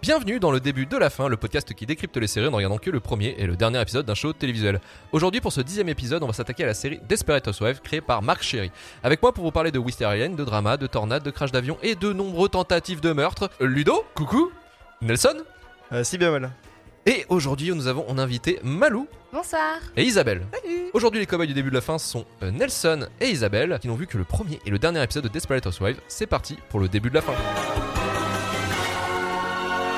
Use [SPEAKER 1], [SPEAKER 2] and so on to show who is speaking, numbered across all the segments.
[SPEAKER 1] Bienvenue dans le début de la fin, le podcast qui décrypte les séries en ne regardant que le premier et le dernier épisode d'un show télévisuel. Aujourd'hui, pour ce dixième épisode, on va s'attaquer à la série Desperate Housewives créée par Mark Sherry. Avec moi pour vous parler de Wisteria, de drama, de tornades, de crash d'avion et de nombreux tentatives de meurtre, Ludo, coucou, Nelson,
[SPEAKER 2] Euh, si bien mal.
[SPEAKER 1] et aujourd'hui nous avons en invité Malou
[SPEAKER 3] Bonsoir.
[SPEAKER 1] et Isabelle.
[SPEAKER 3] Salut.
[SPEAKER 1] Aujourd'hui, les cobayes du début de la fin sont euh, Nelson et Isabelle qui n'ont vu que le premier et le dernier épisode de Desperate Housewives. C'est parti pour le début de la fin.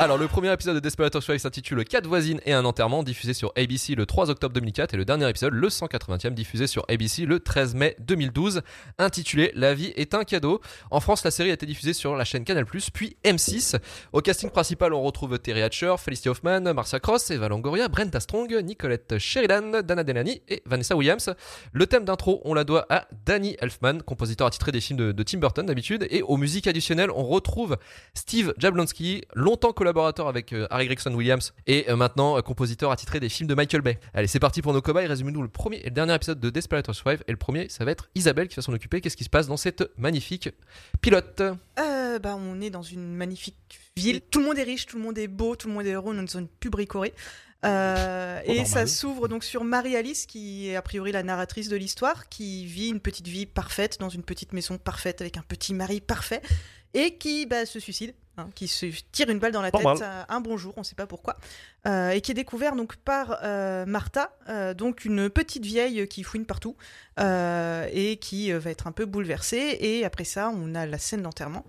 [SPEAKER 1] Alors, le premier épisode de Desperate Housewives s'intitule Quatre voisines et un enterrement, diffusé sur ABC le 3 octobre 2004, et le dernier épisode, le 180e, diffusé sur ABC le 13 mai 2012, intitulé La vie est un cadeau. En France, la série a été diffusée sur la chaîne Canal+, puis M6. Au casting principal, on retrouve Terry Hatcher, Felicity Hoffman, Marcia Cross, Eva Longoria, Brenda Strong, Nicolette Sheridan, Dana Delany et Vanessa Williams. Le thème d'intro, on la doit à Danny Elfman, compositeur attitré des films de, de Tim Burton d'habitude. Et aux musiques additionnelles, on retrouve Steve Jablonski, longtemps collaborateur avec euh, Harry Gregson Williams et euh, maintenant euh, compositeur attitré des films de Michael Bay. Allez, c'est parti pour nos cobayes. Résumez-nous le premier et le dernier épisode de Desperate Housewives. Et le premier, ça va être Isabelle qui va s'en occuper. Qu'est-ce qui se passe dans cette magnifique pilote
[SPEAKER 3] Euh, bah, on est dans une magnifique ville. Tout le monde est riche, tout le monde est beau, tout le monde est heureux. On est dans une pub bricorée. Euh, et
[SPEAKER 2] normal.
[SPEAKER 3] ça s'ouvre donc sur Marie-Alice, qui est a priori la narratrice de l'histoire, qui vit une petite vie parfaite dans une petite maison parfaite avec un petit mari parfait et qui bah, se suicide, hein, qui se tire une balle dans la
[SPEAKER 2] Pas
[SPEAKER 3] tête euh, un bon jour, on ne sait pas pourquoi, euh, et qui est découvert donc par euh, Martha, euh, donc une petite vieille qui fouine partout euh, et qui euh, va être un peu bouleversée. Et après ça, on a la scène d'enterrement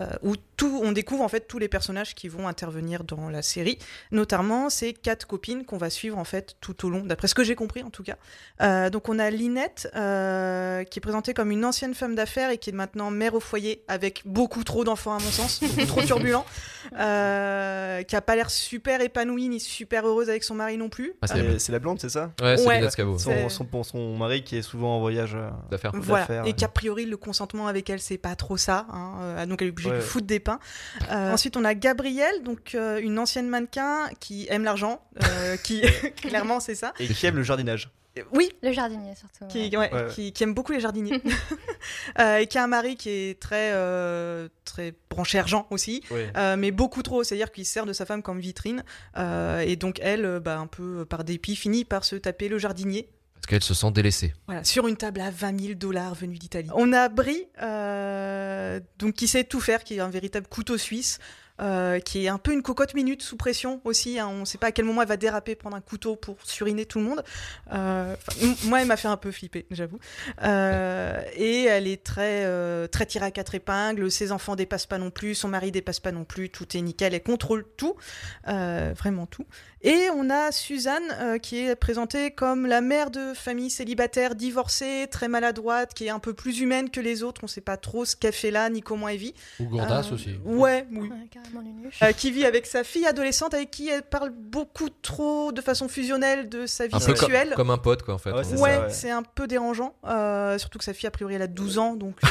[SPEAKER 3] euh, où tout, on découvre en fait tous les personnages qui vont intervenir dans la série. Notamment ces quatre copines qu'on va suivre en fait tout au long, d'après ce que j'ai compris en tout cas. Euh, donc on a Linette euh, qui est présentée comme une ancienne femme d'affaires et qui est maintenant mère au foyer avec beaucoup trop d'enfants à mon sens, beaucoup trop turbulent, euh, qui a pas l'air super épanouie ni super heureuse avec son mari non plus.
[SPEAKER 1] Ah, c'est
[SPEAKER 3] Euh,
[SPEAKER 1] Yep.
[SPEAKER 2] Euh, C'est la blonde, c'est ça
[SPEAKER 1] Ouais, c'est
[SPEAKER 3] Ouais.
[SPEAKER 1] Lina Scavo,
[SPEAKER 3] C'est-
[SPEAKER 2] son, son, son- son mari qui est souvent en voyage. euh,
[SPEAKER 1] d'affaires.
[SPEAKER 3] voilà.
[SPEAKER 2] d'affaires,
[SPEAKER 3] Et
[SPEAKER 2] ouais.
[SPEAKER 3] qu'a priori, le consentement avec elle, c'est pas trop ça. hein. Euh, donc, elle est obligée de
[SPEAKER 2] Ouais.
[SPEAKER 3] lui foutre des pains. Euh, ensuite, on a Gabrielle, donc euh, une ancienne mannequin qui aime l'argent, euh, qui clairement, c'est ça.
[SPEAKER 2] Et qui aime le jardinage.
[SPEAKER 3] Oui,
[SPEAKER 4] Le jardinier surtout.
[SPEAKER 3] qui,
[SPEAKER 4] ouais.
[SPEAKER 3] ouais,
[SPEAKER 2] Ouais, ouais.
[SPEAKER 3] qui- qui aime beaucoup les jardiniers Euh, et qui a un mari qui est très euh, très branché argent aussi euh, mais beaucoup trop c'est à dire qu'il se sert de sa femme comme vitrine Euh, et donc elle euh, bah, un peu par dépit finit par se taper le jardinier
[SPEAKER 1] Parce qu'elle se sent délaissée.
[SPEAKER 3] voilà, sur une table à 20 000 dollars venue d'Italie. On a Brie, euh, donc qui sait tout faire, qui est un véritable couteau suisse, euh, qui est un peu une cocotte minute sous pression aussi. hein. on ne sait pas à quel moment elle va déraper, prendre un couteau pour suriner tout le monde. Euh, enfin, m- moi, elle m'a fait un peu flipper, j'avoue. Euh, et elle est très, euh, très tirée à quatre épingles. Ses enfants dépassent pas non plus, son mari dépasse pas non plus. Tout est nickel, elle contrôle tout, euh, vraiment tout. Et on a Suzanne euh, qui est présentée comme la mère de famille célibataire, divorcée, très maladroite, qui est un peu plus humaine que les autres. On ne sait pas trop ce qu'elle fait là ni comment elle vit.
[SPEAKER 5] Ou
[SPEAKER 3] Euh,
[SPEAKER 5] Gourdas aussi.
[SPEAKER 3] Ouais, oui.
[SPEAKER 4] Ouais, carrément l'unuche.
[SPEAKER 3] Euh, qui vit avec sa fille adolescente avec qui elle parle beaucoup trop de façon fusionnelle de sa vie
[SPEAKER 1] Un peu comme,
[SPEAKER 3] sexuelle.
[SPEAKER 1] comme un pote, quoi, en fait. Euh,
[SPEAKER 2] Ah ouais, c'est
[SPEAKER 3] Ouais,
[SPEAKER 2] ça, ouais.
[SPEAKER 3] c'est un peu dérangeant, euh, surtout que sa fille a priori elle a 12 ans, donc euh,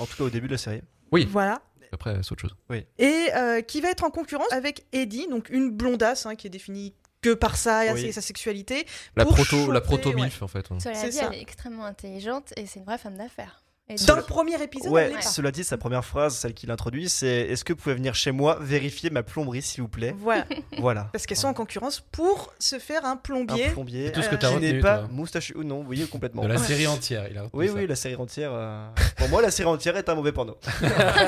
[SPEAKER 2] En tout cas, au début de la série.
[SPEAKER 1] Oui.
[SPEAKER 3] voilà.
[SPEAKER 1] Après, c'est autre chose.
[SPEAKER 3] et euh, qui va être en concurrence avec Eddie, donc une blondasse hein, qui est définie que par ça et à
[SPEAKER 2] Oui.
[SPEAKER 3] sa- sa sexualité.
[SPEAKER 1] La
[SPEAKER 3] Pour
[SPEAKER 1] proto, la
[SPEAKER 3] choper,
[SPEAKER 1] proto milf, en fait.
[SPEAKER 4] Cela
[SPEAKER 3] c'est
[SPEAKER 4] dit,
[SPEAKER 3] ça.
[SPEAKER 4] elle est extrêmement intelligente et c'est une vraie femme d'affaires. Et
[SPEAKER 3] Dans
[SPEAKER 4] donc-
[SPEAKER 3] le premier épisode, elle l'est
[SPEAKER 2] Ouais,
[SPEAKER 3] pas.
[SPEAKER 2] cela dit, sa première phrase, celle qui l'introduit, c'est Est-ce que vous pouvez venir chez moi vérifier ma plomberie, s'il vous plaît
[SPEAKER 3] Voilà,
[SPEAKER 2] Voilà.
[SPEAKER 3] parce qu'elles sont en concurrence pour se faire un plombier.
[SPEAKER 2] Un plombier.
[SPEAKER 5] C'est tout ce que
[SPEAKER 3] Euh,
[SPEAKER 5] t'as
[SPEAKER 2] qui n'est
[SPEAKER 5] retenu,
[SPEAKER 2] pas
[SPEAKER 5] toi.
[SPEAKER 2] moustachu ou non, vous voyez complètement.
[SPEAKER 5] De la
[SPEAKER 3] Ouais.
[SPEAKER 5] série entière, il a retenu
[SPEAKER 2] Oui,
[SPEAKER 5] ça.
[SPEAKER 2] oui, la série entière. euh, Pour moi, la série entière est un mauvais porno.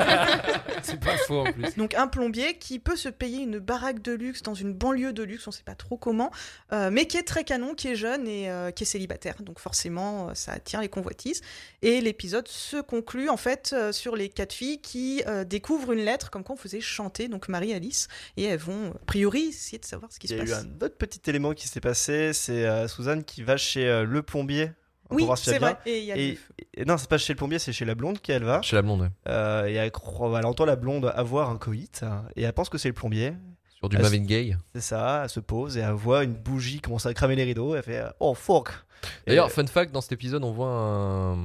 [SPEAKER 5] C'est pas faux en plus.
[SPEAKER 3] Donc un plombier qui peut se payer une baraque de luxe dans une banlieue de luxe, on sait pas trop comment, euh, mais qui est très canon, qui est jeune et euh, qui est célibataire. Donc forcément, euh, ça attire les convoitises. Et l'épisode se conclut en fait euh, sur les quatre filles qui euh, découvrent une lettre comme quoi on faisait chanter donc Marie Alice et elles vont a priori essayer de savoir ce qui
[SPEAKER 2] Il y
[SPEAKER 3] se
[SPEAKER 2] a eu
[SPEAKER 3] passe.
[SPEAKER 2] un autre petit élément qui s'est passé, c'est euh, Suzanne qui va chez euh, le plombier. pour
[SPEAKER 3] Oui,
[SPEAKER 2] voir s'il y a
[SPEAKER 3] c'est
[SPEAKER 2] bien.
[SPEAKER 3] vrai. Et il y a
[SPEAKER 2] Et,
[SPEAKER 3] le feu.
[SPEAKER 2] et- non, c'est pas chez le plombier, c'est chez la blonde qu'elle va.
[SPEAKER 1] Chez la blonde, ouais.
[SPEAKER 2] Euh, et elle, croit- elle entend la blonde avoir un coït euh, et elle pense que c'est le plombier.
[SPEAKER 1] Sur du
[SPEAKER 2] Ah,
[SPEAKER 1] Marvin Gaye.
[SPEAKER 2] C'est ça, elle se pose et elle voit une bougie commencer à cramer les rideaux. Elle fait euh, Oh fuck Et,
[SPEAKER 1] D'ailleurs,
[SPEAKER 2] euh,
[SPEAKER 1] fun fact, dans cet épisode, on voit un,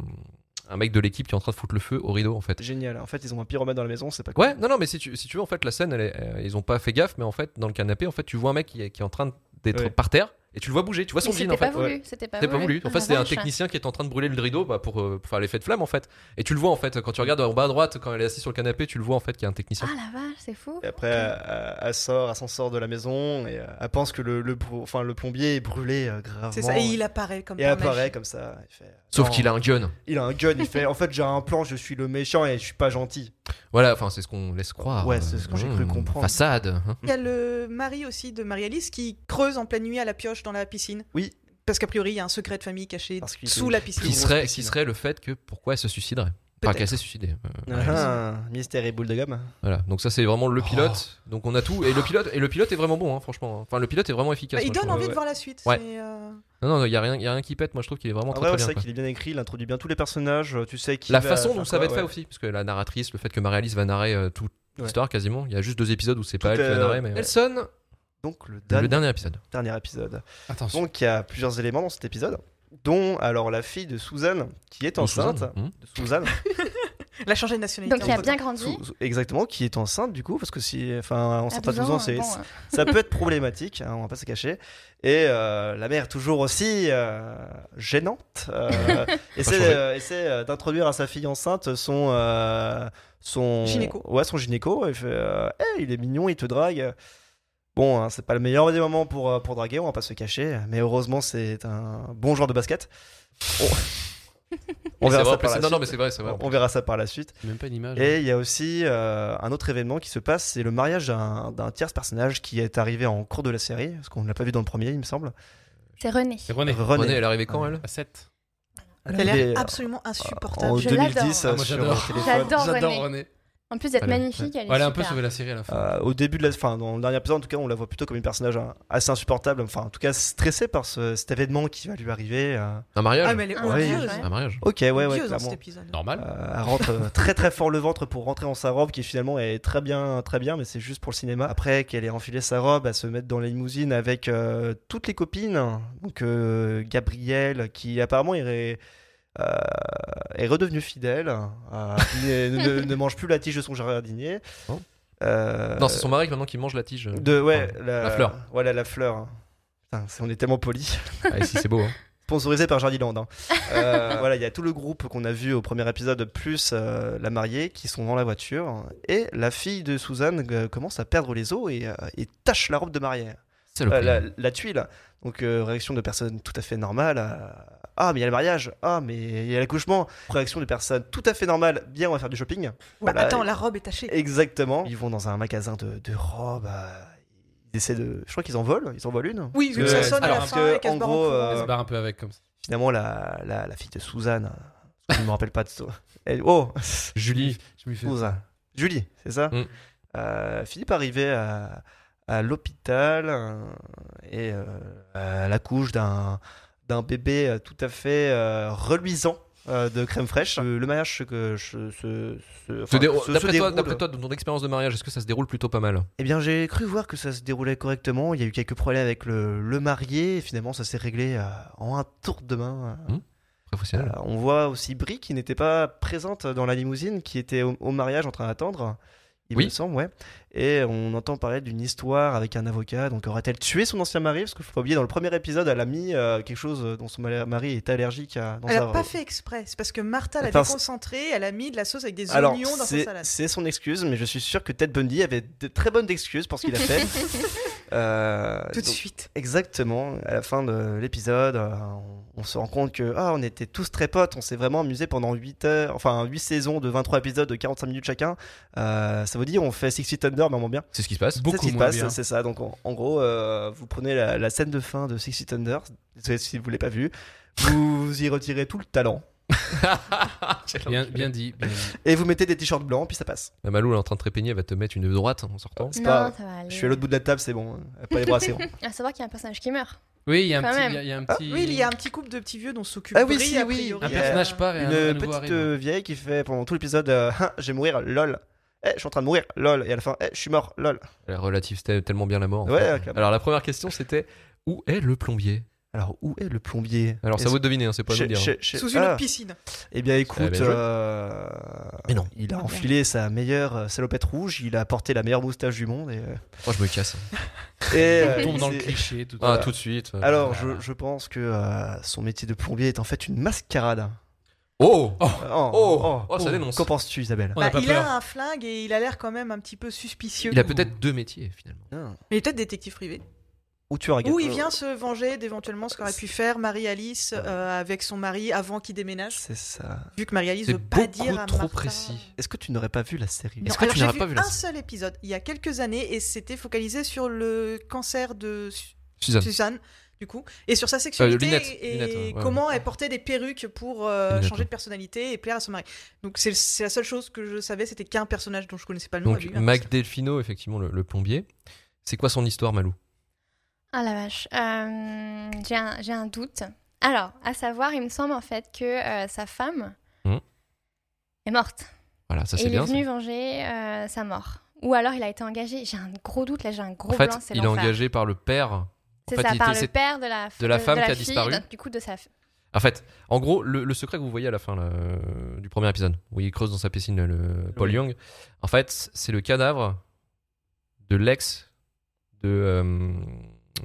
[SPEAKER 1] un mec de l'équipe qui est en train de foutre le feu au rideau, en fait.
[SPEAKER 2] Génial, en fait ils ont un pyromane dans la maison, c'est pas cool.
[SPEAKER 1] Ouais, non, non, mais si tu, si tu veux, en fait, la scène, elle est- euh, ils ont pas fait gaffe, mais en fait, dans le canapé, en fait, tu vois un mec qui, est- qui est en train d'être
[SPEAKER 2] Ouais.
[SPEAKER 1] par terre, et tu le vois bouger, tu vois son
[SPEAKER 4] Mais
[SPEAKER 1] jean en
[SPEAKER 4] C'était
[SPEAKER 1] fait.
[SPEAKER 4] pas
[SPEAKER 1] Ouais.
[SPEAKER 4] voulu. C'était pas
[SPEAKER 3] Bah
[SPEAKER 1] C'était pas voulu. En fait,
[SPEAKER 4] Ah,
[SPEAKER 1] c'était un
[SPEAKER 4] vache.
[SPEAKER 1] technicien qui était en train de brûler le rideau bah, pour, euh, pour faire l'effet de flamme en fait. Et tu le vois en fait quand tu regardes en bas à droite quand elle est assise sur le canapé, tu le vois en fait qu'il y a un technicien.
[SPEAKER 4] Ah la vache, c'est fou.
[SPEAKER 2] Et après, euh, elle sort, elle s'en sort de la maison et euh, elle pense que le, le, plom- enfin, le plombier est brûlé euh, gravement.
[SPEAKER 3] C'est ça. Et il apparaît comme
[SPEAKER 2] Et
[SPEAKER 3] par
[SPEAKER 2] elle apparaît
[SPEAKER 3] magie.
[SPEAKER 2] comme ça. Il fait,
[SPEAKER 1] Sauf
[SPEAKER 2] Non.
[SPEAKER 1] qu'il a un gun.
[SPEAKER 2] Il a un gun, il fait en fait j'ai un plan, je suis le méchant et je suis pas gentil.
[SPEAKER 1] Voilà, enfin c'est ce qu'on laisse croire. Mmh,
[SPEAKER 2] Ouais, c'est ce que j'ai cru comprendre.
[SPEAKER 1] Façade. hein.
[SPEAKER 3] Il y a le mari aussi de Marie-Alice qui creuse en pleine nuit à la pioche dans la piscine.
[SPEAKER 2] Oui.
[SPEAKER 3] Parce qu'a priori, il y a un secret de famille caché
[SPEAKER 2] Parce qu'il est
[SPEAKER 3] sous la piscine.
[SPEAKER 1] Qui
[SPEAKER 2] grosse
[SPEAKER 1] serait, qui
[SPEAKER 2] piscine.
[SPEAKER 1] serait le fait que pourquoi elle se suiciderait Enfin,
[SPEAKER 3] Peut-être.
[SPEAKER 1] qu'elle s'est suicidée. Euh, ouais.
[SPEAKER 2] Ah, mystère et boule de gomme.
[SPEAKER 1] Voilà. Donc ça c'est vraiment le pilote.
[SPEAKER 2] Oh.
[SPEAKER 1] Donc on a tout et le pilote et le pilote est vraiment bon, hein, franchement. Enfin le pilote est vraiment efficace.
[SPEAKER 3] Bah, il
[SPEAKER 1] moi, je
[SPEAKER 3] donne
[SPEAKER 1] trouve.
[SPEAKER 3] envie de
[SPEAKER 2] ouais.
[SPEAKER 3] voir la suite.
[SPEAKER 1] Ouais.
[SPEAKER 3] c'est, euh,
[SPEAKER 1] Non non, il y a rien, y a rien qui pète. Moi je trouve qu'il est vraiment
[SPEAKER 2] En
[SPEAKER 1] très,
[SPEAKER 2] vrai, Ah ouais,
[SPEAKER 1] très
[SPEAKER 2] c'est
[SPEAKER 1] bien.
[SPEAKER 2] vrai
[SPEAKER 1] quoi.
[SPEAKER 2] qu'il est bien écrit, il introduit bien tous les personnages, tu sais qui.
[SPEAKER 1] La
[SPEAKER 2] va
[SPEAKER 1] façon
[SPEAKER 2] faire
[SPEAKER 1] dont ça
[SPEAKER 2] quoi,
[SPEAKER 1] va être fait
[SPEAKER 2] ouais.
[SPEAKER 1] aussi, parce que la narratrice, le fait que Marie-Alice va narrer euh, toute
[SPEAKER 2] Ouais.
[SPEAKER 1] l'histoire quasiment. Il y a juste deux épisodes où c'est pas elle
[SPEAKER 2] Tout
[SPEAKER 1] qui va
[SPEAKER 2] est- euh,
[SPEAKER 1] narrer, mais Nelson,
[SPEAKER 2] Donc le
[SPEAKER 1] le
[SPEAKER 2] dernier,
[SPEAKER 1] dernier épisode.
[SPEAKER 2] dernier épisode.
[SPEAKER 5] Attention.
[SPEAKER 2] Donc il y a plusieurs éléments dans cet épisode, dont alors la fille de Suzanne qui est
[SPEAKER 1] Ou
[SPEAKER 2] enceinte.
[SPEAKER 1] Suzanne, hein.
[SPEAKER 2] De Suzanne.
[SPEAKER 3] Elle a changé de nationalité.
[SPEAKER 4] Donc il a bien
[SPEAKER 2] Sou-
[SPEAKER 4] grandi.
[SPEAKER 2] sou- exactement, qui est enceinte du coup, parce que si. Enfin, enceinte à 12 ans, c'est.
[SPEAKER 4] bon, hein.
[SPEAKER 2] ça peut être problématique, hein, on va pas se cacher. Et euh, la mère toujours aussi euh, gênante euh, essaie,
[SPEAKER 1] changer.
[SPEAKER 2] euh, essaie, euh, d'introduire à sa fille enceinte son euh, son
[SPEAKER 3] Gynéco.
[SPEAKER 2] Ouais, son gynéco. Il fait, euh, Eh, il est mignon, il te drague. Bon, hein, c'est pas le meilleur des moments pour euh, pour draguer, on va pas se cacher. Mais heureusement, c'est un bon joueur de basket. On, on
[SPEAKER 1] Mais c'est vrai,
[SPEAKER 2] verra ça
[SPEAKER 1] en plus,
[SPEAKER 2] par la
[SPEAKER 1] c'est- Non, non, mais
[SPEAKER 2] suite.
[SPEAKER 1] c'est vrai, c'est vrai.
[SPEAKER 2] On verra ça par la suite.
[SPEAKER 5] Même pas une image.
[SPEAKER 2] Et il y a aussi euh, un autre événement qui se passe, c'est le mariage d'un d'un tierce personnage qui est arrivé en cours de la série, parce qu'on ne l'a pas vu dans le premier, il me semble.
[SPEAKER 4] C'est René.
[SPEAKER 5] C'est René.
[SPEAKER 1] René, elle est arrivée quand elle
[SPEAKER 5] À 7.
[SPEAKER 3] Elle a
[SPEAKER 2] Elle est, euh,
[SPEAKER 3] l'air absolument
[SPEAKER 2] en
[SPEAKER 3] insupportable.
[SPEAKER 4] Je
[SPEAKER 2] 2010
[SPEAKER 5] l'adore.
[SPEAKER 2] euh,
[SPEAKER 5] Ah, moi,
[SPEAKER 2] sur
[SPEAKER 5] j'adore.
[SPEAKER 2] le téléphone.
[SPEAKER 4] J'adore
[SPEAKER 5] J'adore
[SPEAKER 4] René.
[SPEAKER 5] René.
[SPEAKER 4] En plus d'être
[SPEAKER 1] Voilà.
[SPEAKER 4] magnifique, elle est
[SPEAKER 5] Ouais, Elle a un peu
[SPEAKER 4] super.
[SPEAKER 5] sauvé la série à la fin.
[SPEAKER 2] Euh, au début de la fin, dans le dernier épisode, en tout cas, on la voit plutôt comme une personnage hein, assez insupportable, enfin, en tout cas, stressée par ce- cet événement qui va lui arriver. euh.
[SPEAKER 1] Un mariage
[SPEAKER 3] Ah, mais elle est
[SPEAKER 4] Ouais,
[SPEAKER 3] odieuse.
[SPEAKER 4] ouais.
[SPEAKER 1] Un mariage
[SPEAKER 2] Ok, ouais, ouais,
[SPEAKER 3] Odieuse hein, dans
[SPEAKER 2] clairement.
[SPEAKER 3] cet épisode.
[SPEAKER 5] Normal.
[SPEAKER 2] Euh, elle rentre euh, très très fort le ventre pour rentrer en sa robe qui finalement est très bien très bien mais c'est juste pour le cinéma après qu'elle ait enfilé sa robe à se mettre dans la limousine avec euh, toutes les copines donc euh, Gabrielle qui apparemment est, euh, est redevenue fidèle euh, ne, ne- ne mange plus la tige de son jardinier
[SPEAKER 1] Oh.
[SPEAKER 2] Euh,
[SPEAKER 1] Non, c'est son mari maintenant qui mange la tige.
[SPEAKER 2] de ouais
[SPEAKER 1] La fleur.
[SPEAKER 2] voilà la fleur Putain, c'est- on est tellement poli
[SPEAKER 1] Ah, ici, c'est beau. hein.
[SPEAKER 2] sponsorisé par Jardiland. hein. Euh, voilà, il y a tout le groupe qu'on a vu au premier épisode, plus euh, la mariée, qui sont dans la voiture. Et la fille de Suzanne euh, commence à perdre les os et, euh, et tache la robe de mariée,
[SPEAKER 1] Saloperie.
[SPEAKER 2] Euh, la, la tuile. Donc euh, réaction de personnes tout à fait normale. euh, ah, mais il y a le mariage. Ah, mais il y a l'accouchement. Réaction de personnes tout à fait normale. Bien, on va faire du shopping.
[SPEAKER 3] Bah,
[SPEAKER 2] Voilà.
[SPEAKER 3] Attends, la robe est tachée.
[SPEAKER 2] Exactement. Ils vont dans un magasin de, de robes. euh, ils essaient de. Je crois qu'ils en volent. Ils en volent une.
[SPEAKER 3] Oui,
[SPEAKER 5] que-
[SPEAKER 3] une ça sonne à la
[SPEAKER 5] alors
[SPEAKER 3] fin
[SPEAKER 2] euh, que,
[SPEAKER 3] et qu'elle
[SPEAKER 2] en
[SPEAKER 3] se barre
[SPEAKER 2] gros,
[SPEAKER 3] courant.
[SPEAKER 5] Elle
[SPEAKER 2] euh,
[SPEAKER 5] se barre un peu avec comme ça.
[SPEAKER 2] finalement la, la, la fille de Suzanne, je ne me rappelle pas de ça. Elle, oh,
[SPEAKER 1] Julie.
[SPEAKER 5] Je me fais.
[SPEAKER 2] Suzanne. Julie, c'est ça
[SPEAKER 1] Mm.
[SPEAKER 2] Euh, Finit par arriver à, à l'hôpital euh, et euh, elle accouche d'un d'un bébé euh, tout à fait euh, reluisant. euh, de crème fraîche. Euh, Le mariage se, que- se- se- se-
[SPEAKER 1] Ah. Se
[SPEAKER 2] enfin,
[SPEAKER 1] dérou-
[SPEAKER 2] se- se
[SPEAKER 1] D'après toi,
[SPEAKER 2] déroule.
[SPEAKER 1] d'après toi, de ton expérience de mariage, est-ce que ça se déroule plutôt pas mal
[SPEAKER 2] Eh bien, j'ai cru voir que ça se déroulait correctement. Il y a eu quelques problèmes avec le, le marié. Et finalement, ça s'est réglé euh, en un tour de main. euh,
[SPEAKER 1] Professionnel.
[SPEAKER 2] Euh, on voit aussi Brie qui n'était pas présente dans la limousine, qui était au, au mariage en train d'attendre. Il
[SPEAKER 1] Oui.
[SPEAKER 2] me semble, ouais. Et on entend parler d'une histoire avec un avocat. Donc aurait-elle tué son ancien mari Parce qu'il faut pas oublier, dans le premier épisode, elle a mis euh, quelque chose dont son mari- mari est allergique à. Dans
[SPEAKER 3] Elle
[SPEAKER 2] sa-
[SPEAKER 3] n'a pas fait exprès. C'est parce que Martha l'avait
[SPEAKER 2] Enfin, c'est-
[SPEAKER 3] concentrée, elle a mis de la sauce avec des
[SPEAKER 2] Alors,
[SPEAKER 3] oignons dans sa
[SPEAKER 2] c'est-
[SPEAKER 3] salade.
[SPEAKER 2] c'est son excuse, mais je suis sûr que Ted Bundy avait de très bonnes excuses pour ce qu'il a fait. Euh,
[SPEAKER 3] Tout de
[SPEAKER 2] donc,
[SPEAKER 3] suite.
[SPEAKER 2] Exactement. À la fin de l'épisode, euh, on, on se rend compte que ah, on était tous très potes, on s'est vraiment amusé pendant 8 heures, enfin 8 saisons de 23 épisodes de 45 minutes chacun. Euh, ça vous dit, on fait Six Feet Under, mais on bien.
[SPEAKER 1] C'est ce qui se passe.
[SPEAKER 2] C'est ce
[SPEAKER 5] Beaucoup
[SPEAKER 2] qui se
[SPEAKER 5] moins
[SPEAKER 2] passe,
[SPEAKER 5] bien.
[SPEAKER 2] c'est ça. Donc en, en gros, euh, vous prenez la, la scène de fin de Six Feet Under, désolé si vous l'avez pas vue, vous y retirez tout le talent
[SPEAKER 5] Bien, bien dit. bien dit.
[SPEAKER 2] et vous mettez des t-shirts blancs, puis ça passe.
[SPEAKER 1] La Malou, elle est en train de trépigner, elle va te mettre une droite en sortant.
[SPEAKER 2] C'est
[SPEAKER 4] non,
[SPEAKER 2] pas-
[SPEAKER 4] ça va aller.
[SPEAKER 2] Je suis à l'autre bout de la table, c'est bon. euh, Pas les bras assez ronds.
[SPEAKER 4] À savoir qu'il y a un personnage qui meurt.
[SPEAKER 5] Oui, il y a un
[SPEAKER 4] Quand
[SPEAKER 5] petit.
[SPEAKER 4] même.
[SPEAKER 5] il y a- il y a un petit.
[SPEAKER 3] Oui, il y a un petit couple de petits vieux dont s'occupe
[SPEAKER 2] Ah oui,
[SPEAKER 3] Brie,
[SPEAKER 2] si,
[SPEAKER 3] a
[SPEAKER 2] oui.
[SPEAKER 3] priori. euh,
[SPEAKER 5] Un
[SPEAKER 2] Il y a
[SPEAKER 5] personnage part et un, un
[SPEAKER 2] une
[SPEAKER 5] nouveau
[SPEAKER 2] petite
[SPEAKER 5] arrive.
[SPEAKER 2] euh, vieille qui fait pendant tout l'épisode euh, Ah, je vais mourir lol eh, je suis en train de mourir lol et à la fin eh, je suis mort lol
[SPEAKER 1] Elle relative tellement bien la mort. en
[SPEAKER 2] Ouais,
[SPEAKER 1] fait.
[SPEAKER 2] euh, clairement.
[SPEAKER 1] Alors la première question c'était où est le plombier
[SPEAKER 2] Alors, où est le plombier
[SPEAKER 1] Alors ça
[SPEAKER 2] Est-ce-
[SPEAKER 1] vous devinez, hein, c'est pas à nous
[SPEAKER 2] Chez-
[SPEAKER 1] le dire.
[SPEAKER 2] chez- chez-
[SPEAKER 3] Sous une
[SPEAKER 2] ah.
[SPEAKER 3] autre piscine.
[SPEAKER 2] Eh bien,
[SPEAKER 1] Ah, bien
[SPEAKER 2] écoute,
[SPEAKER 1] joué.
[SPEAKER 2] euh,
[SPEAKER 1] Mais non.
[SPEAKER 2] il a
[SPEAKER 3] Ah,
[SPEAKER 2] enfilé sa meilleure euh, salopette rouge, il a porté la meilleure moustache du monde. Et, euh,
[SPEAKER 1] Oh, je me casse.
[SPEAKER 2] et,
[SPEAKER 5] On
[SPEAKER 2] euh,
[SPEAKER 5] tombe dans le
[SPEAKER 2] c'est-
[SPEAKER 5] cliché. Tout
[SPEAKER 1] Ah,
[SPEAKER 5] à
[SPEAKER 1] tout de suite. euh.
[SPEAKER 2] Alors, je, je pense que euh, son métier de plombier est en fait une mascarade.
[SPEAKER 1] Oh
[SPEAKER 5] Oh.
[SPEAKER 2] Euh, oh,
[SPEAKER 1] Oh. Oh, ça dénonce.
[SPEAKER 2] Qu'en penses-tu, Isabelle
[SPEAKER 5] On n'a
[SPEAKER 3] Bah,
[SPEAKER 5] pas
[SPEAKER 3] il
[SPEAKER 5] peur.
[SPEAKER 3] a un flingue et il a l'air quand même un petit peu suspicieux.
[SPEAKER 1] Il a peut-être deux métiers finalement.
[SPEAKER 2] Non.
[SPEAKER 3] Mais il est peut-être détective privé.
[SPEAKER 2] Ou Hein, tu as un gars-
[SPEAKER 3] Ou il
[SPEAKER 2] euh,
[SPEAKER 3] vient se venger d'éventuellement ce qu'aurait pu faire Marie-Alice euh, avec son mari avant qu'il déménage.
[SPEAKER 2] Oh, C'est ça.
[SPEAKER 3] Vu que Marie-Alice
[SPEAKER 1] C'est
[SPEAKER 3] veut pas
[SPEAKER 1] beaucoup
[SPEAKER 3] dire à
[SPEAKER 1] trop
[SPEAKER 3] Martha-
[SPEAKER 1] précis.
[SPEAKER 2] Est-ce que tu n'aurais pas vu la série
[SPEAKER 3] Non,
[SPEAKER 1] Est-ce que
[SPEAKER 3] alors
[SPEAKER 1] tu
[SPEAKER 3] j'ai
[SPEAKER 1] n'auras pas vu la
[SPEAKER 3] un
[SPEAKER 1] série
[SPEAKER 3] seul épisode il y a quelques années et c'était focalisé sur le cancer de Su-
[SPEAKER 1] Suzanne.
[SPEAKER 3] Suzanne du coup et sur sa sexualité
[SPEAKER 1] lunettes,
[SPEAKER 3] et
[SPEAKER 1] lunettes, ouais, ouais.
[SPEAKER 3] comment elle portait des perruques pour euh,
[SPEAKER 1] Les lunettes,
[SPEAKER 3] changer de personnalité et plaire à son mari. Donc c'est c'est la seule chose que je savais c'était qu'un personnage dont je connaissais pas le nom.
[SPEAKER 1] Donc
[SPEAKER 3] a eu un
[SPEAKER 1] Mac
[SPEAKER 3] cancer.
[SPEAKER 1] Delfino, effectivement, le, le plombier. C'est quoi son histoire, Malou
[SPEAKER 4] Ah la vache. Euh, j'ai, un, j'ai un doute. Alors, à savoir, il me semble en fait que euh, sa femme
[SPEAKER 1] Hmm.
[SPEAKER 4] est morte.
[SPEAKER 1] Voilà, ça
[SPEAKER 4] et
[SPEAKER 1] c'est
[SPEAKER 4] il
[SPEAKER 1] bien.
[SPEAKER 4] est venu venger euh, sa mort. Ou alors il a été engagé. J'ai un gros doute là, j'ai un
[SPEAKER 1] ça.
[SPEAKER 4] gros
[SPEAKER 1] En fait,
[SPEAKER 4] blanc. c'est
[SPEAKER 1] il est
[SPEAKER 4] l'enfer.
[SPEAKER 1] engagé par le père.
[SPEAKER 4] C'est
[SPEAKER 1] fait,
[SPEAKER 4] ça,
[SPEAKER 1] il
[SPEAKER 4] par
[SPEAKER 1] était-
[SPEAKER 4] le père de la,
[SPEAKER 1] de la femme qui a
[SPEAKER 4] fille,
[SPEAKER 1] disparu.
[SPEAKER 4] donc, Du coup, de sa
[SPEAKER 1] En fait, en gros, le, le secret que vous voyez à la fin là, euh, du premier épisode, où il creuse dans sa piscine le Paul
[SPEAKER 2] Oui.
[SPEAKER 1] Young, en fait, c'est le cadavre de l'ex de, euh,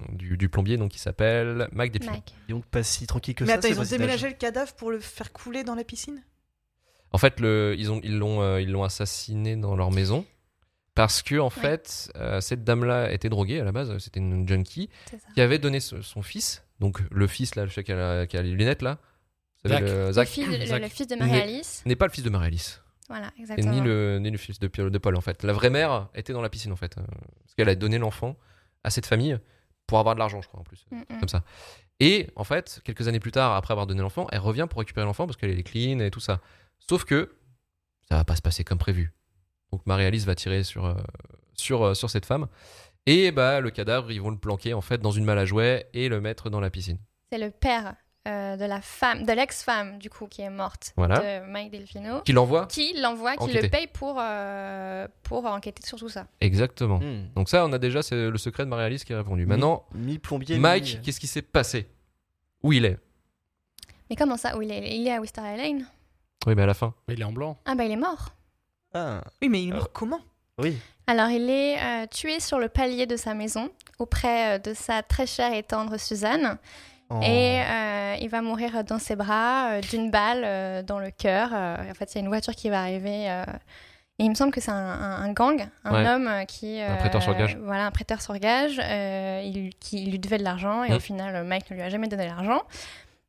[SPEAKER 1] du, du plombier, donc qui s'appelle Mac Delfino.
[SPEAKER 4] Mac.
[SPEAKER 2] Dis Donc pas si tranquille que
[SPEAKER 3] Mais
[SPEAKER 2] ça.
[SPEAKER 3] attends,
[SPEAKER 2] ce
[SPEAKER 3] ils ont
[SPEAKER 2] voisinage.
[SPEAKER 3] déménagé le cadavre pour le faire couler dans la piscine
[SPEAKER 1] En fait, le, ils ont- ils l'ont euh, ils l'ont assassiné dans leur maison parce que en fait, euh, cette dame-là était droguée à la base. C'était une junkie
[SPEAKER 4] C'est ça.
[SPEAKER 1] qui avait donné ce- son fils, donc le fils là, le chef qui a, la- qui a les lunettes là, vous
[SPEAKER 5] Zach.
[SPEAKER 1] le-
[SPEAKER 4] Le,
[SPEAKER 1] Zach,
[SPEAKER 4] fils de, le-
[SPEAKER 5] Zach.
[SPEAKER 4] le fils de
[SPEAKER 1] Mais-
[SPEAKER 4] Marie-Alice.
[SPEAKER 1] n'est pas le fils de Marie-Alice,
[SPEAKER 4] Voilà,
[SPEAKER 1] et
[SPEAKER 4] exactement.
[SPEAKER 1] ni le ni le fils de, Pierre- de Paul en fait. La vraie mère était dans la piscine en fait, euh, parce qu'elle a donné l'enfant à cette famille pour avoir de l'argent, je crois en plus.
[SPEAKER 4] Mm, mm.
[SPEAKER 1] comme ça. Et en fait, quelques années plus tard, après avoir donné l'enfant, elle revient pour récupérer l'enfant parce qu'elle est clean et tout ça. Sauf que ça va pas se passer comme prévu. Donc Marie-Alice va tirer sur, euh, sur, euh, sur cette femme. Et bah, le cadavre, ils vont le planquer en fait dans une malle à jouets et le mettre dans la piscine.
[SPEAKER 4] C'est le père euh, de la femme, de l'ex-femme du coup qui est morte,
[SPEAKER 1] Voilà.
[SPEAKER 4] de Mike Delfino,
[SPEAKER 1] Qui l'envoie
[SPEAKER 4] qui l'envoie, qui
[SPEAKER 1] Enquêter.
[SPEAKER 4] le paye pour, euh, pour enquêter sur tout ça.
[SPEAKER 1] Exactement.
[SPEAKER 2] Hmm.
[SPEAKER 1] Donc ça, on a déjà c'est le secret de Marie-Alice qui est répondu. Maintenant,
[SPEAKER 2] Mi plombier.
[SPEAKER 1] Mike,
[SPEAKER 2] mi-
[SPEAKER 1] qu'est-ce qui s'est passé Où il est
[SPEAKER 4] Mais comment ça Où il est Il est à Wister Lane
[SPEAKER 1] Oui, mais à la fin.
[SPEAKER 5] Mais il est en blanc.
[SPEAKER 4] Ah bah il est mort.
[SPEAKER 2] Ah,
[SPEAKER 3] Oui, mais il est mort comment
[SPEAKER 2] oui.
[SPEAKER 4] Alors il est euh, tué sur le palier de sa maison auprès euh, de sa très chère et tendre Suzanne
[SPEAKER 2] En-
[SPEAKER 4] et
[SPEAKER 1] Oh.
[SPEAKER 4] euh, il va mourir dans ses bras euh, d'une balle euh, dans le cœur. Euh, en fait il y a une voiture qui va arriver euh, et il me semble que c'est un, un- un gang, un
[SPEAKER 1] Ouais.
[SPEAKER 4] homme euh, qui...
[SPEAKER 1] Un prêteur sur gage.
[SPEAKER 4] Voilà, un prêteur sur gage euh, il- qui lui devait de l'argent et
[SPEAKER 1] Mm.
[SPEAKER 4] au final euh, Mike ne lui a jamais donné l'argent.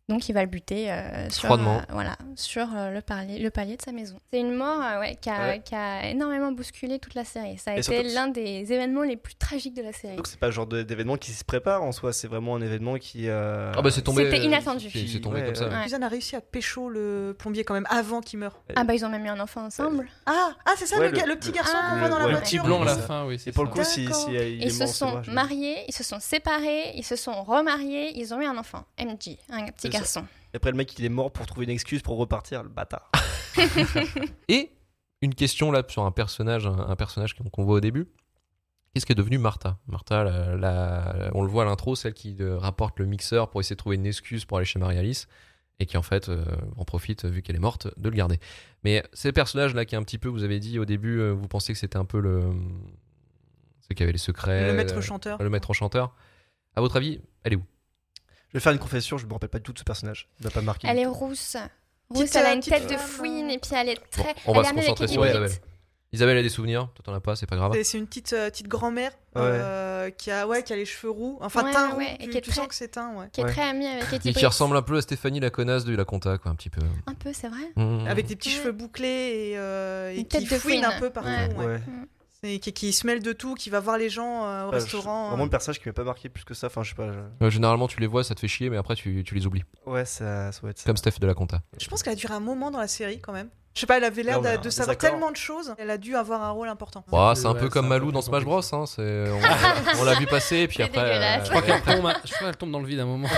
[SPEAKER 4] Donc il va le buter euh, sur,
[SPEAKER 1] Froidement.
[SPEAKER 4] euh, voilà, sur euh, le, palier, le palier de sa maison. C'est une mort euh, ouais, qui, a,
[SPEAKER 2] Ouais.
[SPEAKER 4] qui a énormément bousculé toute la série. Ça a
[SPEAKER 2] Et
[SPEAKER 4] été
[SPEAKER 2] surtout-
[SPEAKER 4] l'un des événements les plus tragiques de la série.
[SPEAKER 2] Donc c'est pas le genre de- d'événement qui se prépare en soi, c'est vraiment un événement qui. euh,
[SPEAKER 1] Ah bah c'est tombé.
[SPEAKER 4] C'était
[SPEAKER 1] euh,
[SPEAKER 4] inattendu.
[SPEAKER 1] C'est c'est tombé
[SPEAKER 2] Ouais,
[SPEAKER 1] comme ça.
[SPEAKER 4] ouais.
[SPEAKER 3] Suzanne a réussi à pécho le plombier quand même avant qu'il meure.
[SPEAKER 4] Ah bah ils ont même eu un enfant ensemble.
[SPEAKER 3] Ah, ah c'est ça
[SPEAKER 2] Ouais,
[SPEAKER 3] le,
[SPEAKER 2] le-
[SPEAKER 3] gars- le petit
[SPEAKER 2] le-
[SPEAKER 3] garçon
[SPEAKER 4] Ah,
[SPEAKER 3] qu'on voit dans la
[SPEAKER 2] ouais, le
[SPEAKER 3] voiture.
[SPEAKER 5] Petit blanc à la
[SPEAKER 2] c'est ça.
[SPEAKER 5] fin, oui. c'est
[SPEAKER 2] Et pour le
[SPEAKER 5] ça.
[SPEAKER 2] coup, si,
[SPEAKER 3] D'accord.
[SPEAKER 2] si, euh, il est
[SPEAKER 4] Ils se
[SPEAKER 2] mort, c'est
[SPEAKER 4] sont
[SPEAKER 2] dommage, mais-
[SPEAKER 4] mariés, ils se sont séparés, ils se sont remariés, ils ont eu un enfant, MJ,
[SPEAKER 2] C'est
[SPEAKER 4] un petit
[SPEAKER 2] ça.
[SPEAKER 4] garçon.
[SPEAKER 2] Et après, le mec, il est mort pour trouver une excuse pour repartir, le bâtard.
[SPEAKER 5] Ah.
[SPEAKER 1] Et une question là sur un personnage, un, un personnage qu'on qu'on voit au début. Qu'est-ce qui est devenu Martha Martha, la- la- on le voit à l'intro, celle qui euh, rapporte le mixeur pour essayer de trouver une excuse pour aller chez Marie-Alice et qui en fait euh, en profite, vu qu'elle est morte, de le garder. Mais ces personnages là qui est un petit peu, vous avez dit au début, euh, vous pensiez que c'était un peu le. ceux qui avaient les secrets.
[SPEAKER 3] Le maître
[SPEAKER 1] euh,
[SPEAKER 3] chanteur.
[SPEAKER 1] Le maître chanteur. À votre avis, elle est où
[SPEAKER 2] Je vais faire une confession, je me rappelle pas du tout de ce personnage. Il m'a pas marqué.
[SPEAKER 4] Elle
[SPEAKER 2] du
[SPEAKER 4] est
[SPEAKER 2] tout.
[SPEAKER 4] rousse.
[SPEAKER 3] Petite,
[SPEAKER 4] Rousse, elle
[SPEAKER 3] euh,
[SPEAKER 4] a une
[SPEAKER 3] petite
[SPEAKER 4] tête de
[SPEAKER 3] femme,
[SPEAKER 4] fouine
[SPEAKER 3] euh,
[SPEAKER 4] et puis elle est
[SPEAKER 1] Bon,
[SPEAKER 4] très...
[SPEAKER 1] on va
[SPEAKER 4] elle
[SPEAKER 1] se
[SPEAKER 4] est amenée avec
[SPEAKER 1] concentrer
[SPEAKER 4] une
[SPEAKER 1] sur
[SPEAKER 4] hybride.
[SPEAKER 1] Isabelle. Isabelle a des souvenirs, toi t'en as pas, c'est pas grave.
[SPEAKER 3] C'est- C'est une petite, euh, petite grand-mère
[SPEAKER 2] Ouais.
[SPEAKER 3] euh, qui, a, ouais, qui a les cheveux roux, enfin
[SPEAKER 4] Ouais,
[SPEAKER 3] teint
[SPEAKER 4] ouais,
[SPEAKER 3] roux,
[SPEAKER 4] ouais, et
[SPEAKER 3] tu,
[SPEAKER 4] qui est
[SPEAKER 3] tu
[SPEAKER 4] très-
[SPEAKER 3] sens que c'est teint, ouais.
[SPEAKER 4] Qui est
[SPEAKER 2] Ouais.
[SPEAKER 4] très amie avec Katy
[SPEAKER 1] Et qui
[SPEAKER 4] Bates.
[SPEAKER 1] ressemble un peu à Stéphanie la connasse de la Conta, quoi, un petit peu.
[SPEAKER 4] Un peu, c'est vrai.
[SPEAKER 1] Mmh.
[SPEAKER 3] Avec des petits
[SPEAKER 4] Ouais.
[SPEAKER 3] cheveux bouclés et, euh, et
[SPEAKER 4] Une
[SPEAKER 3] qui
[SPEAKER 4] tête de fouine.
[SPEAKER 3] fouine un peu partout.
[SPEAKER 4] Ouais.
[SPEAKER 3] ouais.
[SPEAKER 2] Ouais.
[SPEAKER 3] C'est- Qui, qui se mêle de tout, qui va voir les gens euh, au
[SPEAKER 2] Ouais, je-
[SPEAKER 3] restaurant.
[SPEAKER 2] Vraiment le personnage qui m'a pas marqué plus que ça. Enfin, je sais pas. je-
[SPEAKER 1] Euh, généralement, tu les vois, ça te fait chier, mais après, tu, tu les oublies.
[SPEAKER 2] Ouais, ça, ça doit être ça.
[SPEAKER 1] Comme Steph de la compta.
[SPEAKER 3] Je pense qu'elle a duré un moment dans la série quand même. Je sais pas, elle avait
[SPEAKER 2] Là,
[SPEAKER 3] l'air
[SPEAKER 2] on
[SPEAKER 3] de,
[SPEAKER 2] a un
[SPEAKER 3] de savoir
[SPEAKER 2] désaccord.
[SPEAKER 3] tellement de choses. Elle a dû avoir un rôle important.
[SPEAKER 1] Ouah, c'est un
[SPEAKER 5] Ouais,
[SPEAKER 1] peu
[SPEAKER 5] c'est
[SPEAKER 1] comme
[SPEAKER 5] un
[SPEAKER 1] Malou
[SPEAKER 5] peu
[SPEAKER 1] dans
[SPEAKER 5] plus
[SPEAKER 1] Smash Bros.
[SPEAKER 5] complexe.
[SPEAKER 1] hein, c'est- on, on l'a vu passer, et puis
[SPEAKER 4] C'est
[SPEAKER 1] après. euh,
[SPEAKER 4] dégueulasse.
[SPEAKER 5] Je crois qu'elle tombe, je crois qu'elle tombe dans le vide à un moment.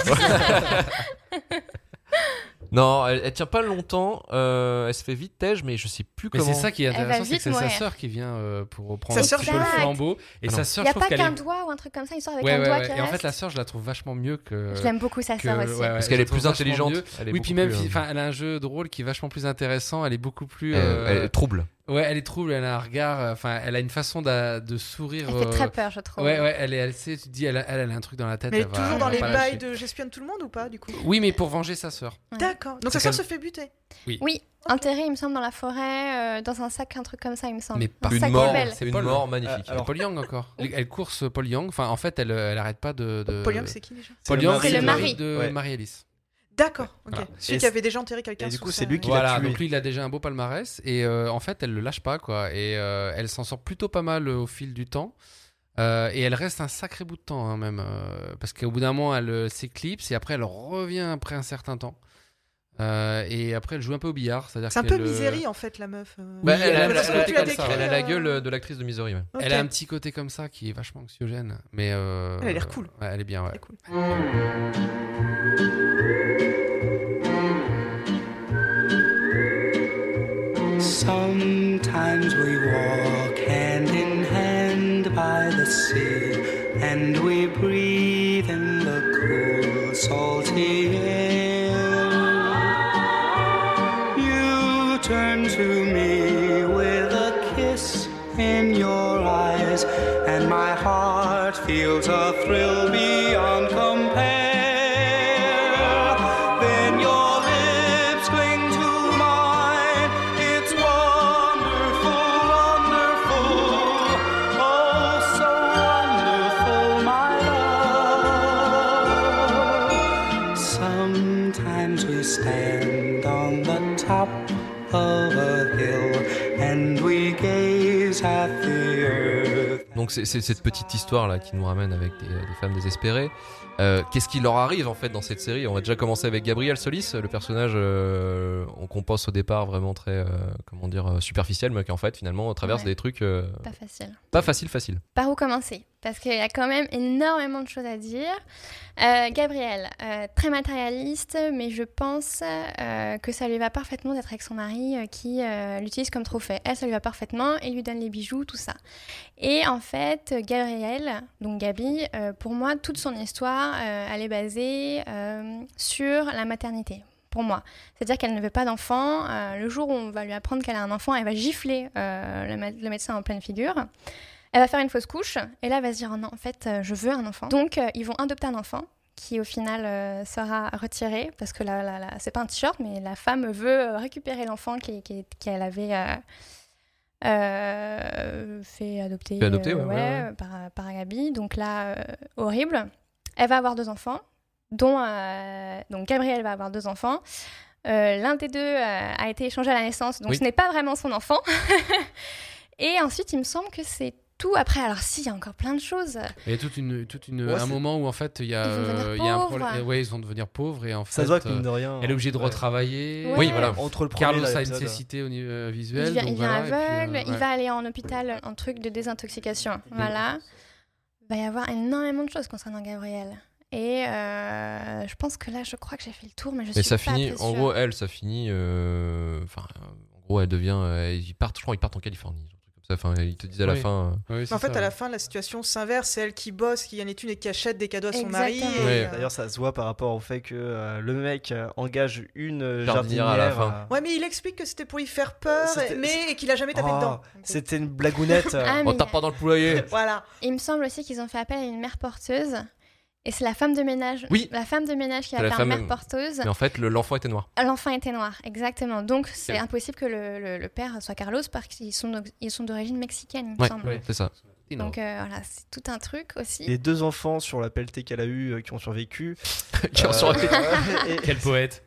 [SPEAKER 1] Non, elle, elle tient pas longtemps. euh, elle se fait vite tège, mais je sais plus
[SPEAKER 5] Mais
[SPEAKER 1] comment.
[SPEAKER 5] c'est ça qui est
[SPEAKER 4] Elle va
[SPEAKER 5] intéressant, c'est que
[SPEAKER 4] vite
[SPEAKER 5] c'est sa
[SPEAKER 4] mourir.
[SPEAKER 5] sœur qui vient euh, pour reprendre
[SPEAKER 3] Sa
[SPEAKER 5] un
[SPEAKER 3] sœur
[SPEAKER 5] petit peu le
[SPEAKER 4] qui-
[SPEAKER 5] flambeau. Et
[SPEAKER 1] Ah
[SPEAKER 5] sa
[SPEAKER 1] non.
[SPEAKER 4] Il
[SPEAKER 5] sœur,
[SPEAKER 4] n'y
[SPEAKER 5] je
[SPEAKER 4] a
[SPEAKER 5] trouve
[SPEAKER 4] pas
[SPEAKER 5] qu'elle
[SPEAKER 4] qu'un
[SPEAKER 5] est.
[SPEAKER 4] doigt ou un truc comme ça, il sort avec
[SPEAKER 5] Ouais,
[SPEAKER 4] un
[SPEAKER 5] ouais,
[SPEAKER 4] doigt
[SPEAKER 5] ouais.
[SPEAKER 4] qui
[SPEAKER 5] Et en fait,
[SPEAKER 4] reste.
[SPEAKER 5] la sœur, je la trouve vachement mieux que.
[SPEAKER 4] Je l'aime beaucoup, sa
[SPEAKER 5] que-
[SPEAKER 4] sœur
[SPEAKER 5] ouais,
[SPEAKER 4] aussi.
[SPEAKER 5] ouais,
[SPEAKER 1] Parce
[SPEAKER 5] je
[SPEAKER 1] qu'elle
[SPEAKER 5] la
[SPEAKER 1] est
[SPEAKER 5] trouve
[SPEAKER 1] plus
[SPEAKER 5] vachement
[SPEAKER 1] intelligente.
[SPEAKER 5] mieux.
[SPEAKER 1] Elle est
[SPEAKER 5] Oui, puis
[SPEAKER 1] beaucoup
[SPEAKER 5] même,
[SPEAKER 1] plus,
[SPEAKER 5] fi-
[SPEAKER 1] euh,
[SPEAKER 5] enfin, elle a un jeu de rôle qui est vachement plus intéressant. Elle est beaucoup plus.
[SPEAKER 1] euh,
[SPEAKER 5] euh,
[SPEAKER 1] Elle est trouble.
[SPEAKER 5] Ouais, elle est trouble, elle a un regard, euh, enfin, elle a une façon d'a- de sourire.
[SPEAKER 4] Elle fait
[SPEAKER 5] euh,
[SPEAKER 4] très peur, je trouve.
[SPEAKER 5] Ouais, ouais, elle est, elle sait, tu te dis, elle, a- elle, elle a un truc dans la tête.
[SPEAKER 3] Mais
[SPEAKER 5] elle va-
[SPEAKER 3] toujours dans
[SPEAKER 5] elle
[SPEAKER 3] les
[SPEAKER 5] va pas
[SPEAKER 3] bails
[SPEAKER 5] lâcher.
[SPEAKER 3] de j'espionne tout le monde ou pas du coup
[SPEAKER 5] Oui, mais pour venger sa sœur.
[SPEAKER 4] Ouais.
[SPEAKER 3] D'accord. Donc
[SPEAKER 5] C'est
[SPEAKER 3] sa sœur
[SPEAKER 5] quand
[SPEAKER 3] se fait buter.
[SPEAKER 4] Oui, enterré, il me semble, dans la forêt, euh, dans un sac, un truc comme ça, il me semble.
[SPEAKER 5] Mais
[SPEAKER 4] un
[SPEAKER 5] pas-
[SPEAKER 1] Une
[SPEAKER 4] sac
[SPEAKER 1] mort,
[SPEAKER 4] poubelle.
[SPEAKER 1] c'est une
[SPEAKER 5] Paul.
[SPEAKER 1] mort magnifique.
[SPEAKER 2] Euh, alors-
[SPEAKER 5] Paul Yang encore. Elle elle course Paul Yang. Enfin, en fait, elle, elle arrête pas de. de...
[SPEAKER 3] Paul Young, c'est qui déjà
[SPEAKER 5] Paul Yang,
[SPEAKER 4] C'est le mari.
[SPEAKER 5] de
[SPEAKER 2] Ouais.
[SPEAKER 5] Marie-Alice.
[SPEAKER 3] D'accord. ok.
[SPEAKER 5] Voilà.
[SPEAKER 3] Celui
[SPEAKER 2] Et
[SPEAKER 3] qui avait déjà enterré quelqu'un.
[SPEAKER 2] et du
[SPEAKER 3] sous
[SPEAKER 2] coup,
[SPEAKER 3] sa-
[SPEAKER 2] c'est lui qui- Qu'il a
[SPEAKER 5] Voilà,
[SPEAKER 2] tué.
[SPEAKER 5] donc lui il a déjà un beau palmarès et euh, en fait elle le lâche pas quoi et euh, elle s'en sort plutôt pas mal euh, au fil du temps Euh, et elle reste un sacré bout de temps hein, même euh, parce qu'au bout d'un moment elle euh, s'éclipse et après elle revient après un certain temps Euh, et après elle joue un peu au billard c'est-à-dire
[SPEAKER 3] C'est un peu
[SPEAKER 5] qu'elle, euh,
[SPEAKER 3] misérie en fait la meuf. euh.
[SPEAKER 5] Bah,
[SPEAKER 1] Oui, elle, a- elle
[SPEAKER 5] elle
[SPEAKER 1] a-
[SPEAKER 3] Parce que
[SPEAKER 1] elle a-
[SPEAKER 3] tu
[SPEAKER 5] comme
[SPEAKER 3] as
[SPEAKER 5] ça,
[SPEAKER 3] décrit,
[SPEAKER 1] elle a la
[SPEAKER 3] euh,
[SPEAKER 1] gueule de l'actrice de Misery. ouais.
[SPEAKER 3] ok.
[SPEAKER 5] elle a un petit côté comme ça qui est vachement anxiogène mais euh,
[SPEAKER 3] Elle a l'air cool.
[SPEAKER 5] ouais, elle est bien ouais.
[SPEAKER 3] C'est cool.
[SPEAKER 6] Sometimes we walk hand in hand by the sea, and we breathe in the cool, salty air. You turn to me with a kiss in your eyes, and my heart feels a thrill beyond compare. Then your lips cling to mine. It's wonderful, wonderful. Oh, so wonderful, my love. Sometimes we stand on the top of a hill and we gaze at the earth.
[SPEAKER 1] Donc c'est c'est cette petite histoire là qui nous ramène avec des, des femmes désespérées. Euh, Qu'est-ce qui leur arrive en fait dans cette série On a déjà commencé avec Gabriel Solis, le personnage euh, qu'on pense au départ vraiment très euh, comment dire euh, superficiel, mais qui en fait finalement traverse
[SPEAKER 4] Ouais.
[SPEAKER 1] des trucs euh,
[SPEAKER 4] Pas facile.
[SPEAKER 1] pas facile facile.
[SPEAKER 4] Par où commencer Parce qu'il y a quand même énormément de choses à dire. Euh, Gabriel, euh, très matérialiste, mais je pense euh, que ça lui va parfaitement d'être avec son mari euh, qui euh, l'utilise comme trophée. Elle, ça lui va parfaitement, il lui donne les bijoux, tout ça. Et en fait, Gabriel, donc Gabi, euh, pour moi, toute son histoire, euh, elle est basée euh, sur la maternité. Pour moi. C'est-à-dire qu'elle ne veut pas d'enfant. Euh, le jour où on va lui apprendre qu'elle a un enfant, elle va gifler euh, le, mé- le médecin en pleine figure. Elle va faire une fausse couche et là elle va se dire Oh non en fait euh, je veux un enfant. Donc euh, ils vont adopter un enfant qui au final euh, sera retiré parce que là, là, là c'est pas un t-shirt mais la femme veut euh, récupérer l'enfant qui, qui- qu'elle avait euh, euh, fait adopter,
[SPEAKER 1] Fait adopter,
[SPEAKER 4] euh,
[SPEAKER 1] ouais, ouais, ouais.
[SPEAKER 4] euh, par, par Gabi. Donc là euh, horrible. Elle va avoir deux enfants dont euh, donc Gabrielle va avoir deux enfants. Euh, L'un des deux euh, a été échangé à la naissance, donc
[SPEAKER 1] Oui.
[SPEAKER 4] ce n'est pas vraiment son enfant. Et ensuite, il me semble que c'est tout. Après, alors si, il y a encore plein de choses.
[SPEAKER 5] Il y a toute une, toute une,
[SPEAKER 2] Ouais,
[SPEAKER 5] un
[SPEAKER 2] c'est-
[SPEAKER 5] moment où en fait il y a,
[SPEAKER 4] Ils vont devenir
[SPEAKER 5] euh, il y a un
[SPEAKER 4] pauvres.
[SPEAKER 5] problème. Ouais, ils vont devenir pauvres et en fait
[SPEAKER 2] Ça se voit que
[SPEAKER 5] euh,
[SPEAKER 2] mine de rien.
[SPEAKER 5] elle est obligée de
[SPEAKER 2] ouais.
[SPEAKER 5] retravailler.
[SPEAKER 4] Ouais.
[SPEAKER 1] Oui voilà.
[SPEAKER 2] Entre le premier
[SPEAKER 5] Carlos
[SPEAKER 2] là,
[SPEAKER 5] a une
[SPEAKER 2] l'épisode,
[SPEAKER 5] cécité au niveau euh,
[SPEAKER 4] Il
[SPEAKER 5] visuel.
[SPEAKER 4] devient,
[SPEAKER 5] donc
[SPEAKER 4] il devient
[SPEAKER 5] voilà, et puis, euh,
[SPEAKER 4] aveugle, il
[SPEAKER 5] ouais.
[SPEAKER 4] va aller en hôpital, en truc de désintoxication. Voilà. Il va y avoir énormément de choses concernant Gabriel. Et euh, je pense que là, je crois que j'ai fait le tour, mais je suis
[SPEAKER 1] Et ça
[SPEAKER 4] pas
[SPEAKER 1] finit,
[SPEAKER 4] très
[SPEAKER 1] en
[SPEAKER 4] sûre.
[SPEAKER 1] gros, elle, ça finit. euh, Enfin, euh, en gros, elle devient. euh, ils partent, je crois, ils partent en Californie. un truc comme ça. Enfin, ils te disent à la
[SPEAKER 5] Oui.
[SPEAKER 4] Ah,
[SPEAKER 1] fin. euh,
[SPEAKER 5] Ouais,
[SPEAKER 3] Mais
[SPEAKER 5] c'est
[SPEAKER 3] en fait,
[SPEAKER 5] ça,
[SPEAKER 3] à la
[SPEAKER 5] ouais.
[SPEAKER 3] fin, la situation s'inverse. C'est elle qui bosse, qui gagne les thunes et qui achète des cadeaux à son mari.
[SPEAKER 4] Exactement.
[SPEAKER 3] et,
[SPEAKER 1] Ouais.
[SPEAKER 3] euh,
[SPEAKER 2] D'ailleurs, ça se voit par rapport au fait que euh, le mec euh, engage une euh,
[SPEAKER 1] Jardinière
[SPEAKER 2] jardinière
[SPEAKER 1] à la fin.
[SPEAKER 2] euh,
[SPEAKER 3] Ouais, mais il explique que c'était pour y faire peur,
[SPEAKER 2] C'était-
[SPEAKER 3] mais et qu'il a jamais tapé
[SPEAKER 2] Oh,
[SPEAKER 3] dedans.
[SPEAKER 2] C'était une blagounette. euh.
[SPEAKER 4] Ah,
[SPEAKER 1] On
[SPEAKER 4] mais
[SPEAKER 1] tape pas Oh, dans le poulailler
[SPEAKER 3] Voilà.
[SPEAKER 4] Il me semble aussi qu'ils ont fait appel à une mère porteuse. Et c'est la femme de ménage.
[SPEAKER 1] Oui.
[SPEAKER 4] La femme de ménage qui a
[SPEAKER 1] C'est la
[SPEAKER 4] fait un
[SPEAKER 1] femme-
[SPEAKER 4] mère porteuse.
[SPEAKER 1] Mais en fait, le- l'enfant était noir.
[SPEAKER 4] L'enfant était noir, exactement. Donc c'est
[SPEAKER 1] Ouais.
[SPEAKER 4] impossible que le, le- le père soit Carlos parce qu'ils sont donc- ils sont d'origine mexicaine, il me
[SPEAKER 1] Ouais,
[SPEAKER 4] semble.
[SPEAKER 1] c'est ça.
[SPEAKER 4] Donc euh, voilà, c'est tout un truc aussi.
[SPEAKER 2] Les deux enfants sur la pelletée qu'elle a eue euh, qui ont survécu.
[SPEAKER 1] Qui en
[SPEAKER 2] Euh,
[SPEAKER 1] sort-
[SPEAKER 2] euh, et-
[SPEAKER 5] Quel poète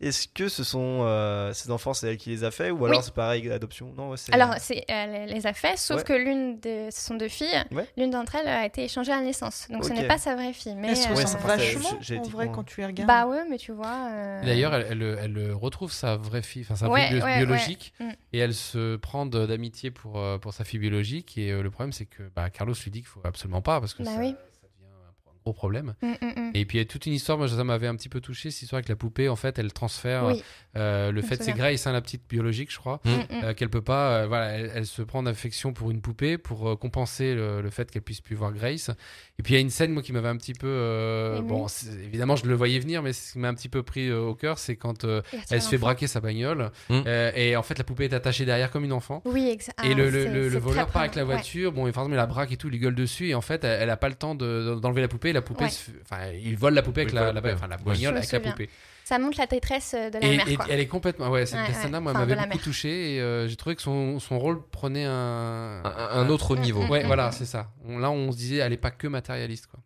[SPEAKER 2] Est-ce que ce sont euh, ces enfants, c'est elle qui les a fait ou alors c'est pareil adoption Non, ouais, c'est-
[SPEAKER 4] Alors c'est elle les a fait, sauf
[SPEAKER 2] Ouais.
[SPEAKER 4] que l'une de ce sont deux filles.
[SPEAKER 2] Ouais.
[SPEAKER 4] L'une d'entre elles a été échangée à la naissance, donc ce
[SPEAKER 2] Ok.
[SPEAKER 4] n'est pas sa vraie fille. Mais
[SPEAKER 3] Elles se
[SPEAKER 4] euh,
[SPEAKER 2] Ouais,
[SPEAKER 3] ressemblent
[SPEAKER 2] ça fait-
[SPEAKER 3] vachement
[SPEAKER 2] j'ai- j'ai
[SPEAKER 3] en
[SPEAKER 2] dit
[SPEAKER 3] vrai
[SPEAKER 2] qu'on-
[SPEAKER 3] quand tu les regardes.
[SPEAKER 4] bah ouais, mais tu vois. euh,
[SPEAKER 5] D'ailleurs, elle, elle- elle, euh, retrouve sa vraie fille, enfin sa
[SPEAKER 4] Ouais,
[SPEAKER 5] fille bio-
[SPEAKER 4] ouais,
[SPEAKER 5] biologique,
[SPEAKER 4] ouais. Mm.
[SPEAKER 5] et elle se prend de- d'amitié pour, euh, pour sa fille biologique. Et euh, le problème, c'est que bah, Carlos lui dit qu'il faut absolument pas, parce que
[SPEAKER 4] Bah
[SPEAKER 5] ça,
[SPEAKER 4] oui.
[SPEAKER 5] ça devient un, pro- un gros problème.
[SPEAKER 4] Mm, mm, mm.
[SPEAKER 5] Et puis il y a toute une histoire, moi ça m'avait un petit peu touché, cette histoire avec la poupée, en fait, elle transfère
[SPEAKER 4] Oui.
[SPEAKER 5] euh, le
[SPEAKER 4] Je me
[SPEAKER 5] fait, c'est
[SPEAKER 4] souviens.
[SPEAKER 5] Grace, hein, la petite biologique, je crois,
[SPEAKER 4] Mm, mm.
[SPEAKER 5] euh, qu'elle peut pas, euh, voilà, elle, elle se prend d'affection pour une poupée pour euh, compenser le, le fait qu'elle puisse plus voir Grace. Et puis il y a une scène moi qui m'avait un petit peu, euh,
[SPEAKER 4] Mhm.
[SPEAKER 5] bon, c'est- évidemment je le voyais venir, mais ce qui m'a un petit peu pris euh, au cœur, c'est quand euh,
[SPEAKER 4] Il retire
[SPEAKER 5] elle se fait
[SPEAKER 4] l'enfant.
[SPEAKER 5] braquer sa bagnole
[SPEAKER 1] Mm.
[SPEAKER 5] euh, et en fait la poupée est attachée derrière comme une enfant.
[SPEAKER 4] Oui, Ah, exactement.
[SPEAKER 5] Et le, le, le- le voleur part avec la voiture, bon, et forcément, il la braque et tout, il lui gueule dessus, et en fait, elle, elle a pas le temps de- d'enlever la poupée, et la poupée,
[SPEAKER 4] Ouais.
[SPEAKER 5] se fait- enfin, il vole la poupée avec
[SPEAKER 1] Oui,
[SPEAKER 5] la,
[SPEAKER 1] il vole la
[SPEAKER 5] la-
[SPEAKER 1] poupée.
[SPEAKER 5] enfin, la
[SPEAKER 1] Ouais.
[SPEAKER 5] bagnole
[SPEAKER 4] Je me
[SPEAKER 5] avec la
[SPEAKER 4] souviens.
[SPEAKER 5] poupée.
[SPEAKER 4] Ça montre la détresse euh, de la
[SPEAKER 5] Et,
[SPEAKER 4] mère.
[SPEAKER 5] et
[SPEAKER 4] quoi.
[SPEAKER 5] elle est complètement, ouais, cette
[SPEAKER 4] Ouais, ouais.
[SPEAKER 5] scène-là, moi,
[SPEAKER 4] Enfin,
[SPEAKER 5] m'avait
[SPEAKER 4] de la
[SPEAKER 5] beaucoup
[SPEAKER 4] mère.
[SPEAKER 5] touché, et euh, j'ai trouvé que son, son rôle prenait un.
[SPEAKER 1] Un, un autre
[SPEAKER 4] Mm,
[SPEAKER 1] niveau.
[SPEAKER 4] mm.
[SPEAKER 5] Ouais, voilà, c'est ça. On- là, on se disait, elle est pas que matérialiste, quoi.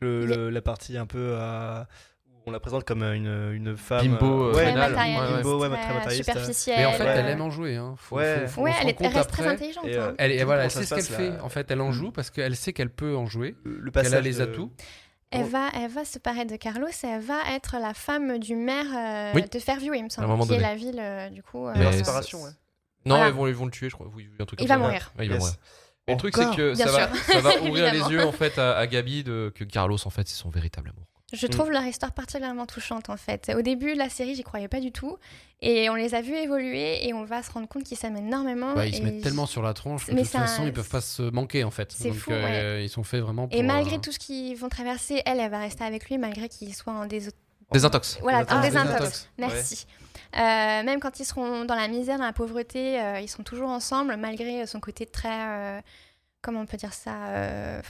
[SPEAKER 2] Le-
[SPEAKER 4] Il est-
[SPEAKER 2] le- la partie un peu euh, où on la présente comme euh, une, une femme
[SPEAKER 1] Bimbo,
[SPEAKER 2] euh,
[SPEAKER 1] euh,
[SPEAKER 2] ouais,
[SPEAKER 4] Très
[SPEAKER 1] Rénal.
[SPEAKER 4] matérialiste,
[SPEAKER 1] Ouais, ouais.
[SPEAKER 2] Bimbo, ouais,
[SPEAKER 4] très euh,
[SPEAKER 2] très matérialiste. hein. euh,
[SPEAKER 4] superficielle.
[SPEAKER 5] Mais en fait,
[SPEAKER 2] ouais.
[SPEAKER 5] elle aime en jouer, hein. Faut-
[SPEAKER 2] Ouais.
[SPEAKER 5] faut- faut-
[SPEAKER 4] Ouais,
[SPEAKER 5] on se
[SPEAKER 4] elle
[SPEAKER 5] rend
[SPEAKER 4] est, elle
[SPEAKER 5] compte
[SPEAKER 4] reste très
[SPEAKER 5] après.
[SPEAKER 4] intelligente.
[SPEAKER 2] Et,
[SPEAKER 4] hein.
[SPEAKER 2] euh,
[SPEAKER 5] Elle, est-
[SPEAKER 2] Tout
[SPEAKER 5] voilà,
[SPEAKER 2] pour
[SPEAKER 5] elle
[SPEAKER 2] qu'on
[SPEAKER 5] sait ce
[SPEAKER 2] se
[SPEAKER 5] qu'elle
[SPEAKER 2] fasse
[SPEAKER 5] fait.
[SPEAKER 2] la-
[SPEAKER 5] En fait, elle en joue parce qu'elle sait qu'elle peut en jouer.
[SPEAKER 2] le
[SPEAKER 5] Elle
[SPEAKER 2] passage
[SPEAKER 5] a les
[SPEAKER 2] de-
[SPEAKER 5] atouts.
[SPEAKER 4] Elle
[SPEAKER 2] on-
[SPEAKER 4] va, elle va se paraître de Carlos et elle va être la femme du maire euh,
[SPEAKER 1] Oui.
[SPEAKER 4] de Fairview, il me semble,
[SPEAKER 1] moment
[SPEAKER 4] qui est
[SPEAKER 1] donné.
[SPEAKER 4] la ville euh, du coup. euh,
[SPEAKER 1] Mais
[SPEAKER 2] leur
[SPEAKER 1] c'est-
[SPEAKER 2] séparation, ouais.
[SPEAKER 1] Non,
[SPEAKER 4] Voilà. bah,
[SPEAKER 1] ils, vont, ils vont le tuer, je crois. Oui, un truc
[SPEAKER 4] Il
[SPEAKER 1] comme
[SPEAKER 4] va
[SPEAKER 1] ça.
[SPEAKER 4] mourir.
[SPEAKER 1] Ouais, il va
[SPEAKER 2] Yes.
[SPEAKER 1] mourir. Mais le truc, c'est
[SPEAKER 2] Encore
[SPEAKER 1] que
[SPEAKER 4] Bien
[SPEAKER 1] ça va,
[SPEAKER 4] sûr.
[SPEAKER 1] ça va ouvrir les
[SPEAKER 4] Évidemment.
[SPEAKER 1] yeux en fait à, à Gabi de, que Carlos en fait c'est son véritable amour.
[SPEAKER 4] Je
[SPEAKER 2] Mm.
[SPEAKER 4] trouve leur histoire particulièrement touchante en fait. Au début, la série, j'y croyais pas du tout, et on les a vus évoluer et on va se rendre compte qu'ils s'aiment énormément.
[SPEAKER 5] Bah, ils se
[SPEAKER 4] et
[SPEAKER 5] mettent tellement sur la tronche que de
[SPEAKER 4] Mais
[SPEAKER 5] toute
[SPEAKER 4] ça-
[SPEAKER 5] façon, ils peuvent pas se manquer en fait.
[SPEAKER 4] C'est
[SPEAKER 5] Donc,
[SPEAKER 4] fou,
[SPEAKER 5] euh, ils sont faits vraiment pour.
[SPEAKER 4] Et malgré
[SPEAKER 5] euh,
[SPEAKER 4] tout ce qu'ils vont traverser, elle, elle va rester avec lui malgré qu'il soit en déso...
[SPEAKER 1] Désintox.
[SPEAKER 4] voilà,
[SPEAKER 5] Ah,
[SPEAKER 2] Désintox.
[SPEAKER 4] en désintox.
[SPEAKER 5] Désintox.
[SPEAKER 4] Merci. Euh, même quand ils seront dans la misère, dans la pauvreté, euh, ils sont toujours ensemble malgré son côté très, euh, comment on peut dire ça, euh,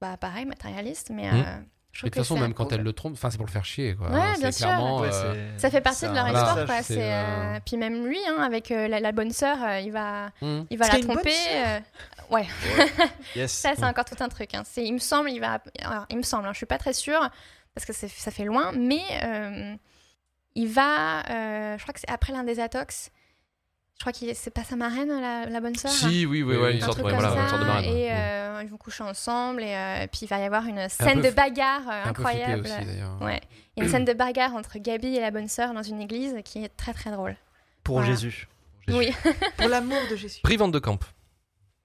[SPEAKER 4] bah pareil matérialiste, mais.
[SPEAKER 1] Mhm.
[SPEAKER 4] euh, je trouve
[SPEAKER 5] Mais de toute
[SPEAKER 4] que
[SPEAKER 5] façon,
[SPEAKER 4] ça
[SPEAKER 5] même quand
[SPEAKER 4] prouve-
[SPEAKER 5] elle le trompe, enfin, c'est pour le faire chier. Quoi.
[SPEAKER 4] Ouais,
[SPEAKER 5] C'est
[SPEAKER 4] bien sûr.
[SPEAKER 5] clairement,
[SPEAKER 2] Ouais,
[SPEAKER 5] euh,
[SPEAKER 2] c'est-
[SPEAKER 4] Ça fait partie
[SPEAKER 2] c'est
[SPEAKER 4] de
[SPEAKER 2] un
[SPEAKER 4] leur
[SPEAKER 5] voilà.
[SPEAKER 4] histoire,
[SPEAKER 2] message,
[SPEAKER 4] quoi.
[SPEAKER 5] c'est,
[SPEAKER 4] c'est, euh,
[SPEAKER 5] euh,
[SPEAKER 4] Puis même lui, hein, avec euh, la, la bonne sœur, euh, il va,
[SPEAKER 5] hmm.
[SPEAKER 4] il va
[SPEAKER 3] Parce
[SPEAKER 4] la
[SPEAKER 3] qu'il y a une bonne
[SPEAKER 4] tromper.
[SPEAKER 3] sœur.
[SPEAKER 4] euh, Ouais,
[SPEAKER 2] Yes.
[SPEAKER 4] ça c'est encore tout un truc. hein. C'est- Il me semble, il va, alors, il me semble. hein, je suis pas très sûre parce que c'est- ça fait loin, mais euh, il va. euh, je crois que c'est après l'un des atox. Je crois qu'il c'est pas sa marraine, la, la bonne sœur. hein.
[SPEAKER 1] Si, oui, oui,
[SPEAKER 5] Oui,
[SPEAKER 1] ouais,
[SPEAKER 5] oui.
[SPEAKER 1] une
[SPEAKER 4] Un
[SPEAKER 1] sorte,
[SPEAKER 4] truc
[SPEAKER 1] ouais,
[SPEAKER 4] comme
[SPEAKER 1] voilà,
[SPEAKER 4] ça,
[SPEAKER 1] une sorte de marraine. ouais. Mm.
[SPEAKER 4] et euh, ils vont coucher ensemble et euh, puis il va y avoir une scène
[SPEAKER 5] peu
[SPEAKER 4] de
[SPEAKER 5] fl-
[SPEAKER 4] bagarre euh,
[SPEAKER 5] Un peu flippé
[SPEAKER 4] incroyable.
[SPEAKER 5] aussi d'ailleurs.
[SPEAKER 4] Ouais. Il y a une scène de bagarre entre Gabi et la bonne sœur dans une église qui est très très drôle.
[SPEAKER 2] Pour
[SPEAKER 4] Voilà.
[SPEAKER 2] Jésus.
[SPEAKER 1] Jésus.
[SPEAKER 4] Oui.
[SPEAKER 3] Pour l'amour de Jésus.
[SPEAKER 1] Brie Van de Camp.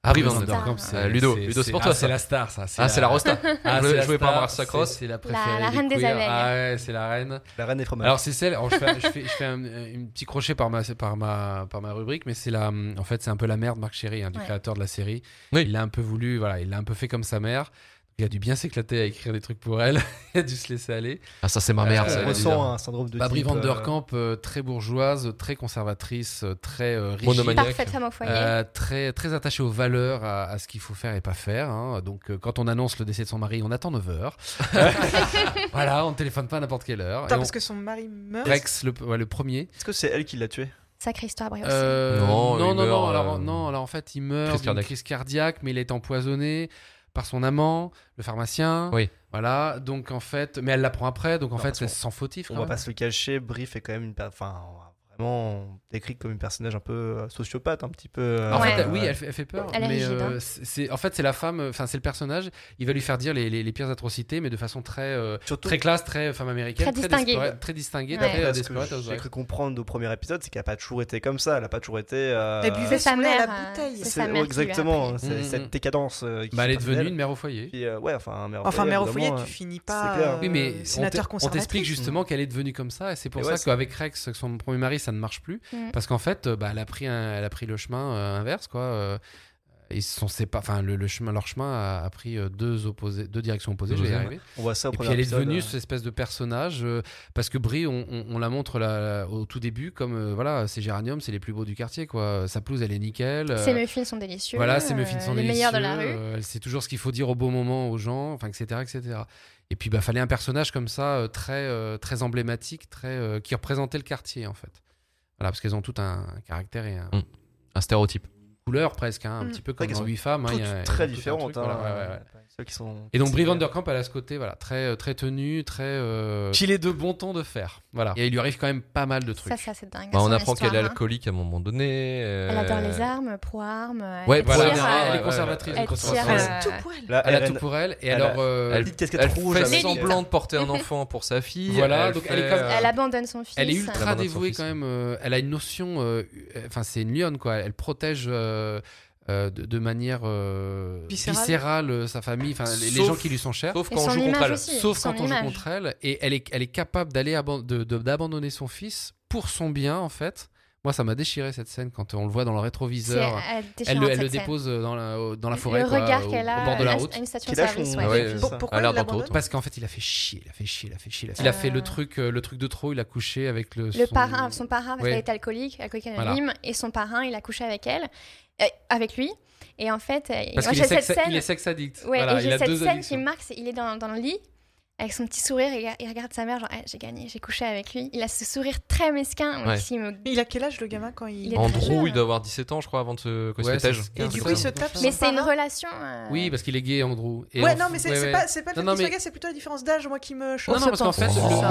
[SPEAKER 5] Ah,
[SPEAKER 1] Brie Van
[SPEAKER 4] Van
[SPEAKER 1] de
[SPEAKER 4] de
[SPEAKER 1] Camp.
[SPEAKER 4] Camp.
[SPEAKER 1] Euh, Ludo, Ludo, c'est pour toi,
[SPEAKER 5] ah, C'est
[SPEAKER 1] ça.
[SPEAKER 5] la star, ça.
[SPEAKER 1] Ah, c'est la Rosta.
[SPEAKER 5] Ah, c'est la
[SPEAKER 1] Jouée par
[SPEAKER 5] star,
[SPEAKER 1] Marcia
[SPEAKER 5] c'est-
[SPEAKER 1] Cross.
[SPEAKER 5] C'est la préférée.
[SPEAKER 4] la
[SPEAKER 5] des
[SPEAKER 4] reine des
[SPEAKER 5] queers.
[SPEAKER 4] abeilles.
[SPEAKER 5] Ah, ouais, c'est la reine.
[SPEAKER 2] La reine des fromages.
[SPEAKER 5] Alors c'est celle, alors je fais, je fais, je fais un, euh, une petit crochet par ma, par ma, par ma rubrique, mais c'est la, en fait c'est un peu la mère de Marc Chéry, hein, du
[SPEAKER 4] Ouais.
[SPEAKER 5] créateur de la série.
[SPEAKER 1] Oui.
[SPEAKER 5] Il l'a un peu voulu, voilà, il l'a un peu fait comme sa mère. Il a dû bien s'éclater à écrire des trucs pour elle. il a dû se laisser aller.
[SPEAKER 1] Ah, ça, c'est ma
[SPEAKER 5] Euh,
[SPEAKER 1] mère.
[SPEAKER 5] on
[SPEAKER 1] ça,
[SPEAKER 2] on
[SPEAKER 1] elle est
[SPEAKER 2] ressent
[SPEAKER 1] bizarre.
[SPEAKER 2] un syndrome de
[SPEAKER 5] Babri
[SPEAKER 2] type,
[SPEAKER 5] Van
[SPEAKER 2] euh,
[SPEAKER 5] der Kamp, euh, très bourgeoise, très conservatrice, euh, très euh, rigide.
[SPEAKER 1] Monomaniaque.
[SPEAKER 4] Parfaite femme au foyer.
[SPEAKER 5] Euh, très, très attachée aux valeurs, à, à ce qu'il faut faire et pas faire. hein. Donc, euh, quand on annonce le décès de son mari, on attend 9 heures. voilà, on ne téléphone pas à n'importe quelle heure.
[SPEAKER 3] Attends,
[SPEAKER 5] Et on-
[SPEAKER 3] parce que son mari meurt.
[SPEAKER 5] Rex, le, ouais, le premier.
[SPEAKER 2] Est-ce que c'est elle qui l'a tué
[SPEAKER 4] Sacrée histoire brioche.
[SPEAKER 5] Euh,
[SPEAKER 1] Non,
[SPEAKER 5] non,
[SPEAKER 1] il
[SPEAKER 5] non,
[SPEAKER 1] meurt,
[SPEAKER 5] non,
[SPEAKER 1] euh,
[SPEAKER 5] alors, non. Alors, en fait, il meurt
[SPEAKER 1] crise
[SPEAKER 5] d'une
[SPEAKER 1] cardiaque.
[SPEAKER 5] crise cardiaque, mais il est empoisonné par son amant, le pharmacien.
[SPEAKER 1] Oui.
[SPEAKER 5] Voilà, donc en fait, mais elle l'apprend après, donc en
[SPEAKER 2] Non,
[SPEAKER 5] fait,
[SPEAKER 2] parce
[SPEAKER 5] c'est
[SPEAKER 2] qu'on-
[SPEAKER 5] sans
[SPEAKER 4] Ah
[SPEAKER 5] fautif.
[SPEAKER 2] On
[SPEAKER 5] quand
[SPEAKER 2] va
[SPEAKER 5] même.
[SPEAKER 2] pas se le cacher, Brie fait quand même une. per- Enfin, vraiment décrit comme une personnage un peu euh, sociopathe, un petit peu. euh,
[SPEAKER 5] En fait,
[SPEAKER 4] Ouais.
[SPEAKER 5] oui, elle fait, elle fait peur.
[SPEAKER 4] Elle est
[SPEAKER 5] mais,
[SPEAKER 4] rigide,
[SPEAKER 5] euh, c'est- c'est- en fait, c'est la femme, euh, enfin, c'est le personnage. Il va lui faire dire les, les- les pires atrocités, mais de façon très, euh,
[SPEAKER 2] Surtout
[SPEAKER 5] très classe, très femme américaine,
[SPEAKER 4] Très distinguée.
[SPEAKER 5] desperate- très distinguée,
[SPEAKER 4] Ouais.
[SPEAKER 5] très
[SPEAKER 2] Après,
[SPEAKER 5] euh,
[SPEAKER 2] ce que
[SPEAKER 5] desperate.
[SPEAKER 2] j'ai
[SPEAKER 5] housewife.
[SPEAKER 2] cru comprendre au premier épisode, c'est qu'elle n'a pas toujours été comme ça. Elle n'a pas toujours été. euh,
[SPEAKER 3] Elle buvait
[SPEAKER 4] C'est sa
[SPEAKER 3] son lait à
[SPEAKER 4] mère, euh,
[SPEAKER 3] la bouteille.
[SPEAKER 4] c'est sa
[SPEAKER 2] c'est-
[SPEAKER 4] mère qui lui a
[SPEAKER 2] exactement.
[SPEAKER 4] appris.
[SPEAKER 2] C'est
[SPEAKER 5] Mhm.
[SPEAKER 2] cette décadence. euh, qui
[SPEAKER 5] Bah, elle est
[SPEAKER 2] part
[SPEAKER 5] devenue
[SPEAKER 2] d'elle.
[SPEAKER 5] une mère au foyer.
[SPEAKER 2] Puis, euh, ouais, enfin, un mère au
[SPEAKER 3] Enfin,
[SPEAKER 2] foyer,
[SPEAKER 3] mère au foyer,
[SPEAKER 5] hein.
[SPEAKER 2] évidemment,
[SPEAKER 3] tu finis pas
[SPEAKER 2] clair.
[SPEAKER 3] euh,
[SPEAKER 5] Oui, mais on
[SPEAKER 3] sénateur
[SPEAKER 5] t'e- on t'explique
[SPEAKER 3] conservatrice.
[SPEAKER 5] justement qu'elle est devenue comme ça, et c'est pour
[SPEAKER 2] Et
[SPEAKER 5] ça
[SPEAKER 2] ouais, c'est-
[SPEAKER 5] qu'avec Rex, son premier mari, ça ne marche plus,
[SPEAKER 4] Mm.
[SPEAKER 5] parce qu'en fait, euh, bah, elle a pris, un- elle a pris le chemin euh, inverse, quoi. euh, Ils se sont sépa- enfin le, le chemin, leur chemin a, a pris euh, deux opposés, deux directions opposées. Je vais y
[SPEAKER 1] Opposées,
[SPEAKER 5] arriver.
[SPEAKER 2] euh, On voit ça au
[SPEAKER 5] Et puis
[SPEAKER 2] premier
[SPEAKER 5] elle est
[SPEAKER 2] épisode.
[SPEAKER 5] devenue
[SPEAKER 2] euh,
[SPEAKER 5] cette espèce de personnage euh, parce que Brie, on, on- on la montre là, au tout début comme euh, voilà, c'est géranium, c'est les plus beaux du quartier quoi. Sa pelouse, elle est nickel. euh,
[SPEAKER 4] Ses muffins sont délicieux.
[SPEAKER 5] voilà, ses
[SPEAKER 4] euh,
[SPEAKER 5] muffins sont
[SPEAKER 4] les meilleurs de la
[SPEAKER 5] délicieux,
[SPEAKER 4] rue.
[SPEAKER 5] euh, elle sait toujours ce qu'il faut dire au bon moment aux gens, enfin etc etc. Et puis bah fallait un personnage comme ça euh, très euh, très emblématique, très euh, qui représentait le quartier en fait. Voilà, parce qu'elles ont tout un, un caractère et un-
[SPEAKER 1] Mm. Un stéréotype.
[SPEAKER 5] une couleur presque, hein, un
[SPEAKER 3] Mm.
[SPEAKER 5] petit peu
[SPEAKER 2] vrai
[SPEAKER 5] comme
[SPEAKER 2] qu'elles
[SPEAKER 5] dans
[SPEAKER 2] sont
[SPEAKER 5] huit femmes. hein,
[SPEAKER 2] toutes
[SPEAKER 5] il y a-
[SPEAKER 2] très
[SPEAKER 5] il y a tout un
[SPEAKER 2] différentes.
[SPEAKER 5] truc, voilà,
[SPEAKER 2] hein,
[SPEAKER 5] ouais, ouais, ouais.
[SPEAKER 2] Ceux qui sont. euh,
[SPEAKER 5] Et donc Brie Van
[SPEAKER 2] similaires.
[SPEAKER 5] Der Kamp, elle a ce côté, voilà, très, euh, très tenue, très. Euh, qu'il est de bon ton de faire. Voilà. Et il lui arrive quand même pas mal de trucs.
[SPEAKER 4] Ça, ça, c'est dingue.
[SPEAKER 1] Bah, on
[SPEAKER 4] son
[SPEAKER 1] apprend
[SPEAKER 4] histoire,
[SPEAKER 1] qu'elle est
[SPEAKER 4] hein.
[SPEAKER 1] alcoolique à un moment donné. euh,
[SPEAKER 4] Elle adore les armes, pro-armes. Elle
[SPEAKER 1] Ouais,
[SPEAKER 4] tire,
[SPEAKER 1] voilà,
[SPEAKER 4] euh,
[SPEAKER 5] elle,
[SPEAKER 1] ouais,
[SPEAKER 5] est- elle
[SPEAKER 1] ouais,
[SPEAKER 5] est conservatrice.
[SPEAKER 4] elle
[SPEAKER 5] donc,
[SPEAKER 4] tire,
[SPEAKER 5] conservatrice.
[SPEAKER 3] Elle
[SPEAKER 4] euh,
[SPEAKER 3] a tout poil.
[SPEAKER 2] Là,
[SPEAKER 5] Elle a
[SPEAKER 2] elle-
[SPEAKER 5] tout pour elle. Et
[SPEAKER 2] elle
[SPEAKER 5] alors.
[SPEAKER 2] a-
[SPEAKER 5] euh,
[SPEAKER 2] Elle petite casquette
[SPEAKER 1] Elle
[SPEAKER 2] rouge.
[SPEAKER 1] fait
[SPEAKER 2] avec-
[SPEAKER 1] semblant de porter un enfant pour sa fille.
[SPEAKER 5] Voilà, donc elle est
[SPEAKER 1] fait,
[SPEAKER 5] comme-
[SPEAKER 1] euh,
[SPEAKER 4] Elle abandonne son fils.
[SPEAKER 5] Elle est
[SPEAKER 1] Elle
[SPEAKER 5] ultra
[SPEAKER 1] abandonne son
[SPEAKER 5] dévouée
[SPEAKER 1] fils,
[SPEAKER 5] quand
[SPEAKER 1] oui.
[SPEAKER 5] même. euh, elle a une notion. euh, euh, Enfin, c'est une lionne, quoi. Elle protège. euh, euh, de, de manière euh,
[SPEAKER 3] Viscérale.
[SPEAKER 5] viscérale euh, sa famille, enfin les, les
[SPEAKER 1] Sauf-
[SPEAKER 5] gens qui lui sont chers.
[SPEAKER 1] Sauf
[SPEAKER 4] Et
[SPEAKER 1] quand on
[SPEAKER 4] son
[SPEAKER 1] joue
[SPEAKER 4] image
[SPEAKER 1] contre elle.
[SPEAKER 4] aussi.
[SPEAKER 5] Sauf
[SPEAKER 4] son
[SPEAKER 5] quand on joue
[SPEAKER 4] image.
[SPEAKER 5] contre elle, et elle est, elle est capable d'aller aban- de- de- d'abandonner son fils pour son bien, en fait. Moi, ça m'a déchiré cette scène quand on le voit dans le
[SPEAKER 4] C'est
[SPEAKER 5] rétroviseur.
[SPEAKER 4] euh,
[SPEAKER 5] Elle,
[SPEAKER 4] déchirant,
[SPEAKER 5] le- elle le
[SPEAKER 4] cette scène.
[SPEAKER 5] dépose euh, dans la, au- dans la
[SPEAKER 4] Le
[SPEAKER 5] forêt, quoi,
[SPEAKER 4] regard
[SPEAKER 5] au,
[SPEAKER 4] qu'elle a euh,
[SPEAKER 5] au bord de la
[SPEAKER 4] à-
[SPEAKER 5] route.
[SPEAKER 4] à une station
[SPEAKER 2] Qui
[SPEAKER 4] de
[SPEAKER 2] lâche son-
[SPEAKER 4] service.
[SPEAKER 1] Ah
[SPEAKER 4] ouais.
[SPEAKER 1] ouais,
[SPEAKER 3] Pour-
[SPEAKER 1] ça.
[SPEAKER 3] pourquoi
[SPEAKER 1] À l'air
[SPEAKER 3] il
[SPEAKER 1] d'un
[SPEAKER 3] l'abandonne
[SPEAKER 1] taureau,
[SPEAKER 5] Parce qu'en fait, il a fait chier, il a fait chier, il a fait chier. Il a, fait- il a fait le
[SPEAKER 4] Euh.
[SPEAKER 5] truc, euh, le truc de trop. Il a couché avec le.
[SPEAKER 4] Le
[SPEAKER 5] son-
[SPEAKER 4] parrain, son parrain, parce
[SPEAKER 5] Ouais.
[SPEAKER 4] qu'elle est alcoolique, alcoolique
[SPEAKER 5] Voilà.
[SPEAKER 4] anonyme, et son parrain, il a couché avec elle, euh, avec lui. Et en fait, euh,
[SPEAKER 5] Parce
[SPEAKER 4] moi,
[SPEAKER 5] qu'il
[SPEAKER 4] j'ai
[SPEAKER 5] est,
[SPEAKER 4] cette
[SPEAKER 5] sex-
[SPEAKER 4] scène.
[SPEAKER 5] il est sex addict.
[SPEAKER 4] Ouais,
[SPEAKER 5] Voilà,
[SPEAKER 4] et
[SPEAKER 5] il
[SPEAKER 4] j'ai
[SPEAKER 5] a
[SPEAKER 4] cette
[SPEAKER 5] deux
[SPEAKER 4] scène qui
[SPEAKER 5] addictions.
[SPEAKER 4] me marque, c'est il est dans, dans le lit avec son petit sourire, il, il regarde sa mère genre Ah, j'ai gagné, j'ai couché avec lui. Il a ce sourire très mesquin moi,
[SPEAKER 1] Ouais.
[SPEAKER 4] qui me
[SPEAKER 3] Il a quel âge le gamin quand
[SPEAKER 4] Il
[SPEAKER 3] il.
[SPEAKER 4] est
[SPEAKER 1] En
[SPEAKER 4] très
[SPEAKER 1] gros,
[SPEAKER 4] jeune.
[SPEAKER 1] il doit avoir 17 ans, je crois, avant de se
[SPEAKER 5] Ouais,
[SPEAKER 1] quand il se tège.
[SPEAKER 5] c'est-
[SPEAKER 3] Et
[SPEAKER 5] c'est
[SPEAKER 3] du coup,
[SPEAKER 5] ça.
[SPEAKER 3] il se tape.
[SPEAKER 4] Mais
[SPEAKER 3] son
[SPEAKER 4] c'est une
[SPEAKER 3] parrain.
[SPEAKER 4] relation. euh,
[SPEAKER 5] Oui, parce qu'il est gay, Andrew. Et
[SPEAKER 3] Ouais,
[SPEAKER 5] en-
[SPEAKER 3] non, mais c'est
[SPEAKER 5] ouais,
[SPEAKER 3] c'est
[SPEAKER 5] ouais.
[SPEAKER 3] pas, c'est pas le
[SPEAKER 5] Non, non,
[SPEAKER 3] fait qu'il soit
[SPEAKER 5] mais-
[SPEAKER 3] gay, c'est plutôt la différence d'âge, moi, qui me choque.
[SPEAKER 5] Non, non, parce qu'en fait,
[SPEAKER 3] Oh,
[SPEAKER 5] le, le- le- le
[SPEAKER 2] ça.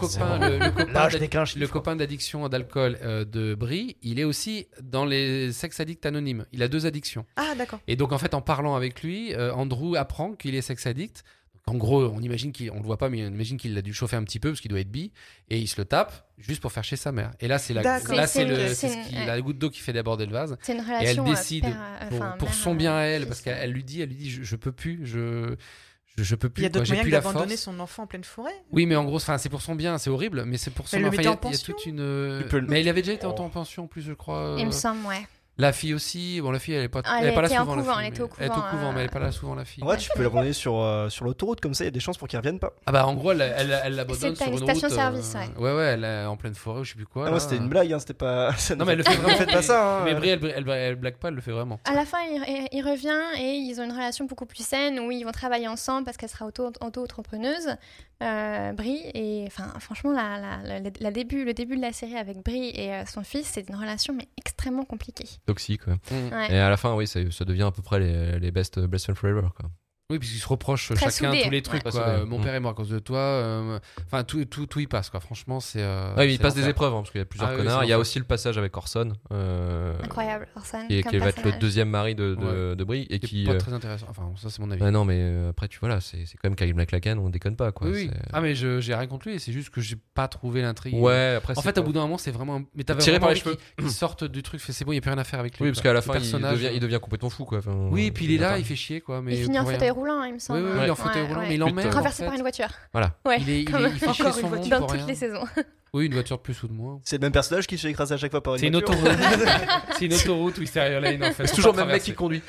[SPEAKER 5] copain, le, le copain
[SPEAKER 2] euh, L'âge
[SPEAKER 5] d'ad-
[SPEAKER 2] n'est qu'un chiffre.
[SPEAKER 5] le copain d'addiction d'alcool euh, de Brie, il est aussi dans les sex addicts anonymes. Il a deux addictions.
[SPEAKER 3] Ah, d'accord.
[SPEAKER 5] Et donc, en fait, en parlant avec lui, euh, Andrew apprend qu'il est sex addict. En gros, on imagine qu'il, on le voit pas, mais on imagine qu'il a dû chauffer un petit peu parce qu'il doit être bi, et il se le tape juste pour faire chez sa mère. Et là, c'est la,
[SPEAKER 3] D'accord.
[SPEAKER 5] là,
[SPEAKER 4] C'est-
[SPEAKER 5] c'est le,
[SPEAKER 4] c'est-
[SPEAKER 5] c'est ce
[SPEAKER 4] c'est-
[SPEAKER 5] qui-
[SPEAKER 4] ouais.
[SPEAKER 5] la goutte d'eau qui fait déborder le vase.
[SPEAKER 4] C'est une
[SPEAKER 5] Et elle
[SPEAKER 4] relation. euh,
[SPEAKER 5] décide
[SPEAKER 4] père, euh,
[SPEAKER 5] pour,
[SPEAKER 4] enfin,
[SPEAKER 5] pour
[SPEAKER 4] mère,
[SPEAKER 5] son bien à
[SPEAKER 4] euh,
[SPEAKER 5] elle,
[SPEAKER 4] fils.
[SPEAKER 5] parce qu'elle elle lui dit, elle lui dit, je, je peux plus, je, je, je peux
[SPEAKER 3] Il
[SPEAKER 5] plus,
[SPEAKER 3] y a
[SPEAKER 5] quoi,
[SPEAKER 3] d'autres
[SPEAKER 5] j'ai
[SPEAKER 3] moyens
[SPEAKER 5] plus
[SPEAKER 3] que
[SPEAKER 5] la
[SPEAKER 3] d'abandonner
[SPEAKER 5] force.
[SPEAKER 3] son enfant en pleine forêt.
[SPEAKER 5] Oui, mais en gros, enfin, c'est pour son bien, c'est horrible, mais c'est pour son
[SPEAKER 3] Elle le
[SPEAKER 5] bien. Enfin,
[SPEAKER 3] mettait
[SPEAKER 5] il y a-
[SPEAKER 3] en
[SPEAKER 5] il y, a
[SPEAKER 3] pension.
[SPEAKER 5] toute une. euh,
[SPEAKER 2] Il peut le-
[SPEAKER 5] Mais il avait déjà été en
[SPEAKER 2] Oh.
[SPEAKER 5] en pension, en plus, je crois. euh,
[SPEAKER 4] Il me semble, ouais.
[SPEAKER 5] La fille aussi. Bon, la fille, elle est pas,
[SPEAKER 4] Ah,
[SPEAKER 5] elle
[SPEAKER 4] elle
[SPEAKER 5] est pas là
[SPEAKER 4] était en
[SPEAKER 5] souvent. la
[SPEAKER 4] couvent,
[SPEAKER 5] fille,
[SPEAKER 4] elle était
[SPEAKER 5] mais-
[SPEAKER 4] au
[SPEAKER 5] Elle est au
[SPEAKER 4] couvent,
[SPEAKER 5] couvent,
[SPEAKER 4] euh.
[SPEAKER 5] mais elle est pas là souvent, la fille.
[SPEAKER 2] En vrai, tu peux l'abandonner sur, euh, sur l'autoroute, comme ça, il y a des chances pour qu'il revienne pas.
[SPEAKER 5] Ah bah, en gros, elle- elle elle l'abandonne
[SPEAKER 4] C'était
[SPEAKER 5] sur
[SPEAKER 4] une
[SPEAKER 5] une
[SPEAKER 4] station-service,
[SPEAKER 5] route, euh, Ouais, ouais, elle est en pleine forêt, ou je sais plus
[SPEAKER 2] Ah,
[SPEAKER 5] quoi. là.
[SPEAKER 2] moi, c'était une blague, hein, c'était pas. ça ne
[SPEAKER 5] Non, mais elle le fait vraiment.
[SPEAKER 2] faites pas ça, hein.
[SPEAKER 5] Mais Brie, elle, elle, elle blague pas, elle le fait vraiment.
[SPEAKER 4] À la fin, il, il revient et ils ont une relation beaucoup plus saine où ils vont travailler ensemble parce qu'elle sera auto- auto-entrepreneuse, euh, Brie. Et enfin, franchement, la, la- la- la début, le début de la série avec Brie et euh, son fils, c'est une relation mais extrêmement compliquée.
[SPEAKER 1] Toxique. ouais.
[SPEAKER 5] Mm.
[SPEAKER 4] Ouais.
[SPEAKER 1] Et à la fin, oui, ça, ça devient à peu près les, les best, euh, best friends forever. Quoi.
[SPEAKER 5] Oui, puisqu'ils se reprochent
[SPEAKER 4] Très
[SPEAKER 5] chacun
[SPEAKER 4] soudés,
[SPEAKER 5] tous les trucs.
[SPEAKER 1] ouais.
[SPEAKER 5] quoi.
[SPEAKER 1] Très soudés.
[SPEAKER 5] Mon
[SPEAKER 1] Mm.
[SPEAKER 5] père est mort à cause de toi. euh, Enfin, tout, tout, tout y passe, quoi. Franchement, c'est. euh,
[SPEAKER 1] Ah oui, il
[SPEAKER 5] c'est
[SPEAKER 1] passe des
[SPEAKER 5] l'enfer.
[SPEAKER 1] épreuves, hein, parce qu'il y a plusieurs
[SPEAKER 5] Ah oui,
[SPEAKER 1] connards.
[SPEAKER 5] c'est
[SPEAKER 1] il y a
[SPEAKER 5] l'enfer.
[SPEAKER 1] aussi le passage avec Orson, euh,
[SPEAKER 4] Incroyable, Orson.
[SPEAKER 1] qui, est-
[SPEAKER 4] comme
[SPEAKER 1] qui va être le
[SPEAKER 4] personnage.
[SPEAKER 1] deuxième mari de, de, de Brie, et
[SPEAKER 5] C'est
[SPEAKER 1] qui.
[SPEAKER 5] pas
[SPEAKER 1] euh,
[SPEAKER 5] très intéressant. Enfin, ça, c'est mon avis.
[SPEAKER 1] ah non, mais euh, après, tu vois, là, c'est c'est quand même Kyle MacLachlan, on déconne pas, quoi.
[SPEAKER 5] oui, oui.
[SPEAKER 1] c'est-
[SPEAKER 5] Ah, mais je- j'ai rien contre lui, c'est juste que j'ai pas trouvé l'intrigue.
[SPEAKER 1] Ouais, après,
[SPEAKER 5] En
[SPEAKER 1] c'est
[SPEAKER 5] fait,
[SPEAKER 1] pas-
[SPEAKER 5] au bout d'un moment, c'est vraiment. un- Mais t'avais
[SPEAKER 1] Tiré
[SPEAKER 5] vraiment
[SPEAKER 1] par les
[SPEAKER 5] envie
[SPEAKER 1] cheveux.
[SPEAKER 5] qu'il- qu'il sorte du truc, fait, c'est bon, il n'y a plus rien à faire avec lui.
[SPEAKER 1] Oui, parce qu'à la fin,
[SPEAKER 5] Le
[SPEAKER 1] il
[SPEAKER 5] personnage-
[SPEAKER 1] devient, il devient complètement fou, quoi. Enfin,
[SPEAKER 5] euh. Oui, puis il est là,
[SPEAKER 1] pas-
[SPEAKER 5] il fait chier, quoi. Mais
[SPEAKER 4] Il finit en
[SPEAKER 5] pour rien.
[SPEAKER 4] fauteuil roulant, il me
[SPEAKER 5] Oui,
[SPEAKER 4] semble.
[SPEAKER 5] oui, oui,
[SPEAKER 4] hein.
[SPEAKER 5] il est en
[SPEAKER 4] Ouais,
[SPEAKER 5] fauteuil roulant,
[SPEAKER 4] ouais.
[SPEAKER 5] mais il
[SPEAKER 1] Putain.
[SPEAKER 5] emmerde. en
[SPEAKER 4] Renversé
[SPEAKER 5] fait.
[SPEAKER 4] par une voiture.
[SPEAKER 1] Voilà.
[SPEAKER 4] Ouais,
[SPEAKER 5] Il est- il
[SPEAKER 4] quand
[SPEAKER 5] est-
[SPEAKER 4] même.
[SPEAKER 5] il fait chier
[SPEAKER 4] Encore
[SPEAKER 5] son
[SPEAKER 4] une
[SPEAKER 5] monde
[SPEAKER 4] voiture.
[SPEAKER 5] pour
[SPEAKER 4] Dans
[SPEAKER 5] rien.
[SPEAKER 4] toutes les saisons.
[SPEAKER 5] Oui, une voiture plus ou de moins.
[SPEAKER 2] C'est le même personnage qui se fait écraser à chaque fois par une
[SPEAKER 5] C'est une
[SPEAKER 2] voiture.
[SPEAKER 5] autoroute. c'est une autoroute où il s'est lane en fait.
[SPEAKER 1] C'est toujours le même mec qui conduit.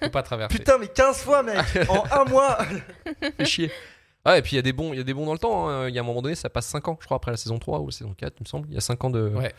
[SPEAKER 5] peut pas traverser.
[SPEAKER 2] Putain, mais 15 fois, mec En un mois
[SPEAKER 1] fait chier. Ah, et puis il y a des bons, il y a des bons dans le temps. hein. Il y a un moment donné, ça passe 5 ans, je crois, après la saison 3 ou la saison 4, il me semble. Il y a 5 ans de.
[SPEAKER 5] Ouais.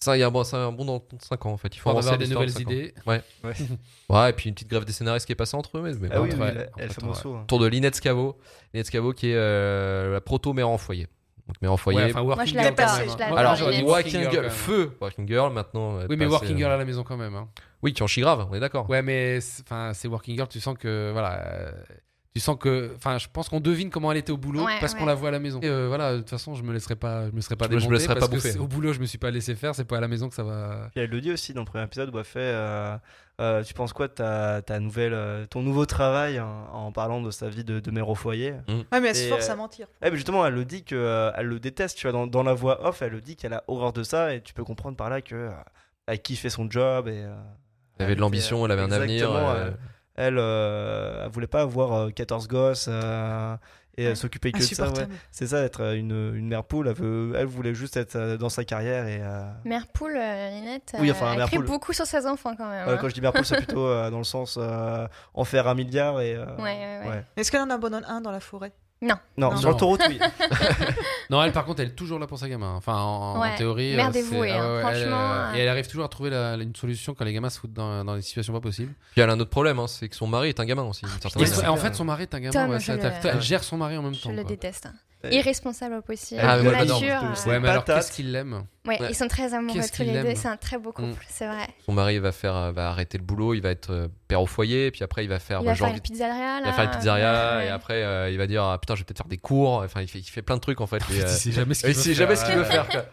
[SPEAKER 1] Ça, il y a un bon, c'est un bon dans 5 ans en fait. Il faut
[SPEAKER 5] Pour
[SPEAKER 1] avancer
[SPEAKER 5] avoir des
[SPEAKER 1] l'histoire de
[SPEAKER 5] nouvelles
[SPEAKER 1] cinq ans.
[SPEAKER 5] idées.
[SPEAKER 1] Ouais, et puis une petite grève des scénaristes qui est passée entre eux. Mais, mais
[SPEAKER 2] Ah
[SPEAKER 1] bon,
[SPEAKER 2] oui,
[SPEAKER 5] Ouais,
[SPEAKER 2] oui,
[SPEAKER 5] ouais,
[SPEAKER 2] la-
[SPEAKER 5] en
[SPEAKER 2] elle
[SPEAKER 5] fait,
[SPEAKER 2] fait mon
[SPEAKER 5] ouais.
[SPEAKER 2] saut. hein.
[SPEAKER 1] Autour de Linette Scavo. Linette Scavo qui est euh, la proto-mère en foyer. Donc mère en foyer.
[SPEAKER 5] Ouais, enfin, Working
[SPEAKER 4] je
[SPEAKER 5] Girl,
[SPEAKER 4] l'avais
[SPEAKER 5] quand
[SPEAKER 3] pas,
[SPEAKER 5] même,
[SPEAKER 3] je
[SPEAKER 5] hein.
[SPEAKER 4] l'avais
[SPEAKER 5] Moi,
[SPEAKER 1] Alors,
[SPEAKER 5] j'aurais dit
[SPEAKER 1] Walking, Girl,
[SPEAKER 5] quand même.
[SPEAKER 1] feu, Walking Girl maintenant. elle
[SPEAKER 5] Oui, mais
[SPEAKER 1] passe,
[SPEAKER 5] Working
[SPEAKER 1] euh,
[SPEAKER 5] Girl à la maison quand même. hein.
[SPEAKER 1] Oui, qui est en chigrave, on est d'accord.
[SPEAKER 5] Ouais, mais c'est- enfin, c'est Working Girl, tu sens que voilà, euh, tu sens que enfin, je pense qu'on devine comment elle était au boulot
[SPEAKER 4] Ouais,
[SPEAKER 5] parce qu'on
[SPEAKER 4] ouais.
[SPEAKER 5] la voit à la maison. Et, euh, voilà, de toute façon, je me laisserai pas, je me serai pas
[SPEAKER 1] Je me- je me
[SPEAKER 5] démonter
[SPEAKER 1] laisserai
[SPEAKER 5] parce
[SPEAKER 1] pas
[SPEAKER 5] que
[SPEAKER 1] bouffer.
[SPEAKER 5] c'est- Au boulot, je me suis pas laissé faire, c'est pas à la maison que ça va.
[SPEAKER 2] Puis elle le dit aussi dans le premier épisode où elle fait euh, euh, Tu penses quoi de ta, ta nouvelle, euh, ton nouveau travail hein, en parlant de sa vie de, de mère au foyer
[SPEAKER 3] Ouais, mais elle se
[SPEAKER 2] Et,
[SPEAKER 3] force
[SPEAKER 2] euh,
[SPEAKER 3] à mentir.
[SPEAKER 2] Eh, mais justement, elle le dit que euh, elle le déteste, tu vois, dans, dans la voix off, elle le dit qu'elle a horreur de ça et tu peux comprendre par là que euh, elle kiffait son job et.
[SPEAKER 1] Elle
[SPEAKER 2] euh,
[SPEAKER 1] avait de
[SPEAKER 2] était,
[SPEAKER 1] l'ambition,
[SPEAKER 2] euh,
[SPEAKER 1] elle avait un avenir.
[SPEAKER 2] exactement,
[SPEAKER 1] euh,
[SPEAKER 2] euh, elle, euh, elle voulait pas avoir euh, 14 gosses euh, et euh,
[SPEAKER 4] Ouais.
[SPEAKER 2] s'occuper
[SPEAKER 5] Ah,
[SPEAKER 2] que de ça. ouais.
[SPEAKER 3] Insupportable.
[SPEAKER 2] C'est ça, être euh, une, une mère poule. Elle, veut- elle voulait juste être euh, dans sa carrière. Et, euh,
[SPEAKER 4] Mère poule, euh, Linette,
[SPEAKER 2] Oui,
[SPEAKER 4] euh,
[SPEAKER 2] enfin,
[SPEAKER 4] elle
[SPEAKER 2] mère
[SPEAKER 4] crie
[SPEAKER 2] poule.
[SPEAKER 4] beaucoup sur ses enfants quand même.
[SPEAKER 2] euh,
[SPEAKER 4] hein.
[SPEAKER 2] quand je dis mère poule, c'est plutôt euh, dans le sens euh, en faire un milliard. Et, euh,
[SPEAKER 4] Ouais, ouais, ouais.
[SPEAKER 3] Est-ce qu'elle en abandonne un dans la forêt
[SPEAKER 2] Non,
[SPEAKER 3] Non.
[SPEAKER 2] sur l'autoroute, oui.
[SPEAKER 5] Non, elle par contre, elle est toujours là pour ses gamins. Enfin, en, en
[SPEAKER 4] Ouais,
[SPEAKER 5] théorie.
[SPEAKER 4] mère
[SPEAKER 5] euh,
[SPEAKER 4] dévouée,
[SPEAKER 5] c'est- ah
[SPEAKER 4] hein,
[SPEAKER 5] ouais, elle,
[SPEAKER 4] franchement,
[SPEAKER 5] euh,
[SPEAKER 4] euh.
[SPEAKER 5] Et elle arrive toujours à trouver la- la- une solution quand les gamins se foutent dans, dans des situations pas possibles.
[SPEAKER 1] Puis elle a un autre problème, hein, c'est que son mari est un gamin
[SPEAKER 4] Ah,
[SPEAKER 1] aussi. d'une certaine
[SPEAKER 5] Et
[SPEAKER 1] manière.
[SPEAKER 5] so- en fait, son mari est un gamin.
[SPEAKER 4] Tom,
[SPEAKER 5] ouais,
[SPEAKER 4] je
[SPEAKER 5] ça-
[SPEAKER 4] le-
[SPEAKER 5] t'as- t'as- elle gère son mari en même
[SPEAKER 4] Je
[SPEAKER 5] temps.
[SPEAKER 4] le
[SPEAKER 5] quoi.
[SPEAKER 4] déteste. hein.
[SPEAKER 2] Euh,
[SPEAKER 4] Irresponsable au possible.
[SPEAKER 1] Ah, mais moi,
[SPEAKER 4] mature,
[SPEAKER 2] j'adore,
[SPEAKER 4] euh,
[SPEAKER 2] je sais.
[SPEAKER 5] Ouais, mais alors
[SPEAKER 2] Patate.
[SPEAKER 5] qu'est-ce qu'il l'aime
[SPEAKER 4] ouais,
[SPEAKER 1] Ouais.
[SPEAKER 4] ils sont très amoureux
[SPEAKER 5] Qu'est-ce
[SPEAKER 4] tous
[SPEAKER 5] qu'il
[SPEAKER 4] les deux.
[SPEAKER 5] aime.
[SPEAKER 4] C'est un très beau couple, c'est vrai.
[SPEAKER 1] Son mari va faire, euh, va arrêter le boulot, il va être euh, père au foyer, puis après il va faire,
[SPEAKER 4] Il
[SPEAKER 1] bah,
[SPEAKER 4] va
[SPEAKER 1] j'ai
[SPEAKER 4] faire
[SPEAKER 1] envie
[SPEAKER 4] une pizzeria là.
[SPEAKER 1] Il va faire une pizzeria
[SPEAKER 4] ouais.
[SPEAKER 1] et après euh, il va dire ah, putain je vais peut-être faire des cours enfin il fait, il fait plein de trucs en fait et,
[SPEAKER 5] Il
[SPEAKER 1] euh,
[SPEAKER 5] sait jamais ce
[SPEAKER 1] il
[SPEAKER 5] qu'il
[SPEAKER 1] sait
[SPEAKER 5] veut
[SPEAKER 1] jamais ce qu'il veut
[SPEAKER 5] ouais.
[SPEAKER 1] faire quoi.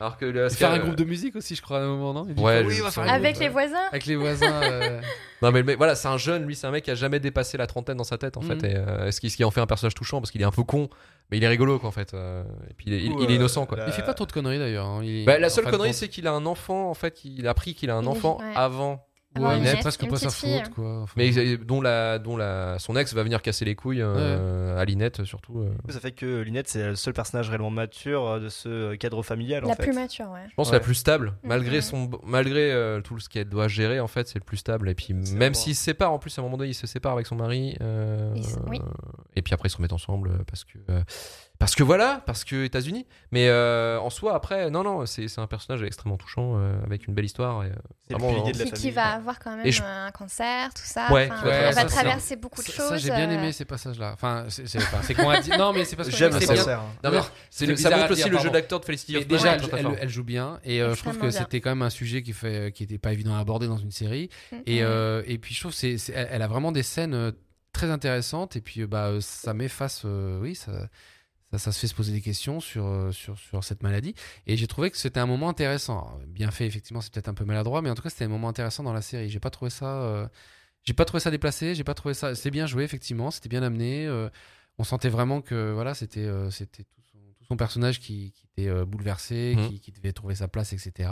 [SPEAKER 1] alors que le
[SPEAKER 5] Il va faire un groupe de musique aussi, euh, je crois, à un moment, non Il dit
[SPEAKER 1] Ouais,
[SPEAKER 5] pas,
[SPEAKER 1] je-
[SPEAKER 5] oui, on va faire un
[SPEAKER 4] Avec
[SPEAKER 5] groupe,
[SPEAKER 4] les
[SPEAKER 5] euh,
[SPEAKER 4] voisins.
[SPEAKER 5] Avec les voisins. euh,
[SPEAKER 1] non mais le mec- voilà c'est un jeune lui c'est un mec qui a jamais dépassé la trentaine dans sa tête en
[SPEAKER 5] Mhm.
[SPEAKER 4] Mm.
[SPEAKER 1] fait et, euh, ce, qui, ce qui en fait un personnage touchant parce qu'il est un peu con mais il est rigolo quoi en fait euh, et puis il est, il-
[SPEAKER 2] Du coup,
[SPEAKER 1] il est
[SPEAKER 2] euh,
[SPEAKER 1] innocent quoi
[SPEAKER 2] la-
[SPEAKER 5] Il fait pas trop de conneries d'ailleurs. hein. Il-
[SPEAKER 1] Bah, la
[SPEAKER 5] en
[SPEAKER 1] seule
[SPEAKER 5] fin de
[SPEAKER 1] connerie
[SPEAKER 5] compte-
[SPEAKER 1] c'est qu'il a un enfant en fait qu'il a appris qu'il a un
[SPEAKER 4] Il est-
[SPEAKER 1] enfant
[SPEAKER 4] ouais.
[SPEAKER 1] avant
[SPEAKER 4] avoir une
[SPEAKER 5] mais
[SPEAKER 4] nièce,
[SPEAKER 5] presque
[SPEAKER 4] Oh, une
[SPEAKER 5] pas sa
[SPEAKER 4] petite fille.
[SPEAKER 5] faute, quoi. Enfin,
[SPEAKER 1] Mais euh, dont, la, dont la, son ex va venir casser les couilles euh, à Linette, surtout. euh.
[SPEAKER 2] Ça fait que Linette, c'est le seul personnage réellement mature euh, de ce cadre familial. en
[SPEAKER 4] La
[SPEAKER 2] fait.
[SPEAKER 4] plus mature, ouais.
[SPEAKER 1] Je pense
[SPEAKER 2] Ouais.
[SPEAKER 1] la plus stable, malgré,
[SPEAKER 4] Mhm.
[SPEAKER 1] son, malgré euh, tout ce qu'elle doit gérer, en fait, c'est le plus stable. Et puis,
[SPEAKER 2] C'est
[SPEAKER 1] même
[SPEAKER 2] vrai.
[SPEAKER 1] s'il se sépare, en plus, à un moment donné, il se sépare avec son mari. euh,
[SPEAKER 4] Ils se- oui.
[SPEAKER 1] Et puis après, ils se remettent ensemble euh, parce que. euh, parce que voilà, parce que États-Unis. Mais euh, en soi, après, non, non, c'est c'est un personnage extrêmement touchant, euh, avec une belle histoire. et, euh,
[SPEAKER 2] C'est le
[SPEAKER 1] Vraiment,
[SPEAKER 2] pilier de la
[SPEAKER 4] Qui, qui
[SPEAKER 2] famille.
[SPEAKER 4] va avoir quand même
[SPEAKER 1] Et je-
[SPEAKER 4] un cancer, tout ça.
[SPEAKER 1] Ouais,
[SPEAKER 4] Enfin,
[SPEAKER 1] qui va
[SPEAKER 4] elle
[SPEAKER 5] traverser
[SPEAKER 4] va
[SPEAKER 5] ça,
[SPEAKER 4] traverser beaucoup de
[SPEAKER 5] ça,
[SPEAKER 4] choses.
[SPEAKER 5] ça, j'ai bien
[SPEAKER 4] euh,
[SPEAKER 5] aimé ces passages-là. Enfin, c'est c'est- enfin, c'est qu'on a dit. Non, mais c'est parce que
[SPEAKER 2] J'aime hein. le
[SPEAKER 5] c'est
[SPEAKER 1] bien.
[SPEAKER 2] cancer.
[SPEAKER 1] Non, mais
[SPEAKER 5] Non,
[SPEAKER 1] c'est
[SPEAKER 5] c'est
[SPEAKER 1] le- ça
[SPEAKER 5] bizarre à
[SPEAKER 1] montre aussi
[SPEAKER 5] dire,
[SPEAKER 1] le
[SPEAKER 5] pardon.
[SPEAKER 1] jeu d'acteur de Felicity
[SPEAKER 5] Mais
[SPEAKER 1] Huffman,
[SPEAKER 5] déjà,
[SPEAKER 1] qui est
[SPEAKER 5] elle,
[SPEAKER 1] très
[SPEAKER 5] elle-
[SPEAKER 1] fort.
[SPEAKER 5] elle joue bien. Et euh, je trouve
[SPEAKER 4] Extrêmement
[SPEAKER 5] que
[SPEAKER 4] bien.
[SPEAKER 5] c'était quand même un sujet qui fait, qui était pas évident à aborder dans une série.
[SPEAKER 4] mm,
[SPEAKER 5] Et,
[SPEAKER 4] mm.
[SPEAKER 5] euh, et puis je trouve que c'est, c'est- elle, elle a vraiment des scènes euh, très intéressantes. Et puis euh, bah, euh, ça met face, euh, oui, ça, ça, ça se fait se poser des questions sur, euh, sur, sur cette maladie. Et j'ai trouvé que c'était un moment intéressant. Alors, Bien fait, effectivement, c'est peut-être un peu maladroit, mais en tout cas, c'était un moment intéressant dans la série. J'ai pas trouvé ça, euh, j'ai pas trouvé ça déplacé. J'ai pas trouvé ça. C'est bien joué, effectivement. C'était bien amené. euh, on sentait vraiment que voilà, c'était, euh, c'était tout son, tout son personnage qui, qui était euh, bouleversé,
[SPEAKER 1] Mhm.
[SPEAKER 5] qui, qui devait trouver sa place, etc.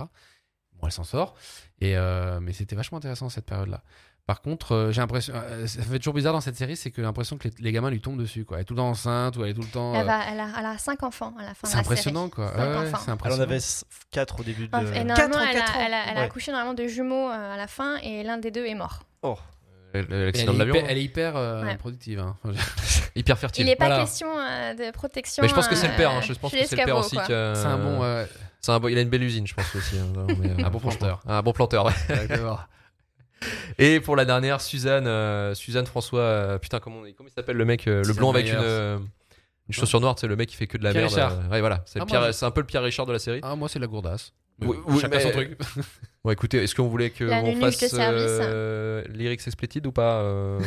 [SPEAKER 5] Bon, elle s'en sort. Et, euh, mais c'était vachement intéressant cette période-là. Par contre, euh, j'ai l'impression, euh, ça fait toujours bizarre dans cette série, c'est que j'ai l'impression que les, les gamins lui tombent dessus. Quoi. Elle est tout le temps enceinte ou elle est tout le temps.
[SPEAKER 4] Elle,
[SPEAKER 5] euh,
[SPEAKER 4] va- elle a, elle a cinq enfants à Eh bah, la fin de
[SPEAKER 5] c'est
[SPEAKER 4] la
[SPEAKER 5] impressionnant,
[SPEAKER 4] série.
[SPEAKER 5] quoi.
[SPEAKER 4] Cinq
[SPEAKER 5] Ouais, ouais,
[SPEAKER 4] enfants.
[SPEAKER 5] c'est
[SPEAKER 2] Elle en
[SPEAKER 5] impressionnant.
[SPEAKER 2] avait 4 au début de.
[SPEAKER 4] Enfin, et normalement,
[SPEAKER 3] Quatre en
[SPEAKER 4] Ah, elle, a,
[SPEAKER 3] quatre ans.
[SPEAKER 4] elle a- elle a
[SPEAKER 2] Ouais.
[SPEAKER 4] accouché normalement de jumeaux euh, à la fin et l'un des deux est mort.
[SPEAKER 2] Oh.
[SPEAKER 1] Elle- elle-
[SPEAKER 5] Mais
[SPEAKER 1] L'accident
[SPEAKER 5] elle,
[SPEAKER 1] de
[SPEAKER 5] est
[SPEAKER 1] l'avion,
[SPEAKER 5] hyper, elle est hyper, euh,
[SPEAKER 4] Ouais.
[SPEAKER 5] productive. hein.
[SPEAKER 1] hyper fertile.
[SPEAKER 4] Il n'est pas
[SPEAKER 5] Voilà.
[SPEAKER 4] question euh, de protection.
[SPEAKER 1] Mais je pense que c'est le père, hein,
[SPEAKER 4] euh,
[SPEAKER 1] je pense
[SPEAKER 4] chez
[SPEAKER 1] que
[SPEAKER 4] les
[SPEAKER 1] c'est le père
[SPEAKER 4] escabeaux,
[SPEAKER 1] aussi.
[SPEAKER 4] quoi.
[SPEAKER 1] qui a-
[SPEAKER 5] C'est un bon. euh,
[SPEAKER 1] C'est un bon- il a une belle usine, je pense aussi. hein, non, mais, euh,
[SPEAKER 5] Un bon planteur.
[SPEAKER 1] Un bon planteur. ouais.
[SPEAKER 5] exactement.
[SPEAKER 1] Et pour la dernière, Suzanne, euh, Suzanne François, euh, putain comment, on- comment il s'appelle le mec, euh, le
[SPEAKER 5] Suzanne
[SPEAKER 1] blond avec une,
[SPEAKER 5] Meyers.
[SPEAKER 1] euh, une chaussure noire, c'est le mec qui fait que de la
[SPEAKER 5] Pierre
[SPEAKER 1] merde.
[SPEAKER 5] Richard.
[SPEAKER 1] euh, ouais, voilà, c'est le
[SPEAKER 5] Ah,
[SPEAKER 1] Pierre-
[SPEAKER 5] moi, je-
[SPEAKER 1] c'est un peu le Pierre Richard de la série.
[SPEAKER 5] Ah, moi, c'est de la gourdasse.
[SPEAKER 1] Oui,
[SPEAKER 5] Euh,
[SPEAKER 1] oui,
[SPEAKER 5] Chacun
[SPEAKER 1] mais-
[SPEAKER 5] son truc.
[SPEAKER 1] Bon, écoutez, est-ce qu'on voulait que
[SPEAKER 4] La
[SPEAKER 1] on
[SPEAKER 4] nunuche
[SPEAKER 1] fasse
[SPEAKER 4] de service.
[SPEAKER 1] euh, lyrics explicit ou pas euh,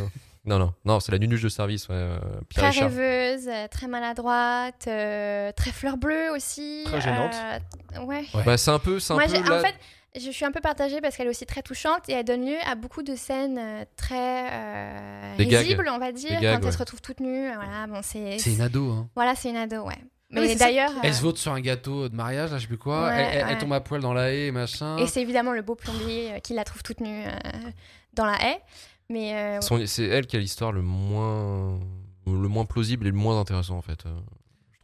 [SPEAKER 1] Non, non, non, c'est la nunuche de service, ouais, euh, Pierre
[SPEAKER 4] Très
[SPEAKER 1] Richard.
[SPEAKER 4] rêveuse, euh, très maladroite, euh, très fleur bleue aussi.
[SPEAKER 2] Très gênante.
[SPEAKER 4] euh, ouais.
[SPEAKER 1] Bah, c'est un peu, c'est un
[SPEAKER 4] Moi,
[SPEAKER 1] peu.
[SPEAKER 4] j'ai- en
[SPEAKER 1] la-
[SPEAKER 4] fait, je suis un peu partagée parce qu'elle est aussi très touchante et elle donne lieu à beaucoup de scènes euh, très euh,
[SPEAKER 1] Des gags.
[SPEAKER 4] risibles, on va dire,
[SPEAKER 1] gags,
[SPEAKER 4] quand elle
[SPEAKER 1] ouais.
[SPEAKER 4] se retrouve toute nue. euh, Voilà, bon, c'est.
[SPEAKER 5] C'est une ado. Hein.
[SPEAKER 4] Voilà, c'est une ado, ouais. Mais,
[SPEAKER 3] mais c'est ça
[SPEAKER 4] d'ailleurs.
[SPEAKER 5] Elle
[SPEAKER 4] euh,
[SPEAKER 5] se vote sur un gâteau de mariage, là, je sais plus quoi.
[SPEAKER 4] Ouais,
[SPEAKER 5] elle, elle- elle
[SPEAKER 4] ouais.
[SPEAKER 5] tombe à poil dans la haie, machin.
[SPEAKER 4] Et c'est évidemment le beau plombier euh, qui la trouve toute nue euh, dans la haie. Mais euh,
[SPEAKER 1] son- c'est elle qui a l'histoire le moins, le moins plausible et le moins intéressant en fait. euh.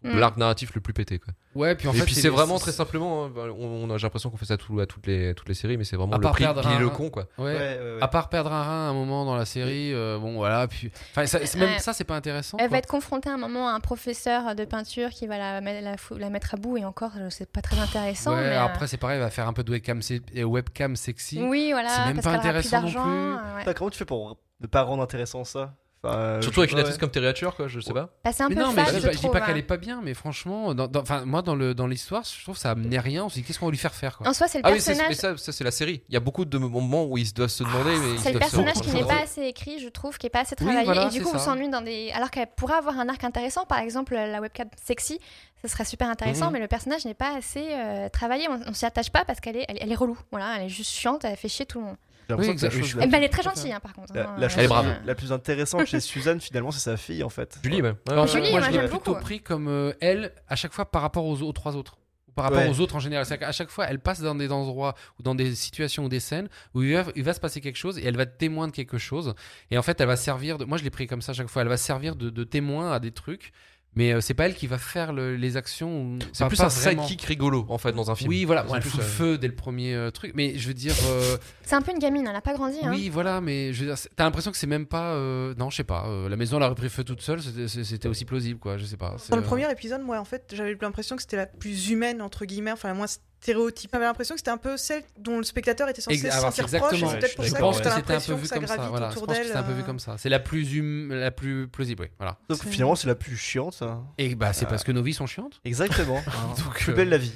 [SPEAKER 4] Mm.
[SPEAKER 1] L'arc narratif le plus pété quoi.
[SPEAKER 5] Ouais, puis en
[SPEAKER 1] et
[SPEAKER 5] fait,
[SPEAKER 1] puis c'est
[SPEAKER 5] des-
[SPEAKER 1] vraiment très simplement, hein, bah, on, on a- j'ai l'impression qu'on fait ça tout- à toutes les, toutes les séries, mais c'est vraiment
[SPEAKER 5] À
[SPEAKER 1] le
[SPEAKER 5] part
[SPEAKER 1] prix
[SPEAKER 5] perdre
[SPEAKER 1] pile
[SPEAKER 5] un- Euh,
[SPEAKER 1] le con quoi.
[SPEAKER 5] Ouais. Ah.
[SPEAKER 2] Ouais, ouais, ouais.
[SPEAKER 5] À part perdre un rein à un moment dans la série, euh, bon voilà, puis enfin, ça, c'est- même
[SPEAKER 4] Ouais.
[SPEAKER 5] ça c'est pas intéressant.
[SPEAKER 4] elle va
[SPEAKER 5] quoi.
[SPEAKER 4] être confrontée à un moment à un professeur de peinture qui va la, met- la, fou- la mettre à bout et encore, euh, c'est pas très intéressant.
[SPEAKER 5] Ouais,
[SPEAKER 4] mais, euh,
[SPEAKER 5] après c'est pareil, elle va faire un peu de webcam, se- et webcam sexy.
[SPEAKER 4] oui, voilà,
[SPEAKER 5] c'est même
[SPEAKER 4] parce
[SPEAKER 5] pas
[SPEAKER 4] qu'elle aura plus
[SPEAKER 5] intéressant non
[SPEAKER 4] d'argent.
[SPEAKER 5] plus.
[SPEAKER 4] euh, ouais.
[SPEAKER 2] Putain, Comment tu fais pour ne pas rendre intéressant ça Enfin, euh,
[SPEAKER 1] Surtout avec
[SPEAKER 2] je-
[SPEAKER 1] une
[SPEAKER 2] ouais,
[SPEAKER 1] actrice comme Terry Hatcher quoi, je sais pas.
[SPEAKER 4] Passer Bah, un
[SPEAKER 5] Mais
[SPEAKER 4] peu
[SPEAKER 5] non,
[SPEAKER 4] fade,
[SPEAKER 5] mais je
[SPEAKER 4] je
[SPEAKER 5] dis pas, je dis
[SPEAKER 4] trouve,
[SPEAKER 5] pas qu'elle
[SPEAKER 4] hein.
[SPEAKER 5] est pas bien, mais franchement, dans, dans- enfin moi dans le dans l'histoire, je trouve que ça amenait rien. On se dit qu'est-ce qu'on va lui faire faire quoi.
[SPEAKER 4] En soi, c'est le
[SPEAKER 1] Ah oui, c'est- mais ça,
[SPEAKER 4] personnage.
[SPEAKER 1] ça, c'est la série. Il y a beaucoup de moments où ils se doivent se demander, mais ils
[SPEAKER 4] Ah, c'est le
[SPEAKER 1] doivent se
[SPEAKER 4] personnage qui
[SPEAKER 1] reprendre.
[SPEAKER 4] n'est pas assez écrit, je trouve, qui est pas assez
[SPEAKER 5] Oui,
[SPEAKER 4] travaillé.
[SPEAKER 5] voilà,
[SPEAKER 4] et du
[SPEAKER 5] c'est
[SPEAKER 4] coup, on
[SPEAKER 5] ça.
[SPEAKER 4] s'ennuie dans des. Alors qu'elle pourrait avoir un arc intéressant, par exemple, la webcam sexy, ce serait super intéressant,
[SPEAKER 1] Mhm.
[SPEAKER 4] mais le personnage n'est pas assez euh, travaillé. On, on s'y attache pas parce qu'elle est, elle, elle est relou. Voilà, elle est juste chiante, elle fait chier tout le monde.
[SPEAKER 2] j'ai l'impression
[SPEAKER 5] Oui,
[SPEAKER 2] que la
[SPEAKER 5] exact- oui,
[SPEAKER 2] chose
[SPEAKER 5] je-
[SPEAKER 2] la
[SPEAKER 4] Eh ben,
[SPEAKER 5] plus-
[SPEAKER 4] elle est très
[SPEAKER 5] tout à fait.
[SPEAKER 4] gentille, hein, par contre.
[SPEAKER 2] La,
[SPEAKER 4] hein,
[SPEAKER 2] la
[SPEAKER 4] euh,
[SPEAKER 2] chose
[SPEAKER 1] Elle est brave.
[SPEAKER 2] la plus intéressante chez Suzanne, finalement, c'est sa fille, en fait.
[SPEAKER 1] Julie même. Ouais,
[SPEAKER 5] Moi,
[SPEAKER 1] ouais,
[SPEAKER 4] Julie,
[SPEAKER 1] ouais.
[SPEAKER 5] moi,
[SPEAKER 4] moi,
[SPEAKER 5] je l'ai
[SPEAKER 4] j'aime
[SPEAKER 5] plutôt
[SPEAKER 4] beaucoup.
[SPEAKER 5] pris comme euh, elle à chaque fois par rapport aux, aux trois autres ou par rapport
[SPEAKER 2] Ouais.
[SPEAKER 5] aux autres en général. C'est-à-dire qu'à chaque fois, elle passe dans des endroits ou dans des situations ou des scènes où il va, il va se passer quelque chose et elle va être témoin de quelque chose. Et en fait, elle va servir. De, moi, je l'ai pris comme ça à chaque fois. Elle va servir de, de témoin à des trucs, mais euh, c'est pas elle qui va faire le- les actions. ou-
[SPEAKER 1] C'est
[SPEAKER 5] pas-
[SPEAKER 1] plus
[SPEAKER 5] pas
[SPEAKER 1] un
[SPEAKER 5] vraiment.
[SPEAKER 1] sidekick rigolo en fait dans un film.
[SPEAKER 5] Oui, voilà.
[SPEAKER 1] C'est
[SPEAKER 5] Bon, elle
[SPEAKER 1] plus,
[SPEAKER 5] fout le
[SPEAKER 1] euh,
[SPEAKER 5] feu dès le premier euh, truc. Mais je veux dire. euh,
[SPEAKER 4] C'est un peu une gamine, elle n'a pas grandi. hein.
[SPEAKER 5] oui, voilà, mais je veux dire, c'est- t'as l'impression que c'est même pas. euh, non, je sais pas. euh, la maison, elle a repris feu toute seule. c'était- C'était aussi plausible, quoi. Je sais pas. c'est,
[SPEAKER 3] Dans le
[SPEAKER 5] euh,
[SPEAKER 3] premier épisode, moi, en fait, j'avais l'impression que c'était la plus humaine, entre guillemets, enfin la moins stéréotypée. J'avais l'impression que c'était un peu celle dont le spectateur était censé
[SPEAKER 5] Ex- ah,
[SPEAKER 3] se
[SPEAKER 5] alors,
[SPEAKER 3] sentir
[SPEAKER 5] c'est
[SPEAKER 3] proche. et
[SPEAKER 5] exactement,
[SPEAKER 3] C'est peut-être pour
[SPEAKER 2] je
[SPEAKER 3] ça
[SPEAKER 2] pense
[SPEAKER 3] que
[SPEAKER 2] que
[SPEAKER 3] t'as
[SPEAKER 5] c'était un peu
[SPEAKER 3] l'impression
[SPEAKER 5] vu
[SPEAKER 3] que ça
[SPEAKER 5] comme ça.
[SPEAKER 3] gravite
[SPEAKER 5] Voilà, je
[SPEAKER 3] autour
[SPEAKER 5] pense que
[SPEAKER 3] d'elle.
[SPEAKER 5] c'était un peu vu
[SPEAKER 3] euh,
[SPEAKER 5] comme ça. C'est la plus hum- la plus plausible, oui. Voilà.
[SPEAKER 2] Sauf que finalement, c'est la plus chiante. hein.
[SPEAKER 5] Et bah c'est parce que nos vies sont chiantes.
[SPEAKER 2] Exactement.
[SPEAKER 5] Donc,
[SPEAKER 2] Plus
[SPEAKER 5] euh,
[SPEAKER 2] belle la vie.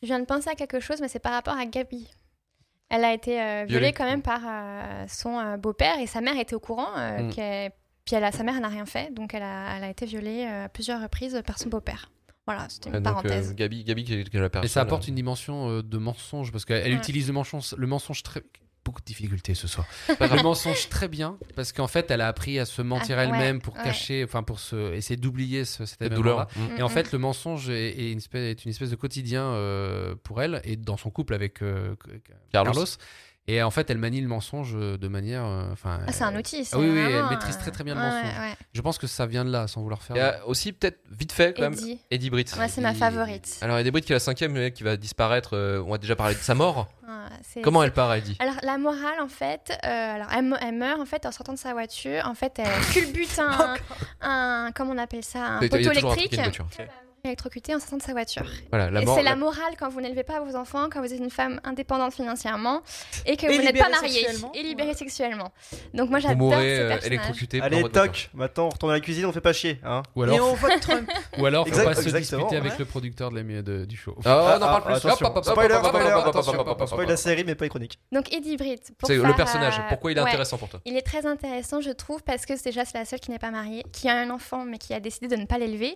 [SPEAKER 4] Je viens de penser à quelque chose, mais c'est par rapport à Gabi. Elle a été euh, violée,
[SPEAKER 1] Violée.
[SPEAKER 4] quand même par euh, son euh, beau-père et sa mère était au courant. euh,
[SPEAKER 5] Mm.
[SPEAKER 4] qu'elle- Puis elle a, sa mère n'a rien fait, donc elle a, elle a été violée euh, à plusieurs reprises par son beau-père. Voilà, c'était une
[SPEAKER 5] Ah,
[SPEAKER 1] donc, euh,
[SPEAKER 4] parenthèse.
[SPEAKER 1] Gabi, Gabi qui est qui est la personne.
[SPEAKER 5] Et ça apporte une dimension euh, de mensonge parce qu'elle elle
[SPEAKER 4] Ouais.
[SPEAKER 5] utilise le mensonge, le mensonge très beaucoup de difficultés ce soir.
[SPEAKER 1] Pas grave.
[SPEAKER 5] le mensonge très bien parce qu'en fait elle a appris à se mentir
[SPEAKER 4] Ah, ouais,
[SPEAKER 5] elle-même pour
[SPEAKER 4] ouais.
[SPEAKER 5] cacher, enfin pour se essayer d'oublier ce, cet
[SPEAKER 1] la
[SPEAKER 5] événement-là.
[SPEAKER 1] douleur. Mm.
[SPEAKER 5] euh, hmm. Et en
[SPEAKER 4] Mm,
[SPEAKER 5] fait, le mensonge est, est une, espèce, est une espèce de quotidien euh, pour elle et dans son couple avec euh,
[SPEAKER 1] Carlos.
[SPEAKER 5] Carlos. Et en fait, elle manie le mensonge de manière. euh, Enfin.
[SPEAKER 4] Ah, c'est un
[SPEAKER 5] euh,
[SPEAKER 4] outil. c'est
[SPEAKER 5] ah oui, oui,
[SPEAKER 4] vraiment,
[SPEAKER 5] elle maîtrise
[SPEAKER 4] euh,
[SPEAKER 5] très très bien le
[SPEAKER 4] ouais,
[SPEAKER 5] mensonge.
[SPEAKER 4] ouais, ouais.
[SPEAKER 5] Je pense que ça vient de là, sans vouloir faire.
[SPEAKER 1] Il y a euh, aussi peut-être vite fait quand même
[SPEAKER 4] Eddie.
[SPEAKER 1] Eddie Britt.
[SPEAKER 4] Ouais, c'est ma
[SPEAKER 5] Il-
[SPEAKER 4] favorite.
[SPEAKER 1] Alors Eddie Britt qui est la cinquième mais qui va disparaître. euh, on a déjà parlé de sa mort.
[SPEAKER 4] Ah, c'est-
[SPEAKER 1] Comment elle part Eddie
[SPEAKER 4] Alors la morale en fait, euh, alors elle, me- elle meurt en fait en sortant de sa voiture, en fait elle culbute un, un- comment on appelle ça, un
[SPEAKER 1] Il y a
[SPEAKER 4] poteau
[SPEAKER 1] toujours un truc
[SPEAKER 4] électrique,
[SPEAKER 1] avec une voiture.
[SPEAKER 4] électrocutée en sortant de sa voiture.
[SPEAKER 1] Voilà, la
[SPEAKER 4] et
[SPEAKER 1] mort.
[SPEAKER 4] c'est la morale quand vous n'élevez pas vos enfants, quand vous êtes une femme indépendante financièrement et que
[SPEAKER 3] Et
[SPEAKER 4] vous n'êtes pas
[SPEAKER 3] libérée
[SPEAKER 4] mariée
[SPEAKER 3] sexuellement.
[SPEAKER 4] et libérée sexuellement. Donc moi
[SPEAKER 1] Vous
[SPEAKER 4] j'adore ce
[SPEAKER 1] mourrez euh,
[SPEAKER 4] personnage.
[SPEAKER 1] électrocuté. par
[SPEAKER 2] Allez,
[SPEAKER 1] votre voiture.
[SPEAKER 2] toc Maintenant, on retourne à la cuisine, on fait pas chier. Hein
[SPEAKER 1] euh,
[SPEAKER 5] Ou
[SPEAKER 3] Et
[SPEAKER 5] alors,
[SPEAKER 3] on vote Trump.
[SPEAKER 5] ou alors faut
[SPEAKER 2] Exact-
[SPEAKER 5] pas se
[SPEAKER 2] exactement,
[SPEAKER 5] disputer
[SPEAKER 3] ouais.
[SPEAKER 5] avec le producteur de l'émi- de- du show.
[SPEAKER 1] Ah, on en
[SPEAKER 2] Ah,
[SPEAKER 1] parle plus.
[SPEAKER 2] attention.
[SPEAKER 1] Hop, hop, hop, hop,
[SPEAKER 2] Spoiler,
[SPEAKER 1] hop, hop, hop,
[SPEAKER 2] spoiler,
[SPEAKER 1] hop, hop,
[SPEAKER 5] attention,
[SPEAKER 1] hop, hop, hop,
[SPEAKER 2] Spoil
[SPEAKER 1] hop.
[SPEAKER 2] la série, mais pas iconique.
[SPEAKER 4] Donc Eddie Britt, pour
[SPEAKER 1] C'est
[SPEAKER 4] faire,
[SPEAKER 1] le personnage.
[SPEAKER 4] euh,
[SPEAKER 1] Pourquoi il est
[SPEAKER 4] ouais.
[SPEAKER 1] intéressant pour toi
[SPEAKER 4] Il est très intéressant, je trouve, parce que déjà c'est la seule qui n'est pas mariée, qui a un enfant mais qui a décidé de ne pas l'élever,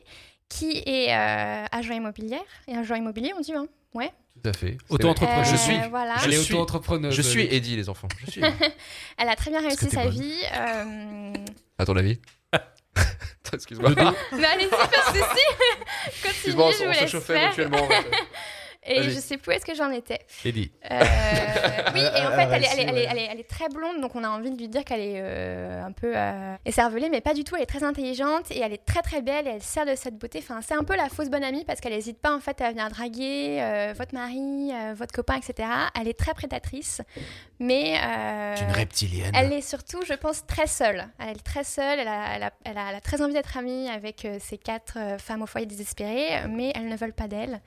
[SPEAKER 4] qui est euh, agent immobilière et agent immobilier on dit hein.
[SPEAKER 5] Tout à fait.
[SPEAKER 1] Auto-entrepreneur.
[SPEAKER 4] Euh,
[SPEAKER 1] Je suis-
[SPEAKER 4] voilà.
[SPEAKER 1] je
[SPEAKER 5] Elle est
[SPEAKER 1] suis-
[SPEAKER 5] auto-entrepreneuse.
[SPEAKER 1] Je suis
[SPEAKER 5] Luc.
[SPEAKER 1] Eddie, les enfants. Je suis.
[SPEAKER 4] Elle a très bien réussi
[SPEAKER 5] que t'es
[SPEAKER 4] sa
[SPEAKER 5] bonne
[SPEAKER 4] vie. euh,
[SPEAKER 1] À ton avis Attends, Excuse-moi.
[SPEAKER 4] Mais allez-y, pas de soucis. Continue,
[SPEAKER 1] Excuse-moi, on
[SPEAKER 4] je vous
[SPEAKER 1] on se
[SPEAKER 4] laisse
[SPEAKER 1] chauffait
[SPEAKER 4] faire.
[SPEAKER 1] mutuellement.
[SPEAKER 4] Et
[SPEAKER 1] Vas-y.
[SPEAKER 4] je sais plus où est-ce que j'en étais.
[SPEAKER 5] Eddie.
[SPEAKER 4] Euh, oui, et en
[SPEAKER 2] Ah,
[SPEAKER 4] fait,
[SPEAKER 2] ah,
[SPEAKER 4] elle est,
[SPEAKER 2] si,
[SPEAKER 4] elle, est, elle,
[SPEAKER 2] ouais.
[SPEAKER 4] est, elle est- elle est très blonde, donc on a envie de lui dire qu'elle est euh, un peu euh, écervelée, mais pas du tout. Elle est très intelligente et elle est très très belle et elle sert de cette beauté. Enfin, c'est un peu la fausse bonne amie parce qu'elle n'hésite pas en fait à venir draguer euh, votre mari, euh, votre copain, etc. Elle est très prédatrice, mais euh,
[SPEAKER 5] reptilienne.
[SPEAKER 4] elle est surtout, je pense, très seule. Elle est très seule, elle a, elle a- elle a- elle a très envie d'être amie avec euh, ces quatre euh, femmes au foyer désespérées, mais elles ne veulent pas d'elle.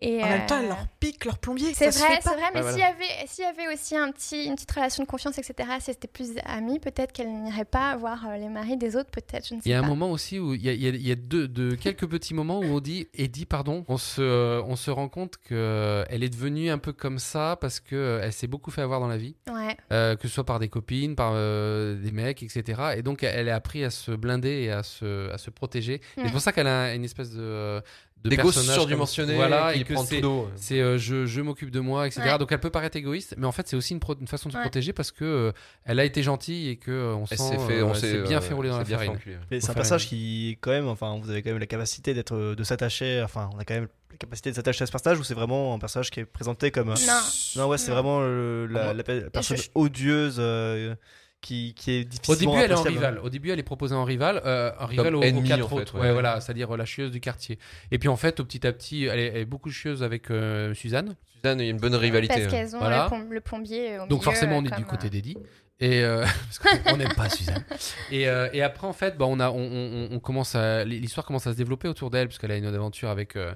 [SPEAKER 4] Et,
[SPEAKER 3] En même temps,
[SPEAKER 4] euh,
[SPEAKER 3] elle leur pique leur plombier.
[SPEAKER 4] c'est
[SPEAKER 3] ça se
[SPEAKER 4] vrai,
[SPEAKER 3] fait pas.
[SPEAKER 4] c'est vrai, mais
[SPEAKER 2] Ouais,
[SPEAKER 4] s'il y avait, s'il y avait aussi un petit, une petite relation de confiance, etc., si c'était plus amie, peut-être qu'elle n'irait pas voir euh, les maris des autres, peut-être, je ne sais
[SPEAKER 5] Il y a un
[SPEAKER 4] pas.
[SPEAKER 5] moment aussi où il y a, il y a- il y a deux, de, quelques petits moments où on dit Eddie, pardon, on se, euh, on se rend compte que euh, elle est devenue un peu comme ça parce que euh, elle s'est beaucoup fait avoir dans la vie,
[SPEAKER 4] Ouais,
[SPEAKER 5] euh, que ce soit par des copines, par euh, des mecs, etc. Et donc elle a appris à se blinder et à se, à se protéger. Et
[SPEAKER 4] Mm.
[SPEAKER 5] C'est pour ça qu'elle a une espèce de, euh, de
[SPEAKER 1] Des gosses
[SPEAKER 5] personnage
[SPEAKER 1] surdimensionnés
[SPEAKER 5] comme- voilà,
[SPEAKER 1] qui
[SPEAKER 5] et que
[SPEAKER 1] prennent
[SPEAKER 5] c'est-
[SPEAKER 1] tout d'eau.
[SPEAKER 5] c'est euh, je, je m'occupe de moi, etc.
[SPEAKER 4] Ouais.
[SPEAKER 5] Donc elle peut paraître égoïste, mais en fait c'est aussi une, pro- une façon de se
[SPEAKER 4] Ouais.
[SPEAKER 5] protéger parce que euh, elle a été gentille et que euh, on
[SPEAKER 1] Elle
[SPEAKER 5] sent,
[SPEAKER 1] s'est fait,
[SPEAKER 5] euh,
[SPEAKER 1] on
[SPEAKER 5] elle
[SPEAKER 1] s'est
[SPEAKER 5] s'est bien
[SPEAKER 1] euh,
[SPEAKER 5] fait rouler dans
[SPEAKER 1] s'est
[SPEAKER 5] la
[SPEAKER 1] bien fait
[SPEAKER 5] farine.
[SPEAKER 1] enculer.
[SPEAKER 2] Mais
[SPEAKER 5] Faut
[SPEAKER 2] c'est un
[SPEAKER 5] faire
[SPEAKER 2] passage qui, quand même, enfin, vous avez quand même la capacité d'être, euh, de s'attacher. Enfin, on a quand même la capacité de s'attacher à ce personnage ou c'est vraiment un personnage qui est présenté comme. euh,
[SPEAKER 4] non.
[SPEAKER 2] Non, ouais, c'est
[SPEAKER 4] Non.
[SPEAKER 2] vraiment euh, la, la pe- personne odieuse euh, qui, qui est
[SPEAKER 5] Au
[SPEAKER 2] difficilement
[SPEAKER 5] début, elle est en
[SPEAKER 2] appréciable.
[SPEAKER 5] rival. Au début, elle est proposée en rival, euh, en rival aux, aux
[SPEAKER 1] ennemie,
[SPEAKER 5] quatre
[SPEAKER 1] en fait,
[SPEAKER 5] autres.
[SPEAKER 1] ouais.
[SPEAKER 5] Ouais, voilà, c'est-à-dire la chieuse du quartier. Et puis en fait, au petit à petit, elle est, elle est beaucoup chieuse avec euh, Suzanne.
[SPEAKER 1] Suzanne, il y a une bonne
[SPEAKER 4] Parce
[SPEAKER 1] rivalité.
[SPEAKER 4] qu'elles ont
[SPEAKER 5] Voilà.
[SPEAKER 4] le, plom- le plombier euh, au
[SPEAKER 5] Donc forcément, on est du côté d'Eddie. Et euh, parce qu'on- on n'aime pas Suzanne. Et, euh, et après, en fait, bah, on a, on, on- on commence à, l'histoire commence à se développer autour d'elle parce qu'elle a une aventure avec euh,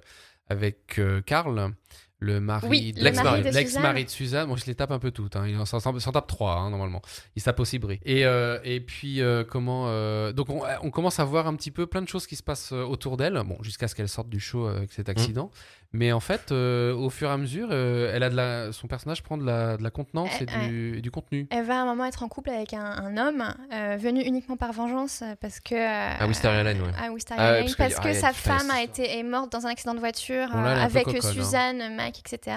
[SPEAKER 5] avec euh, Karl, le mari,
[SPEAKER 4] Oui,
[SPEAKER 5] de,
[SPEAKER 4] le mari de
[SPEAKER 5] l'ex-mari de Suzanne. Bon, je les tape un peu toutes. Hein. Il en s'en s'en tape trois hein, normalement. Il tape aussi Brie. Et euh, et puis euh, comment euh, Donc on, on commence à voir un petit peu plein de choses qui se passent euh, autour d'elle. Bon, jusqu'à ce qu'elle sorte du show euh, avec cet accident. Mais en fait, euh, au fur et à mesure, euh, elle a de la, son personnage prend de la, de la contenance
[SPEAKER 4] Eh,
[SPEAKER 5] et du, et du contenu.
[SPEAKER 4] Elle va à un moment être en couple avec un, un homme euh, venu uniquement par vengeance euh, parce que. euh,
[SPEAKER 1] Ah oui, c'était Ariel Lane, ouais.
[SPEAKER 4] Ah oui, c'était
[SPEAKER 1] Ah ouais,
[SPEAKER 4] Ariel Lane,
[SPEAKER 1] parce
[SPEAKER 4] parce,
[SPEAKER 1] que
[SPEAKER 4] que
[SPEAKER 1] Ariel
[SPEAKER 4] sa
[SPEAKER 1] Lane,
[SPEAKER 4] femme a
[SPEAKER 5] c'est
[SPEAKER 4] été est morte dans un accident de voiture
[SPEAKER 5] Bon, là,
[SPEAKER 4] euh,
[SPEAKER 5] elle est un peu
[SPEAKER 4] avec
[SPEAKER 5] coconne, hein.
[SPEAKER 4] Suzanne, Mike, etc.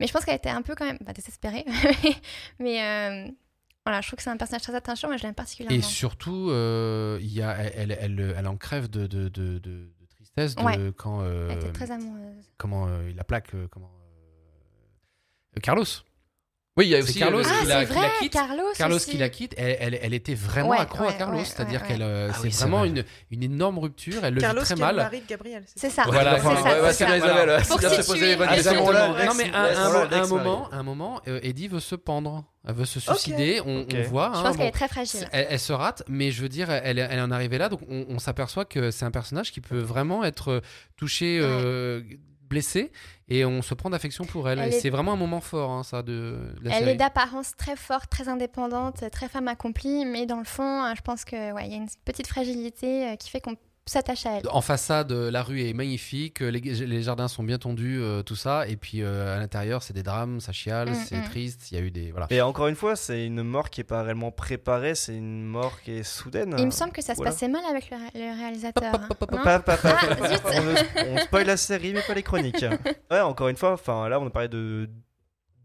[SPEAKER 4] Mais je pense qu'elle était un peu quand même bah, désespérée. mais euh, voilà, je trouve que c'est un personnage très attachant et je l'aime particulièrement.
[SPEAKER 5] Et surtout, euh, il y a, elle, elle, elle, en crève de, de, de, de- de tristesse de,
[SPEAKER 4] Ouais.
[SPEAKER 5] quand euh,
[SPEAKER 4] Elle était très amoureuse.
[SPEAKER 5] comment euh, la plaque euh, comment euh, Carlos.
[SPEAKER 1] Oui, il y a
[SPEAKER 5] C'est
[SPEAKER 1] aussi
[SPEAKER 5] Carlos
[SPEAKER 1] euh,
[SPEAKER 5] Parce
[SPEAKER 4] Ah,
[SPEAKER 5] qu'il a-
[SPEAKER 4] c'est
[SPEAKER 5] qu'il la
[SPEAKER 4] vrai,
[SPEAKER 5] quitte.
[SPEAKER 4] Carlos.
[SPEAKER 5] Carlos
[SPEAKER 4] aussi.
[SPEAKER 5] qui la quitte, elle, elle, elle était vraiment
[SPEAKER 4] Ouais,
[SPEAKER 5] accro à
[SPEAKER 4] ouais,
[SPEAKER 5] Carlos,
[SPEAKER 4] ouais,
[SPEAKER 5] c'est-à-dire
[SPEAKER 4] ouais,
[SPEAKER 5] qu'elle euh,
[SPEAKER 2] Ah
[SPEAKER 5] c'est
[SPEAKER 2] oui, c'est
[SPEAKER 5] vraiment
[SPEAKER 2] vrai.
[SPEAKER 5] une, une énorme rupture, elle le
[SPEAKER 3] Carlos
[SPEAKER 5] vit très
[SPEAKER 3] qui est le
[SPEAKER 5] mal.
[SPEAKER 3] mari de Gabriel.
[SPEAKER 4] C'est ça.
[SPEAKER 5] Voilà,
[SPEAKER 4] c'est
[SPEAKER 5] voilà,
[SPEAKER 4] ça.
[SPEAKER 1] Ouais, ouais, c'est
[SPEAKER 4] ça.
[SPEAKER 1] bien Isabelle. ouais, c'est bien se
[SPEAKER 4] Pour
[SPEAKER 1] poser
[SPEAKER 4] situer.
[SPEAKER 1] les bonnes
[SPEAKER 2] Ah,
[SPEAKER 1] questions.
[SPEAKER 2] exactement, là,
[SPEAKER 5] Non mais à
[SPEAKER 2] Lex,
[SPEAKER 5] un,
[SPEAKER 2] voilà,
[SPEAKER 5] mo- à un
[SPEAKER 2] Lex,
[SPEAKER 5] moment,
[SPEAKER 2] Marie.
[SPEAKER 5] à un moment, euh, Eddie veut se pendre, elle veut se suicider. On,
[SPEAKER 2] Ok.
[SPEAKER 5] on voit.
[SPEAKER 4] Je
[SPEAKER 5] hein,
[SPEAKER 4] pense qu'elle
[SPEAKER 5] bon,
[SPEAKER 4] est très
[SPEAKER 5] c'est-
[SPEAKER 4] fragile.
[SPEAKER 5] elle, elle se rate, mais je veux dire, elle, elle en est arrivée là, donc on, on s'aperçoit que c'est un personnage qui peut vraiment être euh, touché, euh, blessé, et on se prend d'affection pour elle.
[SPEAKER 4] Elle
[SPEAKER 5] et
[SPEAKER 4] est-
[SPEAKER 5] c'est vraiment un moment fort, hein, ça, de, de la
[SPEAKER 4] Elle
[SPEAKER 5] série.
[SPEAKER 4] est d'apparence très forte, très indépendante, très femme accomplie, mais dans le fond, euh, je pense que ouais, il y a une petite fragilité euh, qui fait qu'on s'attache à elle.
[SPEAKER 5] En façade, euh, la rue est magnifique, euh, les, les jardins sont bien tondus, euh, tout ça, et puis euh, à l'intérieur, c'est des drames, ça chiale,
[SPEAKER 4] Mm,
[SPEAKER 5] c'est
[SPEAKER 4] mm.
[SPEAKER 5] triste, il y a eu des voilà.
[SPEAKER 2] Et encore une fois, c'est une mort qui est pas réellement préparée, c'est une mort qui est soudaine.
[SPEAKER 4] Il me semble que ça se
[SPEAKER 2] Voilà.
[SPEAKER 4] passait mal avec le, ré- le réalisateur. hein, non
[SPEAKER 2] Pas- pas- pas-
[SPEAKER 4] Ah,
[SPEAKER 2] pas-
[SPEAKER 4] zut.
[SPEAKER 2] on, ne- on spoil la série, mais pas les chroniques. Ouais, encore une fois, enfin là, on a parlé de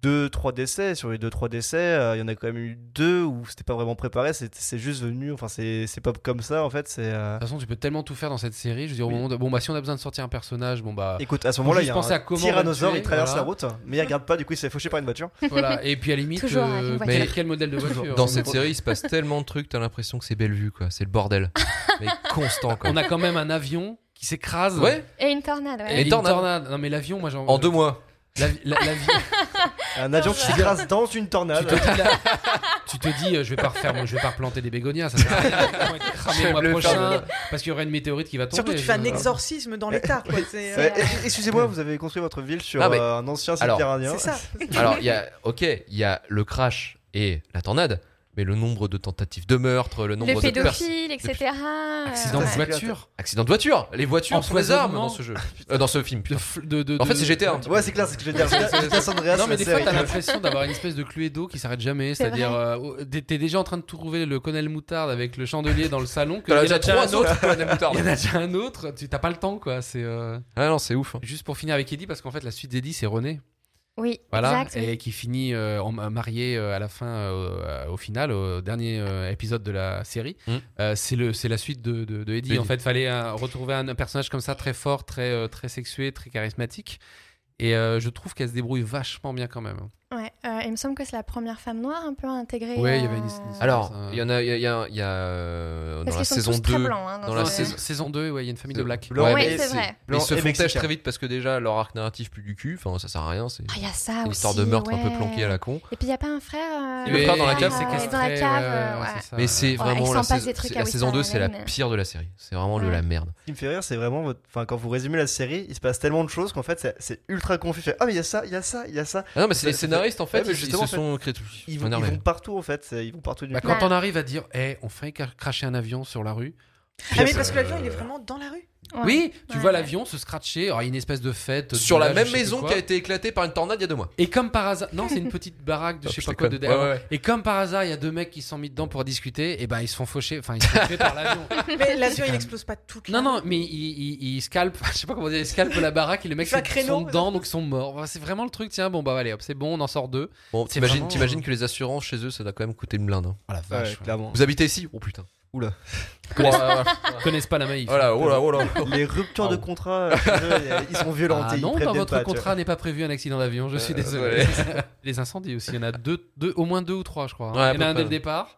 [SPEAKER 2] deux, trois décès. Sur les deux, trois décès, euh, il y en a quand même eu deux où c'était pas vraiment préparé, c'est c'est juste venu. Enfin, c'est c'est pas comme ça en fait. C'est euh,
[SPEAKER 5] toute façon, tu peux tellement tout faire dans cette série. Je veux dire, au
[SPEAKER 2] Oui.
[SPEAKER 5] moment de- bon, bah, si on a besoin de sortir un personnage, bon, bah,
[SPEAKER 2] Écoute, à ce
[SPEAKER 5] Faut
[SPEAKER 2] moment-là, il
[SPEAKER 5] juste
[SPEAKER 2] y a
[SPEAKER 5] penser à
[SPEAKER 2] un
[SPEAKER 5] comment
[SPEAKER 2] tyrannosaure,
[SPEAKER 5] le
[SPEAKER 2] il
[SPEAKER 5] tuer,
[SPEAKER 2] traverse
[SPEAKER 5] voilà.
[SPEAKER 2] la route, mais il regarde pas, du coup, il s'est fauché par une voiture.
[SPEAKER 5] voilà. Et puis, à la limite, euh,
[SPEAKER 4] Toujours avec une
[SPEAKER 5] mais
[SPEAKER 4] voiture.
[SPEAKER 5] quel modèle de voiture
[SPEAKER 1] Dans
[SPEAKER 5] on-
[SPEAKER 1] cette
[SPEAKER 5] on-
[SPEAKER 1] série, il se passe tellement de trucs, t'as l'impression que c'est Bellevue, quoi. C'est le bordel. Mais constant, quoi.
[SPEAKER 5] On a quand même un avion qui s'écrase.
[SPEAKER 1] Ouais,
[SPEAKER 4] Et une tornade, ouais.
[SPEAKER 5] Et
[SPEAKER 1] Et
[SPEAKER 5] une
[SPEAKER 1] tornade.
[SPEAKER 5] tornade. Non, mais l'avion, moi, j'en.
[SPEAKER 1] en deux mois.
[SPEAKER 5] L'avi- la- l'avi-
[SPEAKER 2] Un avion qui s'écrase dans une
[SPEAKER 5] tu, te
[SPEAKER 2] tornade.
[SPEAKER 5] dis, là- tu te dis, euh, je vais pas refaire, mon- je vais pas replanter des bégonias, ça sert à rien. Ils vont être cramés
[SPEAKER 1] Je
[SPEAKER 5] le
[SPEAKER 1] vais
[SPEAKER 5] mois
[SPEAKER 1] le faire,
[SPEAKER 5] prochain parce qu'il y aura une météorite qui va tomber.
[SPEAKER 3] Surtout, tu fais un
[SPEAKER 5] je-
[SPEAKER 3] exorcisme dans l'état. quoi, c'est, euh,
[SPEAKER 2] Ouais, eh, Excusez-moi, vous avez construit votre ville sur
[SPEAKER 1] Ah, mais-
[SPEAKER 2] euh, un ancien site
[SPEAKER 1] Alors,
[SPEAKER 2] piranien.
[SPEAKER 3] C'est ça.
[SPEAKER 1] Alors, il y a, ok, il y a le crash et la tornade, mais le nombre de tentatives de meurtre, le nombre
[SPEAKER 4] Le
[SPEAKER 1] de personnes.
[SPEAKER 4] pédophile, etc. euh,
[SPEAKER 5] Accident de
[SPEAKER 4] ouais.
[SPEAKER 5] voiture,
[SPEAKER 1] Accident de voiture, les voitures sont des armes
[SPEAKER 5] Empoisonnement.
[SPEAKER 1] dans ce jeu. Euh, dans ce film,
[SPEAKER 5] de,
[SPEAKER 1] putain.
[SPEAKER 5] fl- de, de-
[SPEAKER 1] En fait,
[SPEAKER 5] de-
[SPEAKER 1] c'est GTA un petit peu.
[SPEAKER 2] Ouais, c'est clair, c'est ce que je veux dire. C'est c'est San Andreas,
[SPEAKER 5] Non,
[SPEAKER 2] la
[SPEAKER 5] mais des fois,
[SPEAKER 2] série.
[SPEAKER 5] t'as l'impression d'avoir une espèce de cluedo qui s'arrête jamais.
[SPEAKER 4] C'est
[SPEAKER 5] C'est-à-dire,
[SPEAKER 4] vrai.
[SPEAKER 5] euh, oh, t'es t'es déjà en train de trouver le Connell Moutarde avec le chandelier dans le salon. Que
[SPEAKER 1] T'en as
[SPEAKER 5] il y
[SPEAKER 1] déjà
[SPEAKER 5] en a déjà
[SPEAKER 1] trois
[SPEAKER 5] un autre.
[SPEAKER 1] autres, Colonel Moutarde.
[SPEAKER 5] Il y en a déjà un autre. Tu t'as pas le temps, quoi. C'est euh,
[SPEAKER 1] Ah non, c'est ouf. hein.
[SPEAKER 5] juste pour finir avec Eddie, parce qu'en fait, la suite d'Eddie, c'est René.
[SPEAKER 4] Euh, Oui,
[SPEAKER 5] Voilà.
[SPEAKER 4] exact. oui.
[SPEAKER 5] et qui finit euh, en marié euh, à la fin, euh, au final, au dernier euh, épisode de la série.
[SPEAKER 1] Mm.
[SPEAKER 5] Euh, c'est le, c'est la suite de, de- de Eddie.
[SPEAKER 1] Eddie.
[SPEAKER 5] En fait, fallait euh, retrouver un, un personnage comme ça, très fort, très, euh, très sexué, très charismatique. Et euh, je trouve qu'elle se débrouille vachement bien quand même.
[SPEAKER 4] Ouais, euh, il me semble que c'est la première femme noire un peu intégrée.
[SPEAKER 5] Ouais, il y
[SPEAKER 4] euh,
[SPEAKER 5] avait une- une-
[SPEAKER 1] Alors,
[SPEAKER 5] Ça, Ah, ça-
[SPEAKER 1] il y en a, il y a, il y a- il y a, euh, dans
[SPEAKER 4] Parce
[SPEAKER 1] la
[SPEAKER 4] qu'ils sont
[SPEAKER 1] saison
[SPEAKER 4] tous très
[SPEAKER 1] 2.
[SPEAKER 4] blancs. hein,
[SPEAKER 1] dans la
[SPEAKER 4] ce-
[SPEAKER 1] saison-
[SPEAKER 5] Saison 2, ouais, il y a une famille de blacks.
[SPEAKER 2] Blanc
[SPEAKER 4] Ouais,
[SPEAKER 1] mais
[SPEAKER 4] c'est vrai.
[SPEAKER 1] Mais ils se
[SPEAKER 2] et
[SPEAKER 1] font têche
[SPEAKER 2] mexicain.
[SPEAKER 1] très vite parce que déjà, leur arc narratif pue du cul. Enfin, ça sert à rien. C'est
[SPEAKER 4] Ah, il y a ça
[SPEAKER 1] une
[SPEAKER 4] aussi.
[SPEAKER 1] histoire de meurtre un peu
[SPEAKER 4] ouais.
[SPEAKER 1] planqué à la con.
[SPEAKER 4] Et puis il n'y a pas un frère. euh,
[SPEAKER 1] Le frère dans la
[SPEAKER 4] euh,
[SPEAKER 1] cave,
[SPEAKER 4] euh,
[SPEAKER 1] séquestré,
[SPEAKER 4] Dans la cave, euh, ouais.
[SPEAKER 1] Mais c'est
[SPEAKER 4] il
[SPEAKER 1] vraiment
[SPEAKER 4] s'en
[SPEAKER 1] la
[SPEAKER 4] passe
[SPEAKER 1] saison,
[SPEAKER 4] des trucs
[SPEAKER 1] c'est-
[SPEAKER 4] à
[SPEAKER 1] la saison 2, c'est la
[SPEAKER 4] Whistler Raven.
[SPEAKER 1] pire de la série. C'est vraiment de
[SPEAKER 4] Ouais.
[SPEAKER 1] la merde.
[SPEAKER 2] Ce qui me fait rire, c'est vraiment votre. Enfin, quand vous résumez la série, il se passe tellement de choses qu'en fait, c'est- c'est ultra confus. Fait, Ah, mais il y a ça, il y a ça, il y a ça.
[SPEAKER 1] Ah non, mais c'est
[SPEAKER 2] Ça-
[SPEAKER 1] les
[SPEAKER 2] ça-
[SPEAKER 1] scénaristes en fait,
[SPEAKER 2] Ouais, mais
[SPEAKER 1] ils- ils
[SPEAKER 2] justement,
[SPEAKER 1] se sont
[SPEAKER 2] en fait,
[SPEAKER 1] créés.
[SPEAKER 2] Ils vont, ils vont partout en fait, c'est- ils vont partout du
[SPEAKER 5] Bah,
[SPEAKER 4] Ouais.
[SPEAKER 5] quand on arrive à dire, eh, on fait cra- cracher un avion sur la rue.
[SPEAKER 3] Ah, mais parce que l'avion, il est vraiment dans la rue.
[SPEAKER 4] Ouais.
[SPEAKER 5] Oui, tu
[SPEAKER 4] Ouais,
[SPEAKER 5] vois
[SPEAKER 4] ouais.
[SPEAKER 5] l'avion se scratcher, alors il y a une espèce de fête. de
[SPEAKER 1] Sur la
[SPEAKER 5] village, je
[SPEAKER 1] même
[SPEAKER 5] sais plus
[SPEAKER 1] maison
[SPEAKER 5] quoi.
[SPEAKER 1] qui a été éclatée par une tornade il y a deux mois.
[SPEAKER 5] Et comme par hasard, non, c'est une petite baraque de
[SPEAKER 1] Oh,
[SPEAKER 5] je sais
[SPEAKER 1] je
[SPEAKER 5] pas quoi de
[SPEAKER 1] déconne.
[SPEAKER 5] derrière.
[SPEAKER 1] Ouais, ouais.
[SPEAKER 5] Et comme par hasard, il y a deux mecs qui se sont mis dedans pour discuter, et ben ils se font faucher, enfin ils se font tuer par l'avion.
[SPEAKER 3] Mais l'avion, il explose pas toute la
[SPEAKER 5] Non, non, mais ils il, scalpent, je sais pas comment dire, ils scalpent la baraque et les mecs
[SPEAKER 3] Il fait un
[SPEAKER 5] sont,
[SPEAKER 3] créneau.
[SPEAKER 5] sont dedans donc ils sont morts. Enfin, C'est vraiment le truc, tiens, bon bah allez hop, c'est bon, on en sort deux.
[SPEAKER 1] Bon,
[SPEAKER 5] C'est
[SPEAKER 1] t'imagines
[SPEAKER 5] vraiment-
[SPEAKER 1] t'imagines que les assurances chez eux, ça doit quand même coûter une blinde. hein.
[SPEAKER 5] Oh la
[SPEAKER 2] Ouais,
[SPEAKER 5] vache. ouais.
[SPEAKER 2] clairement.
[SPEAKER 1] euh, Vous habitez ici Oh putain.
[SPEAKER 5] Connaissent, connaissent pas la maïf.
[SPEAKER 1] Oh là, oh là, oh là.
[SPEAKER 2] Les ruptures de
[SPEAKER 5] Ah bon.
[SPEAKER 2] contrat, euh, chez eux, ils sont violents.
[SPEAKER 5] Ah
[SPEAKER 2] ils
[SPEAKER 5] non, dans
[SPEAKER 2] préviennent
[SPEAKER 5] votre
[SPEAKER 2] pas, tu vois.
[SPEAKER 5] contrat n'est pas prévu un accident d'avion, je suis
[SPEAKER 1] Euh,
[SPEAKER 5] désolé. les incendies aussi, il y en a deux, deux, au moins deux ou trois, je crois. hein.
[SPEAKER 1] Ouais, à
[SPEAKER 5] il y
[SPEAKER 1] peu
[SPEAKER 5] en a un
[SPEAKER 1] près.
[SPEAKER 5] dès le départ.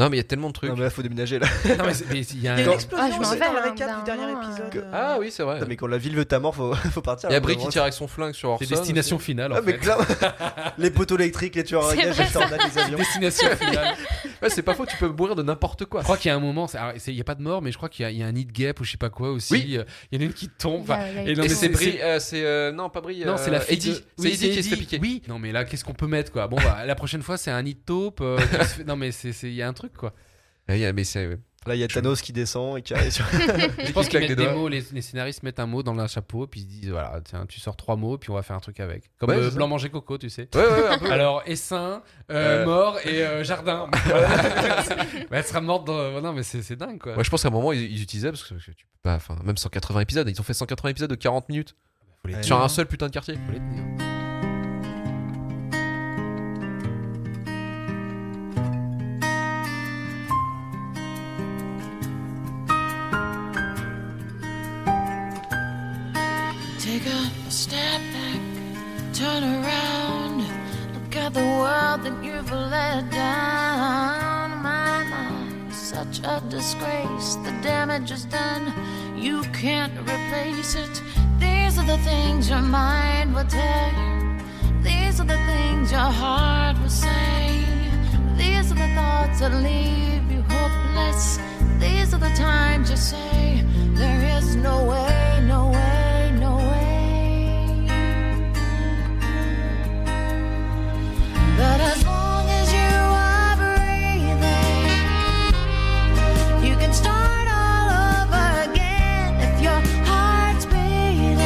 [SPEAKER 1] Non, mais il y a tellement de trucs.
[SPEAKER 2] Non, mais là, faut déménager là.
[SPEAKER 5] non, mais c'est- mais il y a
[SPEAKER 3] Il y a une
[SPEAKER 4] Ah, je
[SPEAKER 5] un...
[SPEAKER 3] explosion
[SPEAKER 4] m'en
[SPEAKER 3] aussi
[SPEAKER 4] vais,
[SPEAKER 3] dans le
[SPEAKER 4] hein,
[SPEAKER 3] récap
[SPEAKER 4] d'un
[SPEAKER 3] du dernier
[SPEAKER 4] moment, euh.
[SPEAKER 3] épisode. euh,
[SPEAKER 1] Ah oui, c'est vrai.
[SPEAKER 2] Putain, mais quand la ville veut ta mort, faut, faut partir.
[SPEAKER 1] Il y a
[SPEAKER 2] Brick
[SPEAKER 1] Brick qui tire avec son flingue sur
[SPEAKER 5] C'est
[SPEAKER 1] Orson.
[SPEAKER 5] destination finale. en
[SPEAKER 2] Ah, mais
[SPEAKER 5] fait.
[SPEAKER 2] clairement, les poteaux électriques, les tueurs à
[SPEAKER 4] C'est
[SPEAKER 2] gages,
[SPEAKER 4] vrai,
[SPEAKER 2] les tornades, les avions.
[SPEAKER 5] Destination finale.
[SPEAKER 1] Ouais, c'est pas faux, tu peux mourir de n'importe quoi.
[SPEAKER 5] Je crois qu'il y a un moment, c'est- alors, c'est- il n'y a pas de mort, mais je crois qu'il y a- il y, a un nid de guêpe ou je sais pas quoi aussi.
[SPEAKER 1] Oui.
[SPEAKER 5] euh, Il y en a une qui tombe. enfin,
[SPEAKER 4] Il y a- il y
[SPEAKER 5] et
[SPEAKER 4] a-
[SPEAKER 5] non,
[SPEAKER 1] bah, Et
[SPEAKER 5] mais
[SPEAKER 1] c'est
[SPEAKER 5] c'est
[SPEAKER 1] Brie,
[SPEAKER 5] c'est-
[SPEAKER 1] euh, c'est euh, non pas Brie.
[SPEAKER 5] Non, c'est la
[SPEAKER 1] euh,
[SPEAKER 5] fille.
[SPEAKER 1] Eddie.
[SPEAKER 5] de-
[SPEAKER 1] C'est
[SPEAKER 5] Oui,
[SPEAKER 1] Eddie qui se fait piquer.
[SPEAKER 5] Oui, non, mais là, qu'est-ce qu'on peut mettre quoi Bon, bah, la prochaine fois, c'est un nid de taupe. euh, qui se fait- Non, mais c'est- c'est- il y a un truc quoi.
[SPEAKER 1] Ouais, ouais, mais c'est
[SPEAKER 2] Là, il y a Thanos qui descend et qui arrive sur.
[SPEAKER 4] Ah,
[SPEAKER 5] Je pense qu'ils
[SPEAKER 1] claque des
[SPEAKER 5] mettent des
[SPEAKER 1] doigts.
[SPEAKER 5] mots, les, les scénaristes mettent un mot dans un chapeau, puis ils se disent voilà, tiens, tu sors trois mots, puis on va faire un truc avec. Comme
[SPEAKER 1] Ouais,
[SPEAKER 5] euh,
[SPEAKER 1] c'est ça.
[SPEAKER 5] blanc manger coco, tu sais.
[SPEAKER 1] ouais, ouais, ouais, un peu.
[SPEAKER 5] Alors, essaim, euh,
[SPEAKER 1] Euh.
[SPEAKER 5] mort et euh, jardin. Bah, elle sera morte dans. Non, mais c'est c'est dingue quoi.
[SPEAKER 1] Ouais, je pense qu'à un moment ils, ils utilisaient parce que parce que tu peux pas, enfin même 180 épisodes, ils ont fait 180 épisodes de 40 minutes
[SPEAKER 5] Faut les
[SPEAKER 2] Ouais.
[SPEAKER 5] tenir.
[SPEAKER 1] sur un seul putain de quartier.
[SPEAKER 5] Faut les tenir.
[SPEAKER 7] Take a step back, turn around, look at the world that you've let down. My mind, such a disgrace. The damage is done, you can't replace it. These are the things your mind will tell you. These are the things your heart will say. These are the thoughts that leave you hopeless. These are the times you say, There is no way, no way, no way. But as long as you are breathing, you can start all over again if your heart's beating.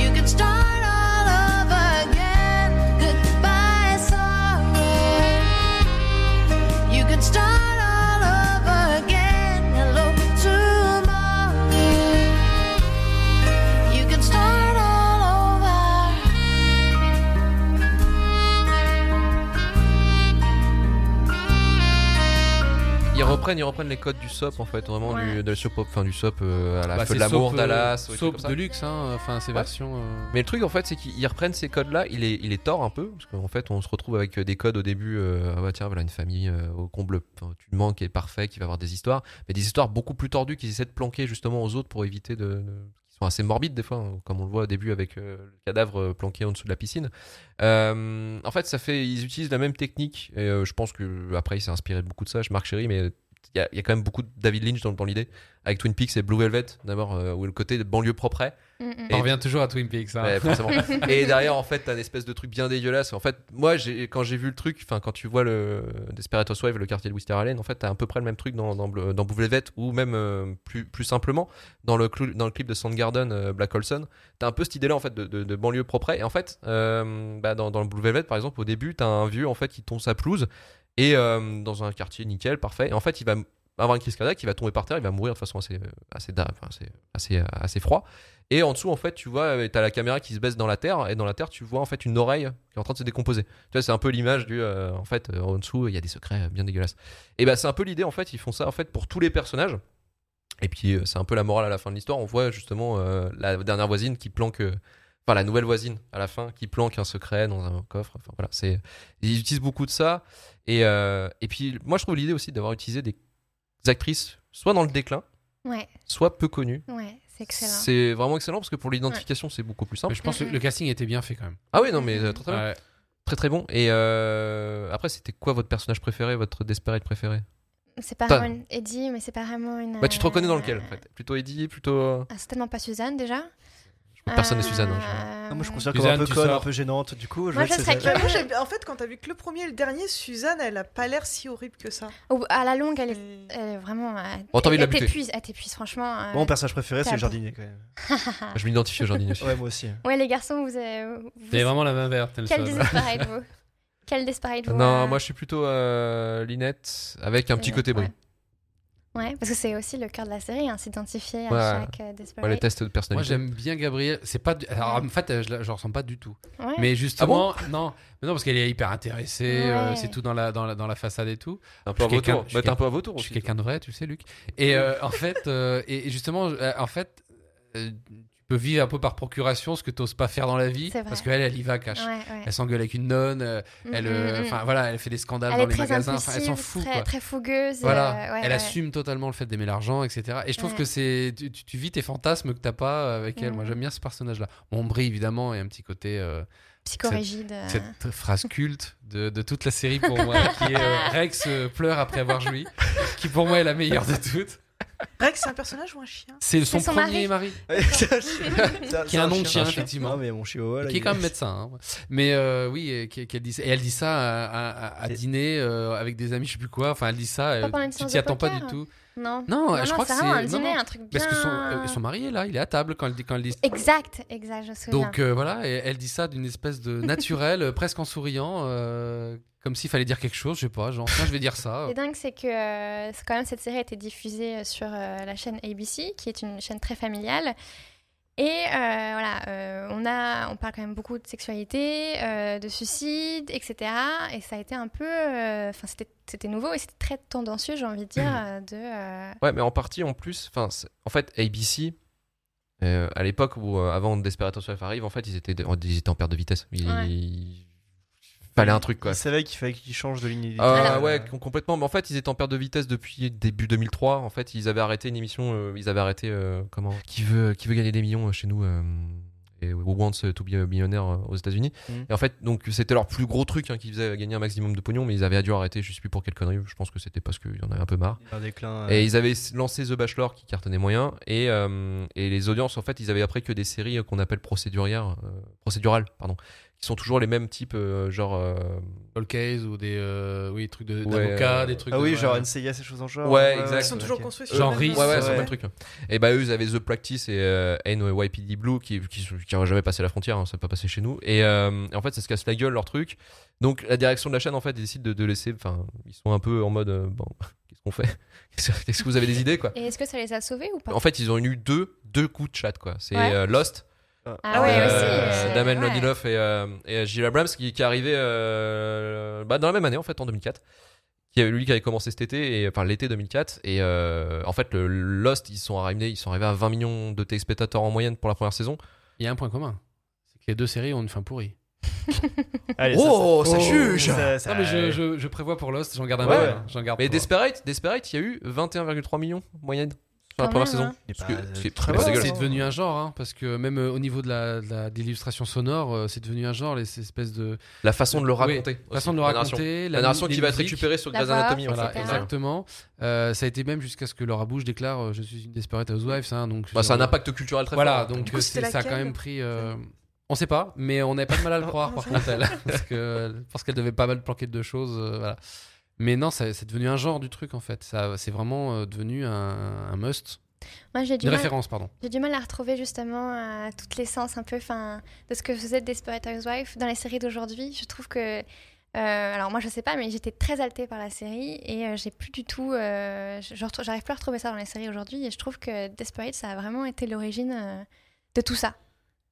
[SPEAKER 7] You can start all over again. Goodbye, sorrow. You can start all over again. Hello, tomorrow.
[SPEAKER 1] reprennent, ils reprennent les codes du SOP en fait, vraiment
[SPEAKER 4] Ouais.
[SPEAKER 1] du, de la soap op- enfin du SOP euh, à la
[SPEAKER 5] Bah,
[SPEAKER 1] feu
[SPEAKER 5] c'est
[SPEAKER 1] de l'amour,
[SPEAKER 5] soap, euh,
[SPEAKER 1] Dallas, ou des trucs
[SPEAKER 5] soap
[SPEAKER 1] comme ça.
[SPEAKER 5] de luxe, hein, enfin, ces
[SPEAKER 1] Ouais.
[SPEAKER 5] versions. euh,
[SPEAKER 1] Mais le truc en fait, c'est qu'ils ils reprennent ces codes-là, il est, il est tort un peu, parce qu'en fait, on se retrouve avec euh, des codes au début. euh, ah bah tiens, voilà une famille euh, au comble, enfin, tu manques, qui est parfait, qui va avoir des histoires, mais des histoires beaucoup plus tordues qu'ils essaient de planquer justement aux autres pour éviter de, de- qui sont assez morbides des fois, hein, comme on le voit au début avec euh, le cadavre euh, planqué en dessous de la piscine. Euh, en fait, ça fait, ils utilisent la même technique, et euh, je pense que après, il s'est inspiré de beaucoup de ça. Je marque chéri, mais il y, a- il y a quand même beaucoup de David Lynch dans, dans l'idée, avec Twin Peaks et Blue Velvet d'abord, euh, où le côté de banlieue propre. est.
[SPEAKER 4] Mm, mm.
[SPEAKER 5] On revient toujours à Twin Peaks. hein.
[SPEAKER 1] Ouais, forcément. et derrière, en fait, t'as une espèce de truc bien dégueulasse. En fait, moi, j'ai- quand j'ai vu le truc, enfin, quand tu vois le Desperate Housewives, le quartier de Wister Allen, en fait, t'as à peu près le même truc dans, dans, Bleu- dans Blue Velvet ou même euh, plus, plus simplement dans le, clou- dans le clip de Soundgarden, euh, Black Olson. T'as un peu cette idée-là, en fait, de, de- de banlieue propre. Et en fait, euh, bah, dans, dans le Blue Velvet, par exemple, au début, t'as un vieux, en fait, qui tombe sa pelouse et euh, dans un quartier nickel, parfait. Et en fait, il va avoir une crise cardiaque, il va tomber par terre, il va mourir de façon assez, euh, assez, da- enfin, assez, assez, euh, assez froid. Et en dessous, en fait, tu vois, euh, t'as la caméra qui se baisse dans la terre, et dans la terre, tu vois en fait une oreille qui est en train de se décomposer. Tu vois, c'est un peu l'image du, euh, en fait, euh, en dessous, il y a des secrets euh, bien dégueulasses. Et bah, c'est un peu l'idée, en fait, ils font ça en fait pour tous les personnages. Et puis, euh, c'est un peu la morale à la fin de l'histoire. On voit justement euh, la dernière voisine qui planque, euh, enfin la nouvelle voisine à la fin, qui planque un secret dans un coffre. Enfin voilà, c'est ils utilisent beaucoup de ça. Et euh, et puis, moi, je trouve l'idée aussi d'avoir utilisé des actrices soit dans le déclin,
[SPEAKER 4] mm. Ouais,
[SPEAKER 1] soit peu connues.
[SPEAKER 4] ouais, c'est excellent.
[SPEAKER 1] C'est vraiment excellent parce que pour l'identification, c'est beaucoup plus
[SPEAKER 5] Mais
[SPEAKER 1] simple.
[SPEAKER 5] je pense que le casting était bien fait quand même.
[SPEAKER 1] Ah oui, non, mais euh, très très, bon.
[SPEAKER 5] Ouais.
[SPEAKER 1] très très bon. Et euh, après, c'était quoi votre personnage préféré, votre Desperate préféré
[SPEAKER 4] C'est pas
[SPEAKER 1] T'as-
[SPEAKER 4] vraiment une Eddie, mais c'est pas vraiment une.
[SPEAKER 1] Bah, tu te
[SPEAKER 4] euh,
[SPEAKER 1] reconnais dans lequel en fait Plutôt Eddie, plutôt. euh,
[SPEAKER 4] Ah, certainement pas Suzanne déjà.
[SPEAKER 1] Personne n'est
[SPEAKER 4] Euh,
[SPEAKER 1] Suzanne. hein, je-
[SPEAKER 2] Ah, Moi, je considère comme
[SPEAKER 5] Suzanne,
[SPEAKER 2] un peu
[SPEAKER 5] tu
[SPEAKER 2] conne,
[SPEAKER 5] sors.
[SPEAKER 2] un peu gênante. Du coup, je
[SPEAKER 4] Moi,
[SPEAKER 2] vais
[SPEAKER 4] je
[SPEAKER 2] être
[SPEAKER 4] serais
[SPEAKER 3] Bah,
[SPEAKER 2] Cézanne.
[SPEAKER 4] curieuse.
[SPEAKER 3] moi, j'aime bien- en fait, quand t'as vu que le premier et le dernier, Suzanne, elle a pas l'air si horrible que ça.
[SPEAKER 4] Ou- à la longue, elle est,
[SPEAKER 3] Et-
[SPEAKER 4] elle est vraiment. euh,
[SPEAKER 1] Bon, t'as envie de la
[SPEAKER 4] elle
[SPEAKER 1] buter.
[SPEAKER 4] t'épuise, elle t'épuise, franchement. euh,
[SPEAKER 2] Mon personnage préféré, c'est
[SPEAKER 4] T'as-
[SPEAKER 2] le jardinier quand même.
[SPEAKER 1] Ah, Je m'identifie au jardinier.
[SPEAKER 2] Ouais, moi aussi.
[SPEAKER 4] Ouais, les garçons, vous. euh, vous-
[SPEAKER 5] T'avais vraiment la main verte,
[SPEAKER 4] Quel
[SPEAKER 5] Nelson.
[SPEAKER 4] désespéré vous. Quel désespéré vous.
[SPEAKER 1] non,
[SPEAKER 4] euh,
[SPEAKER 1] moi je suis plutôt euh, Linette avec un petit
[SPEAKER 4] Linette,
[SPEAKER 1] côté bruit.
[SPEAKER 4] ouais. Ouais, parce que c'est aussi le cœur de la série, hein, s'identifier à
[SPEAKER 1] Ouais.
[SPEAKER 4] chaque euh,
[SPEAKER 1] Ouais, les
[SPEAKER 4] Desperate.
[SPEAKER 1] tests de
[SPEAKER 5] Moi,
[SPEAKER 1] personnalité.
[SPEAKER 5] j'aime bien Gabriel. C'est pas. du- Alors, en fait, euh, je la je la ressens pas du tout.
[SPEAKER 4] Ouais. Ah
[SPEAKER 5] Mais justement, non, mais non, parce qu'elle est hyper intéressée, euh,
[SPEAKER 4] Ouais.
[SPEAKER 5] c'est tout dans la, dans, la, dans la façade et tout.
[SPEAKER 1] un peu
[SPEAKER 5] je
[SPEAKER 1] à
[SPEAKER 5] suis
[SPEAKER 1] vautour.
[SPEAKER 5] quelqu'un-
[SPEAKER 1] Bah,
[SPEAKER 5] je suis
[SPEAKER 1] t'es un peu à vautour
[SPEAKER 5] Je suis
[SPEAKER 1] aussi.
[SPEAKER 5] quelqu'un de vrai, tu le sais, Luc. Et euh, en fait, euh, et et justement, euh, en fait, euh, tu peux vivre un peu par procuration ce que t'oses pas faire dans la vie,
[SPEAKER 4] C'est vrai.
[SPEAKER 5] parce qu'elle, elle y va cache.
[SPEAKER 4] Ouais, ouais.
[SPEAKER 5] Elle s'engueule avec une nonne, euh, elle, euh,
[SPEAKER 4] Mm, mm,
[SPEAKER 5] enfin
[SPEAKER 4] mm.
[SPEAKER 5] voilà, elle fait des scandales
[SPEAKER 4] Elle
[SPEAKER 5] dans
[SPEAKER 4] est
[SPEAKER 5] les
[SPEAKER 4] très
[SPEAKER 5] magasins, enfin, elle
[SPEAKER 4] impulsive,
[SPEAKER 5] s'en fout.
[SPEAKER 4] très,
[SPEAKER 5] quoi.
[SPEAKER 4] très fougueuse.
[SPEAKER 5] Voilà,
[SPEAKER 4] euh, ouais,
[SPEAKER 5] elle
[SPEAKER 4] ouais.
[SPEAKER 5] assume totalement le fait d'aimer l'argent, etc. Et je trouve
[SPEAKER 4] Ouais.
[SPEAKER 5] que c'est tu, tu- tu vis tes fantasmes que t'as pas euh, avec elle.
[SPEAKER 4] Mm.
[SPEAKER 5] Moi, j'aime bien ce personnage-là. Bon, Brie évidemment, et un petit côté. euh,
[SPEAKER 4] Psychorigide. euh,
[SPEAKER 5] cette phrase culte de, de toute la série pour moi, qui est euh, Rex euh, pleure après avoir joui, qui pour moi est la meilleure de toutes.
[SPEAKER 3] Rex, c'est un personnage ou un chien
[SPEAKER 5] C'est son,
[SPEAKER 4] son
[SPEAKER 5] premier mari,
[SPEAKER 2] Ah,
[SPEAKER 5] Qui
[SPEAKER 2] Qui
[SPEAKER 5] a un nom de chien, effectivement.
[SPEAKER 2] Non, mais mon chihuahua. là,
[SPEAKER 5] qui est
[SPEAKER 2] il-
[SPEAKER 5] quand même médecin. hein. Mais euh, oui, et qui- qu'elle dit, et elle dit ça à, à- à- à
[SPEAKER 2] C'est-
[SPEAKER 5] dîner euh, avec des amis, je sais plus quoi. Enfin, elle dit ça, elle-
[SPEAKER 4] pendant une
[SPEAKER 5] tu
[SPEAKER 4] séance
[SPEAKER 5] t'y
[SPEAKER 4] de
[SPEAKER 5] attends pas
[SPEAKER 4] poker.
[SPEAKER 5] du tout.
[SPEAKER 4] Non.
[SPEAKER 5] Non, je crois que
[SPEAKER 4] c'est
[SPEAKER 5] c'est.
[SPEAKER 4] vraiment un
[SPEAKER 5] non,
[SPEAKER 4] dîner,
[SPEAKER 5] non.
[SPEAKER 4] un truc bien.
[SPEAKER 5] Parce que son, euh, son mari est là, il est à table quand elle dit. Quand elle dit...
[SPEAKER 4] Exact, exact, je me souviens.
[SPEAKER 5] Donc euh, voilà, et elle dit ça d'une espèce de naturel, euh, presque en souriant, euh, comme s'il fallait dire quelque chose, je sais pas, genre, tiens, je vais dire ça.
[SPEAKER 4] Le dingue, c'est que euh, c'est quand même cette série a été diffusée euh, sur euh, la chaîne ABC, qui est une chaîne très familiale. Et euh, voilà, euh, on, a, on parle quand même beaucoup de sexualité, euh, de suicide, etc. Et ça a été un peu. euh, Enfin, c'était, c'était nouveau et c'était très tendancieux, j'ai envie de dire,
[SPEAKER 5] Mm.
[SPEAKER 4] euh, de. euh,
[SPEAKER 1] Ouais, mais en partie en plus, enfin, c'est- en fait, ABC, euh, à l'époque où euh, avant Desperate Housewives arrive, en fait, ils étaient, de- ils étaient en perte de vitesse. Il
[SPEAKER 4] Ouais.
[SPEAKER 1] il fallait un truc quoi.
[SPEAKER 2] Il savait qu'il fallait qu'il change de ligne.
[SPEAKER 1] Ah
[SPEAKER 5] Alors-
[SPEAKER 2] euh,
[SPEAKER 1] ouais, com- complètement. Mais en fait, ils étaient en perte de vitesse depuis début 2003. En fait, ils avaient arrêté une émission. euh, ils avaient arrêté euh, comment Qui veut qui veut gagner des millions euh, chez nous euh, et Who Wants to be a millionnaire euh, aux États-Unis.
[SPEAKER 2] Mhm.
[SPEAKER 1] Et en fait, donc c'était leur plus gros truc hein, qui faisait gagner un maximum de pognon. Mais ils avaient dû arrêter. Je sais plus pour quelle connerie. Je pense que c'était parce qu'ils en avaient un peu marre.
[SPEAKER 2] Un déclin.
[SPEAKER 1] Et ils avaient s- lancé The Bachelor qui cartonnait moyen. Et, euh, et les audiences, en fait, ils avaient après que des séries euh, qu'on appelle procédurières, euh, procédurales, pardon, qui sont toujours les mêmes types, euh, genre. euh,
[SPEAKER 5] Cold case ou des euh, oui, trucs de-
[SPEAKER 1] Ouais,
[SPEAKER 5] d'avocats,
[SPEAKER 1] euh,
[SPEAKER 5] des trucs
[SPEAKER 2] Ah
[SPEAKER 5] de-
[SPEAKER 2] oui, genre
[SPEAKER 5] ouais.
[SPEAKER 2] NCIS, ces choses en genre.
[SPEAKER 1] Ouais, exact.
[SPEAKER 3] Ils sont
[SPEAKER 1] Ouais,
[SPEAKER 3] toujours
[SPEAKER 2] ok.
[SPEAKER 3] construits sur
[SPEAKER 5] Genre
[SPEAKER 3] le même
[SPEAKER 5] Reese,
[SPEAKER 1] Ouais,
[SPEAKER 3] principe.
[SPEAKER 1] ouais, c'est
[SPEAKER 2] ouais.
[SPEAKER 1] le même truc. Et bah, eux, ils avaient The Practice et euh, NYPD Blue qui, qui, qui n'auraient jamais passé la frontière, hein, ça n'a pas passé chez nous. Et, euh, et en fait, ça se casse la gueule, leur truc. Donc, la direction de la chaîne, en fait, ils décident de, de laisser. Enfin, ils sont un peu en mode, euh, bon, qu'est-ce qu'on fait Est-ce que vous avez des idées, quoi
[SPEAKER 4] Et est-ce que ça les a sauvés ou pas
[SPEAKER 1] En fait, ils ont eu deux, deux coups de chat, quoi. C'est
[SPEAKER 4] Ouais.
[SPEAKER 1] euh, Lost.
[SPEAKER 4] Ah ouais,
[SPEAKER 1] Euh,
[SPEAKER 4] aussi. euh,
[SPEAKER 1] Damon
[SPEAKER 4] ouais.
[SPEAKER 1] euh, Lindelof et, euh, et Gilles Abrams qui, qui est arrivé euh, bah, dans la même année en fait en 2004 qui avait lui qui avait commencé cet été et enfin l'été 2004 et euh, en fait le Lost ils sont arrivés ils sont arrivés à 20 millions de téléspectateurs en moyenne pour la première saison.
[SPEAKER 5] Il y a un point commun. C'est que les deux séries ont une fin pourrie.
[SPEAKER 2] Allez,
[SPEAKER 1] Oh, ça juge
[SPEAKER 2] ça- ça-
[SPEAKER 5] Non, mais je, je- je prévois pour Lost, j'en garde un
[SPEAKER 1] Ouais,
[SPEAKER 5] peu,
[SPEAKER 1] ouais.
[SPEAKER 5] hein. J'en garde
[SPEAKER 1] Mais
[SPEAKER 5] pour-
[SPEAKER 1] Desperate Desperate il y a eu 21,3 millions moyenne sur
[SPEAKER 4] Quand
[SPEAKER 1] la première
[SPEAKER 4] même,
[SPEAKER 1] saison.
[SPEAKER 4] hein.
[SPEAKER 2] Eh
[SPEAKER 1] Parce
[SPEAKER 2] bah,
[SPEAKER 1] que-
[SPEAKER 2] euh,
[SPEAKER 1] ce qui est très
[SPEAKER 2] très bon.
[SPEAKER 1] dégueulasse.
[SPEAKER 5] C'est devenu un genre, hein, parce que même euh, au niveau de la, de la- de l'illustration sonore, euh, c'est devenu un genre, les, ces espèces de
[SPEAKER 1] La façon de le
[SPEAKER 5] Oui,
[SPEAKER 1] raconter. aussi,
[SPEAKER 5] façon de le
[SPEAKER 1] la narration.
[SPEAKER 5] raconter,
[SPEAKER 1] La narration
[SPEAKER 5] mu-
[SPEAKER 1] qui
[SPEAKER 5] les
[SPEAKER 1] va être
[SPEAKER 5] musiques.
[SPEAKER 1] récupérée sur
[SPEAKER 4] La
[SPEAKER 1] Grey's
[SPEAKER 4] voix,
[SPEAKER 1] Anatomy en
[SPEAKER 4] etc.
[SPEAKER 5] Voilà,
[SPEAKER 1] fait.
[SPEAKER 4] exact.
[SPEAKER 5] exactement. Euh, ça a été même jusqu'à ce que Laura Bush déclare euh, Je suis une Desperate Housewives. Hein, donc,
[SPEAKER 1] Bah, c'est un
[SPEAKER 5] euh,
[SPEAKER 1] impact culturel très
[SPEAKER 5] Voilà,
[SPEAKER 1] fort.
[SPEAKER 5] donc
[SPEAKER 3] Du coup,
[SPEAKER 5] euh,
[SPEAKER 3] c'était
[SPEAKER 5] c'est- ça a quand
[SPEAKER 3] laquelle
[SPEAKER 5] même pris. euh, on sait pas, mais on avait pas de mal à le croire par contre, elle. parce que- parce qu'elle devait pas mal planquer de choses. euh, voilà. Mais non, ça- c'est devenu un genre du truc en fait. Ça- C'est vraiment euh, devenu un, un must.
[SPEAKER 4] Moi, j'ai du,
[SPEAKER 5] Une
[SPEAKER 4] mal-
[SPEAKER 5] référence, pardon.
[SPEAKER 4] j'ai du mal à retrouver justement euh, toute l'essence un peu enfin, de ce que faisait Desperate Housewives dans les séries d'aujourd'hui. Je trouve que. euh, alors, moi, je sais pas, mais j'étais très altée par la série et euh, j'ai plus du tout. euh, je- je retrou- J'arrive plus à retrouver ça dans les séries aujourd'hui et je trouve que Desperate, ça a vraiment été l'origine euh, de tout ça.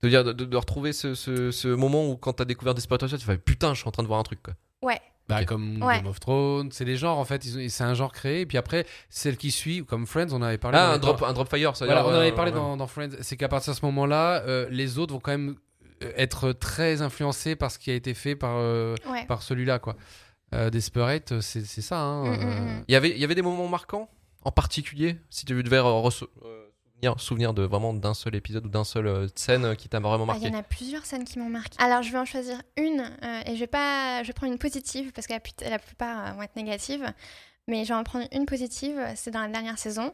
[SPEAKER 1] De, dire, de, de- de retrouver ce, ce- ce moment où quand t'as découvert Desperate Housewives, tu fais putain, je suis en train de voir un truc. Quoi.
[SPEAKER 4] Ouais,
[SPEAKER 5] Bah,
[SPEAKER 1] Ok.
[SPEAKER 5] Comme
[SPEAKER 4] Ouais.
[SPEAKER 5] Game of Thrones, c'est des genres en fait. ils ont- C'est un genre créé. Et puis après, celle qui suit, comme Friends, on en avait parlé. on
[SPEAKER 1] Ah, un
[SPEAKER 5] avait
[SPEAKER 1] drop,
[SPEAKER 5] par-
[SPEAKER 1] un drop fire, ça veut
[SPEAKER 5] Voilà,
[SPEAKER 1] dire,
[SPEAKER 5] on en
[SPEAKER 1] ouais,
[SPEAKER 5] avait parlé
[SPEAKER 1] ouais.
[SPEAKER 5] dans, dans Friends. C'est qu'à partir de ce moment-là, euh, les autres vont quand même euh, être très influencés par ce qui a été fait par, euh,
[SPEAKER 4] ouais.
[SPEAKER 5] par celui-là, quoi. Euh, Desperate, c'est c'est ça. Hein,
[SPEAKER 4] Mm, mm,
[SPEAKER 5] euh,
[SPEAKER 4] mm.
[SPEAKER 1] Il y avait, il y avait des moments marquants en particulier, si tu devais euh, reço- euh, souvenir, souvenir de vraiment d'un seul épisode ou d'un seul euh, scène euh, qui t'a vraiment
[SPEAKER 4] Ah, Il
[SPEAKER 1] marqué.
[SPEAKER 4] y en a plusieurs scènes qui m'ont marqué. Alors, je vais en choisir une euh, et je vais pas. Je prends une positive parce que la, put- la plupart euh, vont être négatives. Mais je vais en prendre une positive, c'est dans la dernière saison.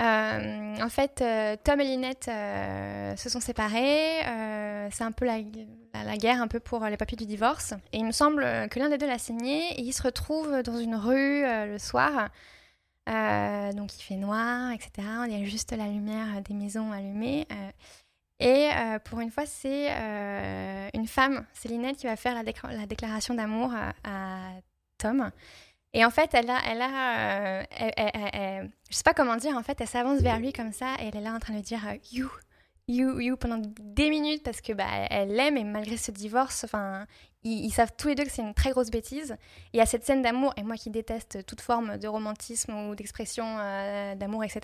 [SPEAKER 4] Euh, en fait, euh, Tom et Lynette euh, se sont séparés. euh, c'est un peu la, la- la guerre un peu pour euh, les papiers du divorce. Et il me semble euh, que l'un des deux l'a signé et ils se retrouvent dans une rue euh, le soir. Euh, donc il fait noir, etc. Il y a juste la lumière des maisons allumées. euh, et euh, pour une fois, c'est euh, une femme, c'est Lynette, qui va faire la, décla- la déclaration d'amour à, à Tom. Et en fait, elle a, elle a, euh, elle- elle- elle- elle- je sais pas comment dire, en fait, elle s'avance vers lui comme ça et elle est là en train de lui dire euh, you, you, you pendant des minutes parce que bah, elle l'aime et malgré ce divorce, enfin, ils, ils savent tous les deux que c'est une très grosse bêtise. Et à cette scène d'amour, et moi qui déteste toute forme de romantisme ou d'expression euh, d'amour, etc.,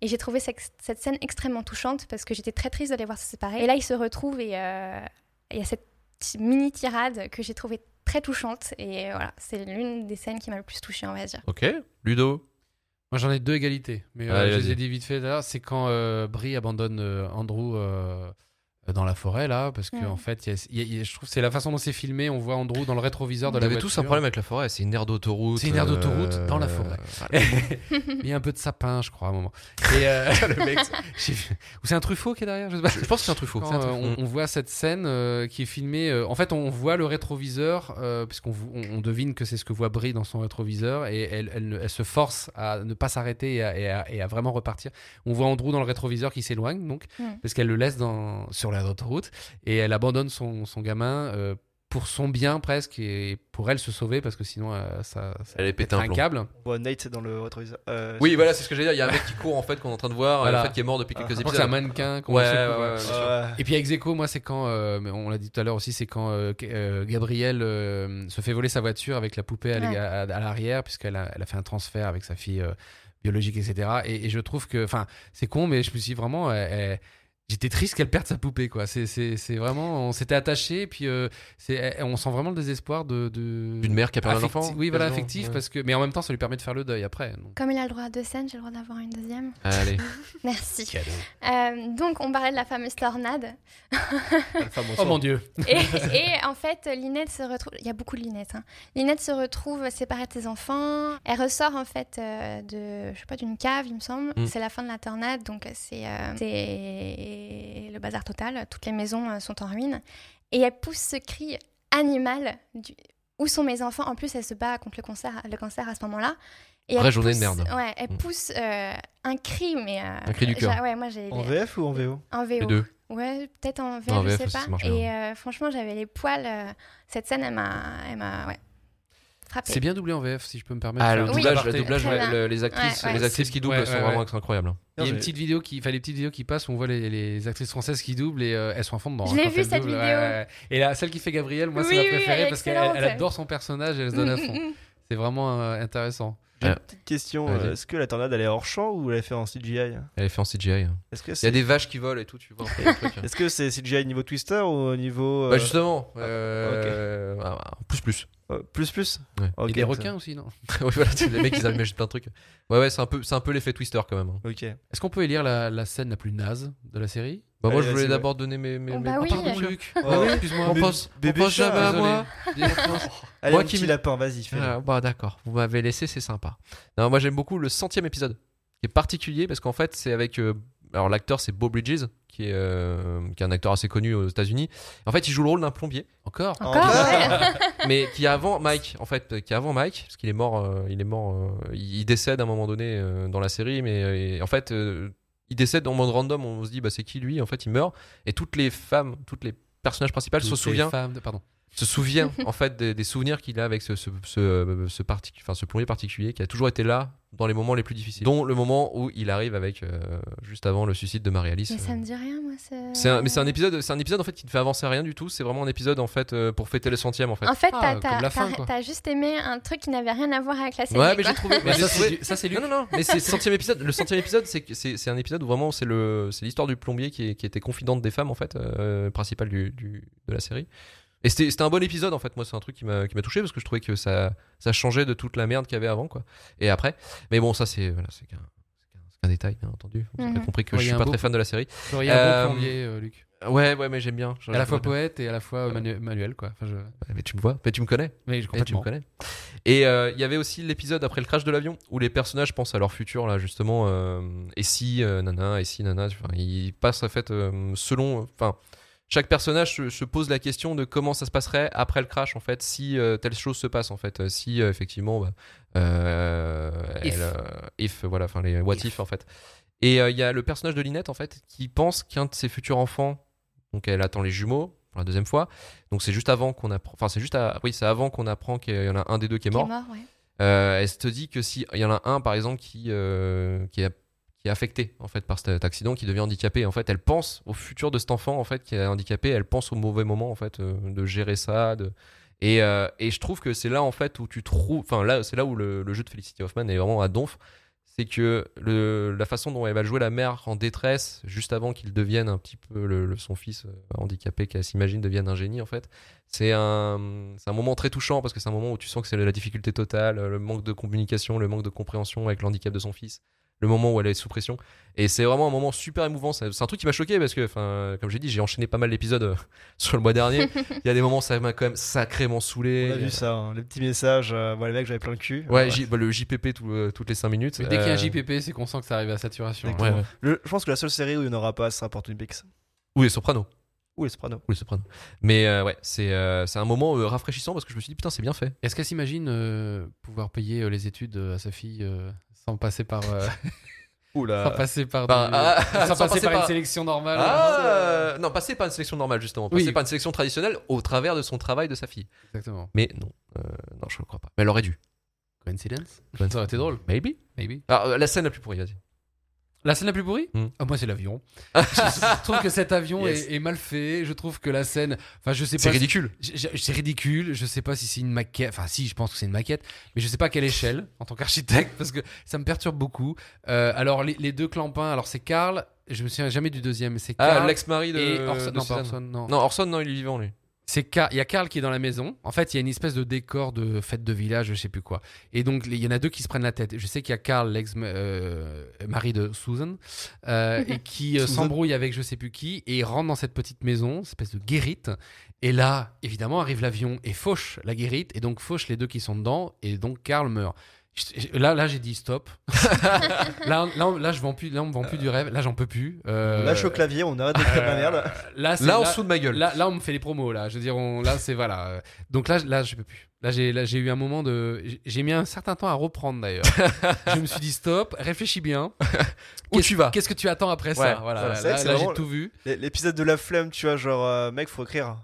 [SPEAKER 4] et j'ai trouvé cette, cette scène extrêmement touchante parce que j'étais très triste de les voir se séparer. Et là, ils se retrouvent et euh, il y a cette petite mini tirade que j'ai trouvée très touchante. Et euh, voilà, c'est l'une des scènes qui m'a le plus touchée, on va dire.
[SPEAKER 1] Ok, Ludo.
[SPEAKER 5] Moi j'en ai deux égalités, mais euh,
[SPEAKER 1] Allez,
[SPEAKER 5] je les
[SPEAKER 1] vas-y.
[SPEAKER 5] ai dit vite fait d'ailleurs. C'est quand euh, Brie abandonne euh, Andrew euh, dans la forêt là, parce que
[SPEAKER 4] Mm.
[SPEAKER 5] en fait, il y a- il y a- il y a- je trouve que c'est la façon dont c'est filmé. On voit Andrew dans le rétroviseur de
[SPEAKER 1] Vous
[SPEAKER 5] la
[SPEAKER 1] avez
[SPEAKER 5] voiture.
[SPEAKER 1] tous un problème avec la forêt, c'est une aire d'autoroute.
[SPEAKER 5] C'est une aire d'autoroute
[SPEAKER 1] euh,
[SPEAKER 5] dans la forêt.
[SPEAKER 1] voilà.
[SPEAKER 5] Mais il y a un peu de sapin, je crois, à un moment. Et, euh, j'ai vu- Ou c'est un Truffaut qui est derrière, je sais pas.
[SPEAKER 1] Je pense que c'est un Mm. Truffaut.
[SPEAKER 5] Quand,
[SPEAKER 1] C'est un
[SPEAKER 5] euh,
[SPEAKER 1] Truffaut.
[SPEAKER 5] on, on voit cette scène euh, qui est filmée. euh, en fait, on voit le rétroviseur, euh, puisqu'on vo- on, on devine que c'est ce que voit Brie dans son rétroviseur, et elle, elle ne- elle se force à ne pas s'arrêter et, à- et à- et à vraiment repartir. On voit Andrew dans le rétroviseur qui s'éloigne, donc,
[SPEAKER 4] Mm.
[SPEAKER 5] parce qu'elle le laisse dans, sur la route, et elle abandonne son, son gamin. euh, pour son bien presque et pour elle se sauver parce que sinon euh, ça, ça
[SPEAKER 1] Elle est pété
[SPEAKER 5] pèterait
[SPEAKER 1] un plomb.
[SPEAKER 5] câble.
[SPEAKER 2] On voit Nate dans le rétroviseur. euh,
[SPEAKER 1] Oui, voilà, c'est ce que j'allais dire. Il y a un mec qui court en fait qu'on est en train de voir,
[SPEAKER 5] Voilà.
[SPEAKER 1] en fait, qui est mort depuis quelques
[SPEAKER 2] Ah,
[SPEAKER 5] Je
[SPEAKER 1] épisodes.
[SPEAKER 5] crois que c'est un mannequin. qu'on
[SPEAKER 1] Ouais,
[SPEAKER 5] secoue,
[SPEAKER 1] ouais, ouais,
[SPEAKER 5] voilà.
[SPEAKER 1] ouais, bien sûr.
[SPEAKER 2] euh,
[SPEAKER 5] Et puis ex aequo, moi, c'est quand, euh, mais on l'a dit tout à l'heure aussi, c'est quand euh, K- euh, Gabrielle euh, se fait voler sa voiture avec la poupée à l'é-
[SPEAKER 4] Ouais.
[SPEAKER 5] à, à l'arrière, puisqu'elle a, elle a fait un transfert avec sa fille euh, biologique, etc. Et, et je trouve que, enfin, c'est con, mais je me suis dit vraiment, euh, euh, j'étais triste qu'elle perde sa poupée, quoi. C'est, c'est, c'est vraiment, on s'était attaché, puis euh, c'est, euh, on sent vraiment le désespoir de. de...
[SPEAKER 1] D'une mère qui a perdu un
[SPEAKER 5] affecti-
[SPEAKER 1] enfant.
[SPEAKER 5] Oui, voilà,
[SPEAKER 1] quasiment.
[SPEAKER 5] affectif,
[SPEAKER 1] Ouais.
[SPEAKER 5] parce que, mais en même temps, ça lui permet de faire le deuil après. donc.
[SPEAKER 4] Comme il a le droit à deux scènes, j'ai le droit d'avoir une deuxième.
[SPEAKER 1] Allez.
[SPEAKER 4] Merci. Euh, donc, on parlait de la fameuse tornade.
[SPEAKER 2] Alpha Monsor.
[SPEAKER 5] Oh mon dieu!
[SPEAKER 4] et, et en fait, Linette se retrouve. Il y a beaucoup de Linette. Hein. Linette se retrouve séparée de ses enfants. Elle ressort en fait euh, de, je sais pas, d'une cave, il me semble.
[SPEAKER 1] Mm.
[SPEAKER 4] C'est la fin de la tornade, donc euh, c'est euh, c'est le bazar total. Toutes les maisons euh, sont en ruine. Et elle pousse ce cri animal du où sont mes enfants En plus, elle se bat contre le cancer, le cancer à ce moment-là. Et
[SPEAKER 1] Vraie
[SPEAKER 4] elle
[SPEAKER 1] journée de
[SPEAKER 4] pousse-
[SPEAKER 1] merde.
[SPEAKER 4] Ouais, elle
[SPEAKER 1] Mm.
[SPEAKER 4] pousse euh, un cri, mais. euh,
[SPEAKER 1] Un cri du cœur.
[SPEAKER 4] j'a- Ouais, moi j'ai.
[SPEAKER 2] Euh, En VF ou en VO
[SPEAKER 4] En VO.
[SPEAKER 1] Les deux.
[SPEAKER 4] Ouais, peut-être en VF,
[SPEAKER 1] En
[SPEAKER 4] je
[SPEAKER 1] VF,
[SPEAKER 4] sais
[SPEAKER 1] ça,
[SPEAKER 4] pas.
[SPEAKER 1] ça marche
[SPEAKER 4] Et euh, franchement, j'avais les poils. euh, cette scène, elle m'a, elle m'a, ouais, frappée.
[SPEAKER 5] C'est bien doublé en VF, si je peux me permettre.
[SPEAKER 1] Ah, le
[SPEAKER 5] Petit
[SPEAKER 1] doublage,
[SPEAKER 5] aparté.
[SPEAKER 1] le doublage,
[SPEAKER 4] Très bien.
[SPEAKER 1] le- les actrices,
[SPEAKER 4] Ouais, ouais.
[SPEAKER 1] les actrices qui doublent
[SPEAKER 5] Ouais,
[SPEAKER 1] sont
[SPEAKER 5] ouais,
[SPEAKER 1] vraiment
[SPEAKER 5] ouais.
[SPEAKER 1] incroyables.
[SPEAKER 5] Il y a une
[SPEAKER 2] mais-
[SPEAKER 5] petite vidéo qui, enfin les petites vidéos qui passent, on voit les, les actrices françaises qui doublent et euh, elles sont en fond dedans.
[SPEAKER 4] Je
[SPEAKER 5] hein,
[SPEAKER 4] l'ai
[SPEAKER 5] quand
[SPEAKER 4] vu,
[SPEAKER 5] elles
[SPEAKER 4] cette
[SPEAKER 5] doublent.
[SPEAKER 4] vidéo.
[SPEAKER 5] Et là, celle qui fait Gabrielle, moi c'est
[SPEAKER 4] Oui,
[SPEAKER 5] ma
[SPEAKER 4] oui,
[SPEAKER 5] préférée
[SPEAKER 4] elle est
[SPEAKER 5] parce qu'elle elle
[SPEAKER 4] excellente.
[SPEAKER 5] adore son personnage, et elle se
[SPEAKER 4] Mm,
[SPEAKER 5] donne à
[SPEAKER 4] mm,
[SPEAKER 5] fond.
[SPEAKER 4] mm.
[SPEAKER 5] C'est vraiment euh, intéressant.
[SPEAKER 2] Petite question,
[SPEAKER 1] Vas-y.
[SPEAKER 2] euh, est-ce que la tornade elle est hors champ ou elle est faite en CGI
[SPEAKER 1] Elle est faite en CGI. hein.
[SPEAKER 2] Est-ce que
[SPEAKER 1] Il y
[SPEAKER 2] c'est
[SPEAKER 1] a des vaches qui volent et tout, tu vois. un peu le truc, hein.
[SPEAKER 2] est-ce que c'est CGI niveau Twister ou au niveau euh,
[SPEAKER 1] Bah justement, euh, ah, ah, plus plus.
[SPEAKER 2] euh, plus plus
[SPEAKER 1] Ouais.
[SPEAKER 5] Il y
[SPEAKER 2] Ok,
[SPEAKER 5] a des
[SPEAKER 2] ça-
[SPEAKER 5] requins aussi, non
[SPEAKER 1] oui, voilà, c'est les mecs ils imaginent plein de trucs. Ouais ouais, c'est un peu c'est un peu l'effet Twister quand même. hein.
[SPEAKER 2] Ok.
[SPEAKER 5] Est-ce qu'on peut élire la, la scène la plus naze de la série
[SPEAKER 1] Bah moi
[SPEAKER 2] Allez,
[SPEAKER 1] je
[SPEAKER 2] vas-y,
[SPEAKER 1] voulais
[SPEAKER 2] ouais.
[SPEAKER 1] d'abord donner mes mes,
[SPEAKER 4] Oh,
[SPEAKER 1] mes-
[SPEAKER 4] bah
[SPEAKER 1] Ah,
[SPEAKER 4] oui.
[SPEAKER 1] pardon, Luc.
[SPEAKER 2] Oh,
[SPEAKER 5] Ah oui,
[SPEAKER 1] Excuse-moi, on
[SPEAKER 2] Mais-
[SPEAKER 1] pense, on
[SPEAKER 2] bébé
[SPEAKER 1] pense
[SPEAKER 2] chat,
[SPEAKER 1] jamais à
[SPEAKER 5] désolé.
[SPEAKER 1] moi. On pense-
[SPEAKER 2] Allez,
[SPEAKER 1] Moi
[SPEAKER 2] un
[SPEAKER 1] qui
[SPEAKER 2] petit
[SPEAKER 1] me-
[SPEAKER 2] lapin, vas-y, fais.
[SPEAKER 1] Ah, bah d'accord, vous m'avez laissé, c'est sympa. Non, moi j'aime beaucoup le centième épisode, qui est particulier parce qu'en fait c'est avec... euh, alors l'acteur c'est Beau Bridges, qui est, euh, qui est un acteur assez connu aux États-Unis. En fait il joue le rôle d'un plombier,
[SPEAKER 5] Encore
[SPEAKER 4] Encore ouais.
[SPEAKER 1] mais qui est avant Mike, en fait, euh, qui est avant Mike, parce qu'il est mort, euh, il est mort, euh, il il décède à un moment donné euh, dans la série, mais euh, et en fait euh, il décède en mode random, on se dit bah c'est qui lui, en fait il meurt, et toutes les femmes, toutes les personnages principales se
[SPEAKER 5] Toutes les
[SPEAKER 1] souviennent
[SPEAKER 5] femmes de- Pardon.
[SPEAKER 1] se souvient en fait des, des souvenirs qu'il a avec ce, ce, ce, euh, ce particu- enfin, ce plombier particulier qui a toujours été là dans les moments les plus difficiles, dont le moment où il arrive avec euh, juste avant le suicide de Marie-Alice. euh.
[SPEAKER 4] Mais ça me dit rien, moi. ce-
[SPEAKER 1] C'est un, mais c'est un épisode, c'est un épisode en fait qui ne fait avancer à rien du tout. C'est vraiment un épisode en fait euh, pour fêter le centième en fait.
[SPEAKER 4] En fait,
[SPEAKER 5] Ah,
[SPEAKER 4] t'as-
[SPEAKER 5] comme
[SPEAKER 4] t'as
[SPEAKER 5] la fin,
[SPEAKER 4] t'as-
[SPEAKER 5] quoi.
[SPEAKER 4] t'as juste aimé un truc qui n'avait rien à voir avec la série.
[SPEAKER 1] ouais, mais
[SPEAKER 4] quoi.
[SPEAKER 1] j'ai trouvé.
[SPEAKER 5] Mais
[SPEAKER 1] j'ai
[SPEAKER 5] ça, c'est
[SPEAKER 1] trouvé-
[SPEAKER 5] du- ça, c'est Luc.
[SPEAKER 1] Non, non, non, mais c'est le centième épisode. Le centième épisode, c'est que- c'est c'est un épisode où vraiment c'est le c'est l'histoire du plombier qui, est- qui était confidente des femmes en fait, euh, principale du, du- de la série. Et c'était c'était un bon épisode en fait. Moi, c'est un truc qui m'a qui m'a touché parce que je trouvais que ça ça changeait de toute la merde qu'il y avait avant quoi. Et après, mais bon, ça c'est voilà, c'est qu'un c'est qu'un- c'est qu'un détail bien entendu. Vous avez
[SPEAKER 4] Mhm.
[SPEAKER 1] compris que
[SPEAKER 5] Ouais,
[SPEAKER 1] je
[SPEAKER 5] y a
[SPEAKER 1] suis
[SPEAKER 5] un
[SPEAKER 1] pas
[SPEAKER 5] beau-
[SPEAKER 1] très fan de la série.
[SPEAKER 5] Il y a un
[SPEAKER 1] Euh,
[SPEAKER 5] bon plombier, euh, Luc.
[SPEAKER 1] Ouais, ouais, mais j'aime bien.
[SPEAKER 5] À la fois
[SPEAKER 1] J'aime bien.
[SPEAKER 5] poète et à la fois manu- manuel, quoi. Enfin, je...
[SPEAKER 1] Mais tu me vois, mais tu me connais.
[SPEAKER 5] Mais je
[SPEAKER 1] Et tu me
[SPEAKER 5] complètement.
[SPEAKER 1] connais. Et euh, il y avait aussi l'épisode après le crash de l'avion où les personnages pensent à leur futur là justement. euh, et si euh, nana, et si nana, enfin, ils passent en fait euh, selon, enfin. Chaque personnage se, se pose la question de comment ça se passerait après le crash en fait, si euh, telle chose se passe en fait, euh, si euh, effectivement, bah, euh,
[SPEAKER 5] If.
[SPEAKER 1] elle, euh, if, voilà, enfin les what if. en fait. Et euh, il y a le personnage de Linette en fait qui pense qu'un de ses futurs enfants, donc elle attend les jumeaux pour la deuxième fois, donc c'est juste avant qu'on apprend, enfin c'est juste, à... oui c'est avant qu'on apprend qu'il y en a un des deux qui est
[SPEAKER 4] Qui est
[SPEAKER 1] mort.
[SPEAKER 4] mort, ouais.
[SPEAKER 1] Euh, elle se dit que si il y en a un par exemple qui euh, qui, est, qui est affecté en fait par cet accident, qui devient handicapé, en fait elle pense au futur de cet enfant en fait qui est handicapé, elle pense au mauvais moment en fait euh, de gérer ça, de et, euh, et je trouve que c'est là en fait où tu trouves, enfin là c'est là où le, le jeu de Felicity Hoffman est vraiment à donf, c'est que le, la façon dont elle va jouer la mère en détresse juste avant qu'il devienne un petit peu le, le- son fils euh, handicapé qu'elle s'imagine devienne un génie en fait, c'est un c'est un moment très touchant parce que c'est un moment où tu sens que c'est la difficulté totale, euh, le manque de communication, le manque de compréhension avec l'handicap de son fils. Le moment où elle est sous pression. Et c'est vraiment un moment super émouvant. C'est c'est un truc qui m'a choqué parce que, enfin, comme j'ai dit, j'ai enchaîné pas mal d'épisodes euh, sur le mois dernier. Il y a des moments, ça m'a quand même sacrément saoulé.
[SPEAKER 2] On a vu ça, hein, le petit message. euh, voilà, le mec, j'avais plein le cul.
[SPEAKER 1] Ouais, J- bah, le JPP tout, euh, toutes les 5 minutes.
[SPEAKER 5] Mais dès qu'il y a
[SPEAKER 1] Euh,
[SPEAKER 5] un JPP, c'est qu'on sent que ça arrive à saturation.
[SPEAKER 1] Ouais, ouais.
[SPEAKER 2] Le- je pense que la seule série où il n'y en aura pas, ce sera Porto Bix
[SPEAKER 1] Ou les Sopranos.
[SPEAKER 2] ou Les Sopranos.
[SPEAKER 1] Ou les Sopranos. Mais euh, ouais, c'est euh, c'est un moment euh, rafraîchissant parce que je me suis dit, putain, c'est bien fait.
[SPEAKER 5] Est-ce qu'elle s'imagine euh, pouvoir payer euh, les études euh, à sa fille euh, sans passer par euh, sans passer par,
[SPEAKER 1] Bah,
[SPEAKER 5] des- euh,
[SPEAKER 1] ah,
[SPEAKER 5] sans, passer par, une
[SPEAKER 1] par-
[SPEAKER 5] sélection normale
[SPEAKER 1] Ah, euh, non, passer par une sélection normale, justement. Passer
[SPEAKER 5] Oui.
[SPEAKER 1] par une sélection traditionnelle au travers de son travail de sa fille.
[SPEAKER 5] Exactement.
[SPEAKER 1] Mais non, euh, non, je ne crois pas. Mais elle aurait dû.
[SPEAKER 5] Coincidence Ça aurait été drôle.
[SPEAKER 1] Maybe.
[SPEAKER 5] Maybe.
[SPEAKER 1] Alors, euh, la scène la plus pourrie, vas-y.
[SPEAKER 5] La scène la plus pourrie
[SPEAKER 1] Hmm.
[SPEAKER 5] Ah, Moi, c'est l'avion. je, je trouve que cet avion
[SPEAKER 1] Yes.
[SPEAKER 5] est, est mal fait. Je trouve que la scène. Enfin, je sais pas.
[SPEAKER 1] C'est
[SPEAKER 5] si-
[SPEAKER 1] ridicule.
[SPEAKER 5] J'ai- j'ai- C'est ridicule, je sais pas si c'est une maquette, enfin si je pense que c'est une maquette, mais je sais pas à quelle échelle en tant qu'architecte parce que ça me perturbe beaucoup. Euh, alors les, les deux clampins, alors c'est Karl, je me souviens jamais du deuxième, mais c'est
[SPEAKER 1] Ah,
[SPEAKER 5] Karl
[SPEAKER 1] l'ex-mari de,
[SPEAKER 5] et Orson.
[SPEAKER 1] de
[SPEAKER 5] non, pas
[SPEAKER 1] Suzanne.
[SPEAKER 5] Orson, non.
[SPEAKER 1] Non, Orson, non, il est vivant, lui.
[SPEAKER 5] C'est Ka- il y a Karl qui est dans la maison. En fait, il y a une espèce de décor de fête de village, je sais plus quoi. Et donc, il y en a deux qui se prennent la tête. Je sais qu'il y a Karl, l'ex-mari de Susan, euh, et qui euh,
[SPEAKER 2] Susan.
[SPEAKER 5] s'embrouille avec je sais plus qui, et il rentre dans cette petite maison, espèce de guérite. Et là, évidemment, arrive l'avion et fauche la guérite, et donc fauche les deux qui sont dedans, et donc Karl meurt. Je- je- Là, là, j'ai dit stop. là, là, on- là, je vends plus. Là, on me vend plus du rêve. Là, j'en peux plus. Euh,
[SPEAKER 2] Lâche au clavier, on arrête d'écrire la merde.
[SPEAKER 5] Là, c'est-
[SPEAKER 1] Là, en dessous de ma gueule.
[SPEAKER 5] Là, là, on me fait les promos, là. Je veux dire, on, là, c'est voilà. Donc là, je- là, je peux plus. Là, j'ai, là, j'ai eu un moment de. j'ai- J'ai mis un certain temps à reprendre, d'ailleurs. je me suis dit, stop, réfléchis bien.
[SPEAKER 1] Où tu vas
[SPEAKER 5] Qu'est-ce que tu attends après
[SPEAKER 1] Ouais,
[SPEAKER 5] ça Voilà.
[SPEAKER 2] voilà. C'est
[SPEAKER 5] Là,
[SPEAKER 2] vrai que c'est
[SPEAKER 5] là, j'ai
[SPEAKER 2] vraiment-
[SPEAKER 5] tout vu.
[SPEAKER 2] L'é- L'épisode de la flemme, tu vois, genre, euh, mec, faut écrire.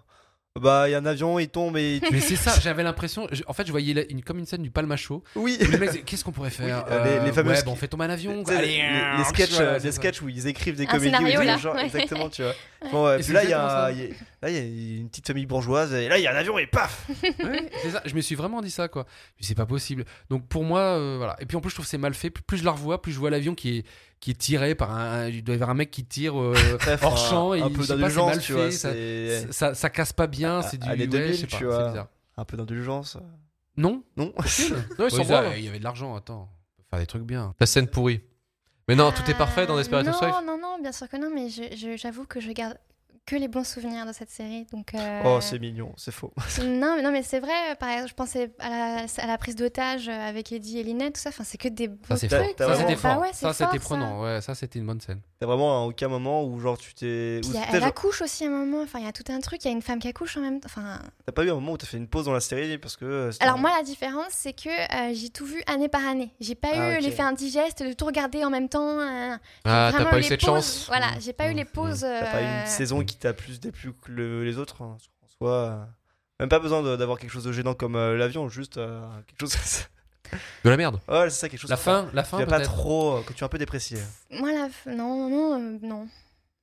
[SPEAKER 2] Bah, il y a un avion, il tombe et.
[SPEAKER 5] Mais c'est ça, j'avais l'impression. je- En fait, je voyais la- une, comme une scène du Palma Show.
[SPEAKER 2] oui!
[SPEAKER 5] où les mecs disaient, Qu'est-ce qu'on pourrait faire
[SPEAKER 2] Oui, euh, les- les fameux
[SPEAKER 5] Ouais,
[SPEAKER 2] ski-
[SPEAKER 5] bah, on fait tomber un avion.
[SPEAKER 2] Tu sais,
[SPEAKER 5] quoi.
[SPEAKER 2] les,
[SPEAKER 5] Allez,
[SPEAKER 2] les- les sketchs,
[SPEAKER 5] voilà,
[SPEAKER 2] euh,
[SPEAKER 5] c'est
[SPEAKER 2] les
[SPEAKER 5] ça.
[SPEAKER 2] sketchs où ils écrivent des
[SPEAKER 4] Un
[SPEAKER 2] comédies
[SPEAKER 4] scénario,
[SPEAKER 2] où ils
[SPEAKER 4] là.
[SPEAKER 2] genre,
[SPEAKER 4] Ouais.
[SPEAKER 2] exactement tu vois Bon, ouais,
[SPEAKER 5] Et
[SPEAKER 2] puis
[SPEAKER 5] c'est
[SPEAKER 2] là il y
[SPEAKER 5] exactement
[SPEAKER 2] a
[SPEAKER 5] ça.
[SPEAKER 2] il y a- là, il y a une petite famille bourgeoise et là il y a un avion et paf
[SPEAKER 5] Ouais, c'est ça. Je me suis vraiment dit ça, quoi. Je me suis dit, C'est pas possible. Donc pour moi, euh, voilà. Et puis en plus, je trouve que c'est mal fait. Plus- Plus je la revois, plus je vois l'avion qui est qui est tiré par un. Il doit y avoir un mec qui tire euh,
[SPEAKER 2] Bref,
[SPEAKER 5] hors
[SPEAKER 2] un-
[SPEAKER 5] champ. et
[SPEAKER 2] un
[SPEAKER 5] il-
[SPEAKER 2] peu
[SPEAKER 5] je sais pas, c'est
[SPEAKER 2] d'indulgence
[SPEAKER 5] mal
[SPEAKER 2] tu
[SPEAKER 5] fait,
[SPEAKER 2] vois
[SPEAKER 5] ça-
[SPEAKER 2] c'est-
[SPEAKER 5] ça, ça casse pas bien,
[SPEAKER 2] À-
[SPEAKER 5] c'est du.
[SPEAKER 2] à la
[SPEAKER 5] ouais,
[SPEAKER 2] 2000,
[SPEAKER 5] je sais pas,
[SPEAKER 2] tu
[SPEAKER 5] c'est
[SPEAKER 2] vois.
[SPEAKER 5] bizarre.
[SPEAKER 2] un peu d'indulgence
[SPEAKER 5] Non
[SPEAKER 2] non
[SPEAKER 1] Non, ils
[SPEAKER 5] Ouais,
[SPEAKER 1] sont
[SPEAKER 5] ils
[SPEAKER 1] bons,
[SPEAKER 5] a-
[SPEAKER 1] là.
[SPEAKER 5] Il y avait de l'argent, attends. On peut faire des trucs bien.
[SPEAKER 1] La scène pourrie. Mais non, tout est parfait dans Desperate
[SPEAKER 4] non,
[SPEAKER 1] Housewives.
[SPEAKER 4] Euh, Non, non, bien sûr que non, mais je- je- j'avoue que je garde que les bons souvenirs de cette série. Donc, euh,
[SPEAKER 2] oh c'est mignon c'est faux
[SPEAKER 4] non, mais- non, mais c'est vrai, euh, par exemple, je pensais à la, à la prise d'otage euh, avec Eddie et Lynette, tout ça, enfin, c'est que des bons
[SPEAKER 5] Ça, c'est
[SPEAKER 4] trucs.
[SPEAKER 5] fort.
[SPEAKER 2] t'as
[SPEAKER 5] Ça,
[SPEAKER 2] vraiment-
[SPEAKER 5] c'était
[SPEAKER 4] Bah
[SPEAKER 5] fort.
[SPEAKER 4] ouais,
[SPEAKER 5] ça,
[SPEAKER 4] c'est fort,
[SPEAKER 5] c'était prenant. Ouais, ça, c'était une bonne scène.
[SPEAKER 2] t'as vraiment à aucun moment où genre tu t'es où
[SPEAKER 4] Puis,
[SPEAKER 2] t'étais
[SPEAKER 4] elle
[SPEAKER 2] genre-
[SPEAKER 4] accouche aussi à un moment, enfin, il y a tout un truc, il y a une femme qui accouche en même temps. Enfin,
[SPEAKER 2] t'as pas eu un moment où t'as fait une pause dans la série parce que euh, c'était
[SPEAKER 4] alors,
[SPEAKER 2] un-
[SPEAKER 4] moi, la différence, c'est que euh, j'ai tout vu année par année. J'ai pas
[SPEAKER 2] Ah,
[SPEAKER 4] eu
[SPEAKER 2] ok.
[SPEAKER 4] l'effet indigeste de tout regarder en même temps. euh,
[SPEAKER 1] Ah, t'as
[SPEAKER 4] vraiment
[SPEAKER 1] pas eu
[SPEAKER 4] les
[SPEAKER 1] cette
[SPEAKER 4] pauses-
[SPEAKER 1] chance. Mmh.
[SPEAKER 4] Voilà, j'ai pas eu les pauses.
[SPEAKER 2] t'as pas eu
[SPEAKER 4] euh,
[SPEAKER 2] une saison qui t'a plus déplu que le- les autres hein, en soi euh, même pas besoin de- d'avoir quelque chose de gênant comme euh, l'avion juste euh, quelque chose
[SPEAKER 1] De la merde.
[SPEAKER 2] ouais c'est ça quelque chose
[SPEAKER 5] La
[SPEAKER 2] qui-
[SPEAKER 5] fin, la
[SPEAKER 2] qui
[SPEAKER 5] fin.
[SPEAKER 2] va pas
[SPEAKER 5] peut-être.
[SPEAKER 2] trop euh, que tu es un peu déprécié
[SPEAKER 4] Moi, la... f- non, non, euh, non.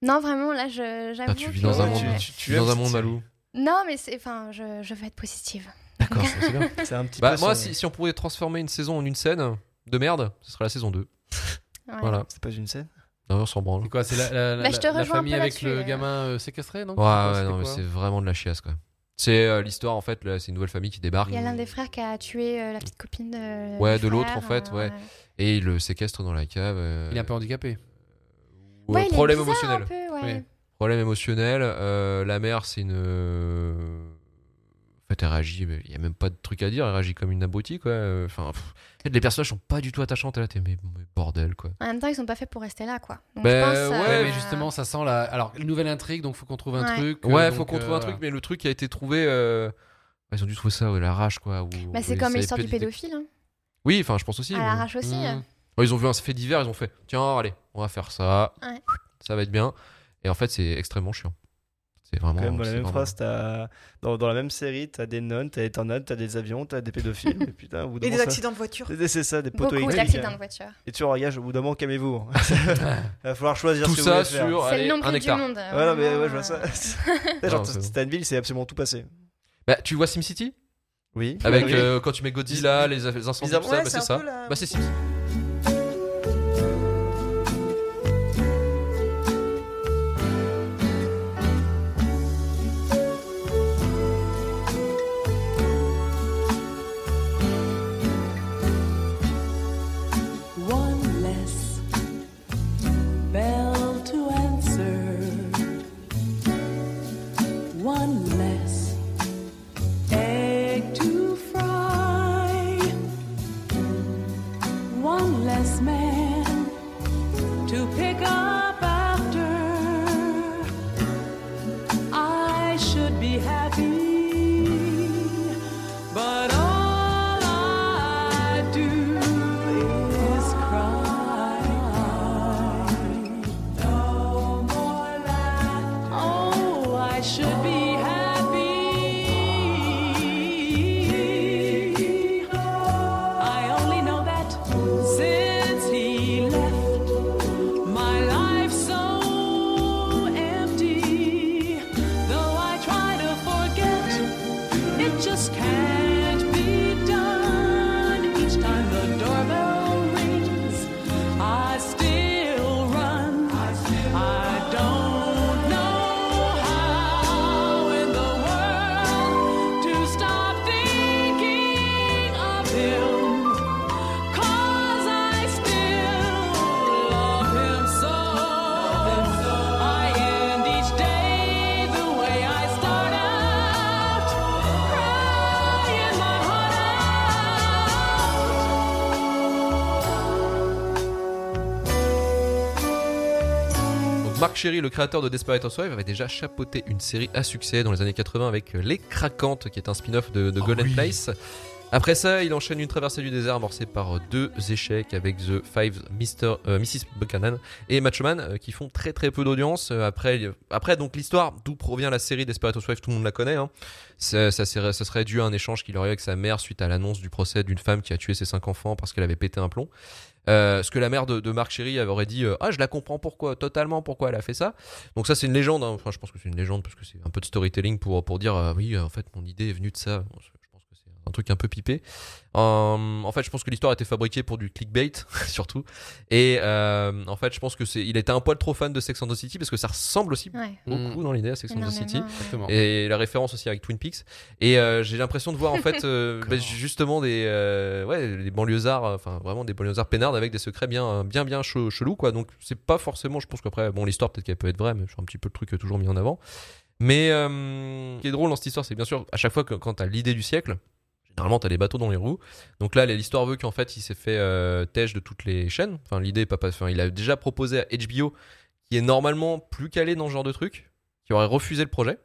[SPEAKER 4] Non, vraiment, là, je- j'avoue.
[SPEAKER 1] Ah, tu vis
[SPEAKER 4] que-
[SPEAKER 1] dans un
[SPEAKER 2] Ouais,
[SPEAKER 1] monde, tu,
[SPEAKER 2] tu- tu-
[SPEAKER 1] vis
[SPEAKER 2] tu
[SPEAKER 1] dans
[SPEAKER 2] aimes
[SPEAKER 1] un
[SPEAKER 2] cette
[SPEAKER 1] monde
[SPEAKER 2] série.
[SPEAKER 1] Malou.
[SPEAKER 4] Non, mais c'est... Enfin, je... je veux être positive.
[SPEAKER 1] D'accord, c'est bien.
[SPEAKER 2] c'est un petit
[SPEAKER 1] Bah,
[SPEAKER 2] peu
[SPEAKER 1] moi,
[SPEAKER 2] ça,
[SPEAKER 1] si, si on pouvait transformer une saison en une scène de merde, ce serait la saison 2.
[SPEAKER 4] Ouais.
[SPEAKER 1] Voilà.
[SPEAKER 2] C'est pas une scène
[SPEAKER 1] Non, on s'en branle.
[SPEAKER 5] C'est quoi C'est la, la, la,
[SPEAKER 4] Bah, je te
[SPEAKER 5] la
[SPEAKER 4] rejoins un
[SPEAKER 5] famille
[SPEAKER 4] peu
[SPEAKER 5] avec le
[SPEAKER 4] là-dessus, euh.
[SPEAKER 5] gamin euh, séquestré, non
[SPEAKER 1] Ouais, ouais,
[SPEAKER 5] C'était
[SPEAKER 1] non, mais
[SPEAKER 5] quoi
[SPEAKER 1] c'est vraiment de la chiasse, quoi. C'est euh, l'histoire, en fait, là, c'est une nouvelle famille qui débarque
[SPEAKER 4] Il y a l'un des frères qui a tué euh, la petite copine de.
[SPEAKER 1] Ouais,
[SPEAKER 4] du
[SPEAKER 1] de l'autre,
[SPEAKER 4] frère, hein,
[SPEAKER 1] en fait, ouais.
[SPEAKER 4] Ouais,
[SPEAKER 1] et il le séquestre dans la cave. euh,
[SPEAKER 5] Il est un peu handicapé.
[SPEAKER 1] ou,
[SPEAKER 4] Ouais,
[SPEAKER 1] euh,
[SPEAKER 4] il est
[SPEAKER 1] problème
[SPEAKER 4] bizarre
[SPEAKER 1] émotionnel.
[SPEAKER 4] Un peu, ouais.
[SPEAKER 5] Ouais.
[SPEAKER 1] Problème émotionnel. euh, la mère, c'est une. euh, En fait, elle réagit, mais il n'y a même pas de truc à dire. Elle réagit comme une abrutie, quoi. euh, Enfin, pff. En fait, les personnages sont pas du tout attachants. T'es là, t'es, mais, mais bordel, quoi.
[SPEAKER 4] En même temps, ils sont pas faits pour rester là, quoi. Donc,
[SPEAKER 1] Ben,
[SPEAKER 4] je pense,
[SPEAKER 1] ouais,
[SPEAKER 5] Ouais,
[SPEAKER 4] euh,
[SPEAKER 5] mais justement, ça sent la. Alors, une nouvelle intrigue, donc faut qu'on trouve un
[SPEAKER 4] Ouais.
[SPEAKER 5] truc. euh,
[SPEAKER 1] Ouais,
[SPEAKER 5] donc,
[SPEAKER 1] faut qu'on
[SPEAKER 5] euh,
[SPEAKER 1] trouve un truc,
[SPEAKER 5] voilà.
[SPEAKER 1] mais le truc qui a été trouvé. euh, ouais, Ils ont dû trouver ça, ouais, la rage, quoi. ou-
[SPEAKER 4] Bah, c'est
[SPEAKER 1] ils
[SPEAKER 4] comme
[SPEAKER 1] savaient
[SPEAKER 4] l'histoire
[SPEAKER 1] plus
[SPEAKER 4] du
[SPEAKER 1] détecter.
[SPEAKER 4] pédophile. hein.
[SPEAKER 1] Oui, enfin, je pense aussi.
[SPEAKER 4] À
[SPEAKER 1] mais-
[SPEAKER 4] l'arrache aussi.
[SPEAKER 5] Mmh.
[SPEAKER 4] euh.
[SPEAKER 1] Ouais, Ils ont vu un fait divers, ils ont fait tiens, allez, on va faire ça.
[SPEAKER 4] Ouais.
[SPEAKER 1] Ça va être bien. Et en fait, c'est extrêmement chiant. C'est vraiment.
[SPEAKER 2] Quand même, dans la
[SPEAKER 1] c'est
[SPEAKER 2] même
[SPEAKER 1] vraiment-
[SPEAKER 2] phrase, t'as- dans, dans la même série, t'as des nonnes, t'as des tornades, t'as des avions, t'as des pédophiles, mais putain, au bout d'un
[SPEAKER 3] Et des
[SPEAKER 2] moment, ça-
[SPEAKER 3] accidents de voiture.
[SPEAKER 2] C'est c'est ça, des poteaux
[SPEAKER 4] Beaucoup
[SPEAKER 2] électriques.
[SPEAKER 4] d'accidents de voiture.
[SPEAKER 2] Et tu regardes, au bout d'un moment, calmez-vous. Il va falloir choisir
[SPEAKER 1] Tout
[SPEAKER 2] ce que
[SPEAKER 1] ça
[SPEAKER 2] vous voulez faire.
[SPEAKER 1] sur
[SPEAKER 4] C'est
[SPEAKER 1] allez,
[SPEAKER 4] le nombre
[SPEAKER 1] un
[SPEAKER 4] du
[SPEAKER 1] hectare.
[SPEAKER 4] monde.
[SPEAKER 2] Ouais, non, mais
[SPEAKER 4] vraiment,
[SPEAKER 2] ouais, je vois ça.
[SPEAKER 4] euh,
[SPEAKER 2] Genre,
[SPEAKER 1] c'est bon.
[SPEAKER 2] Stanville, c'est absolument tout passé.
[SPEAKER 1] Bah, tu vois SimCity
[SPEAKER 2] Oui.
[SPEAKER 1] Avec
[SPEAKER 2] Oui.
[SPEAKER 1] euh, quand tu mets Godzilla, les, les incendies, tout
[SPEAKER 2] Bizarrement,
[SPEAKER 1] ça,
[SPEAKER 3] ouais,
[SPEAKER 1] bah,
[SPEAKER 3] c'est
[SPEAKER 1] c'est
[SPEAKER 3] un
[SPEAKER 1] ça.
[SPEAKER 3] peu la-
[SPEAKER 1] Bah, c'est SimCity.
[SPEAKER 7] one less bell to answer, one less egg to fry, one less man to pick up after. I should be happy, but all I do is cry. No more laughter. Oh, I should be happy. I only know that since he left, my life's so empty. Though I try to forget, it just can't be done. Each time the doorbell rings, I still run. I don't know how in the world to stop thinking of him. Cause I still love him so. I end each day the way I start out, crying my heart out.
[SPEAKER 1] Donc, Marc Sherry, le créateur de Desperate Housewives, avait déjà chapeauté une série à succès dans les années 80 avec euh, Les Craquantes, qui est un spin-off de, de
[SPEAKER 5] Ah
[SPEAKER 1] Golden
[SPEAKER 5] oui.
[SPEAKER 1] Place. Après ça, il enchaîne une traversée du désert amorcée par euh, deux échecs avec The Five, Mr., euh, Mrs. Buchanan et Machoman euh, qui font très très peu d'audience. Euh, après, il- après, donc l'histoire d'où provient la série Desperados Wives, tout le monde la connaît. hein. Ça, ça serait, ça serait dû à un échange qu'il aurait eu avec sa mère suite à l'annonce du procès d'une femme qui a tué ses cinq enfants parce qu'elle avait pété un plomb. Euh, ce que la mère de, de Mark Sherry avait- aurait dit euh, Ah, je la comprends pourquoi, totalement pourquoi elle a fait ça. Donc, ça, c'est une légende. hein. Enfin, je pense que c'est une légende parce que c'est un peu de storytelling pour, pour dire euh, Oui, euh, en fait, mon idée est venue de ça. Bon, je je pense que c'est un truc un peu pipé. Euh, en fait, je pense que l'histoire a été fabriquée pour du clickbait, surtout. Et euh, en fait, je pense que c'est il était un poil trop fan de Sex and the City parce que ça ressemble aussi
[SPEAKER 4] Ouais,
[SPEAKER 1] beaucoup dans l'idée à Sex and the
[SPEAKER 4] énormément,
[SPEAKER 1] City.
[SPEAKER 4] ouais.
[SPEAKER 5] Exactement.
[SPEAKER 1] Et la référence aussi avec Twin Peaks. Et euh, j'ai l'impression de voir en fait euh, bah,
[SPEAKER 5] D'accord.
[SPEAKER 1] justement des euh, ouais des banlieusards, euh, enfin vraiment des banlieusards peinards avec des secrets bien bien bien che- chelous quoi. Donc c'est pas forcément, je pense qu'après bon l'histoire peut-être qu'elle peut être vraie, mais je suis un petit peu le truc euh, toujours mis en avant. Mais euh, ce qui est drôle dans cette histoire, c'est bien sûr à chaque fois que quand t'as l'idée du siècle. Généralement, t'as des bateaux dans les roues. Donc là, l'histoire veut qu'en fait, il s'est fait euh, tèche de toutes les chaînes. Enfin, l'idée, est pas, pas, enfin, il a déjà proposé à HBO, qui est normalement plus calé dans ce genre de truc, qui aurait refusé le projet.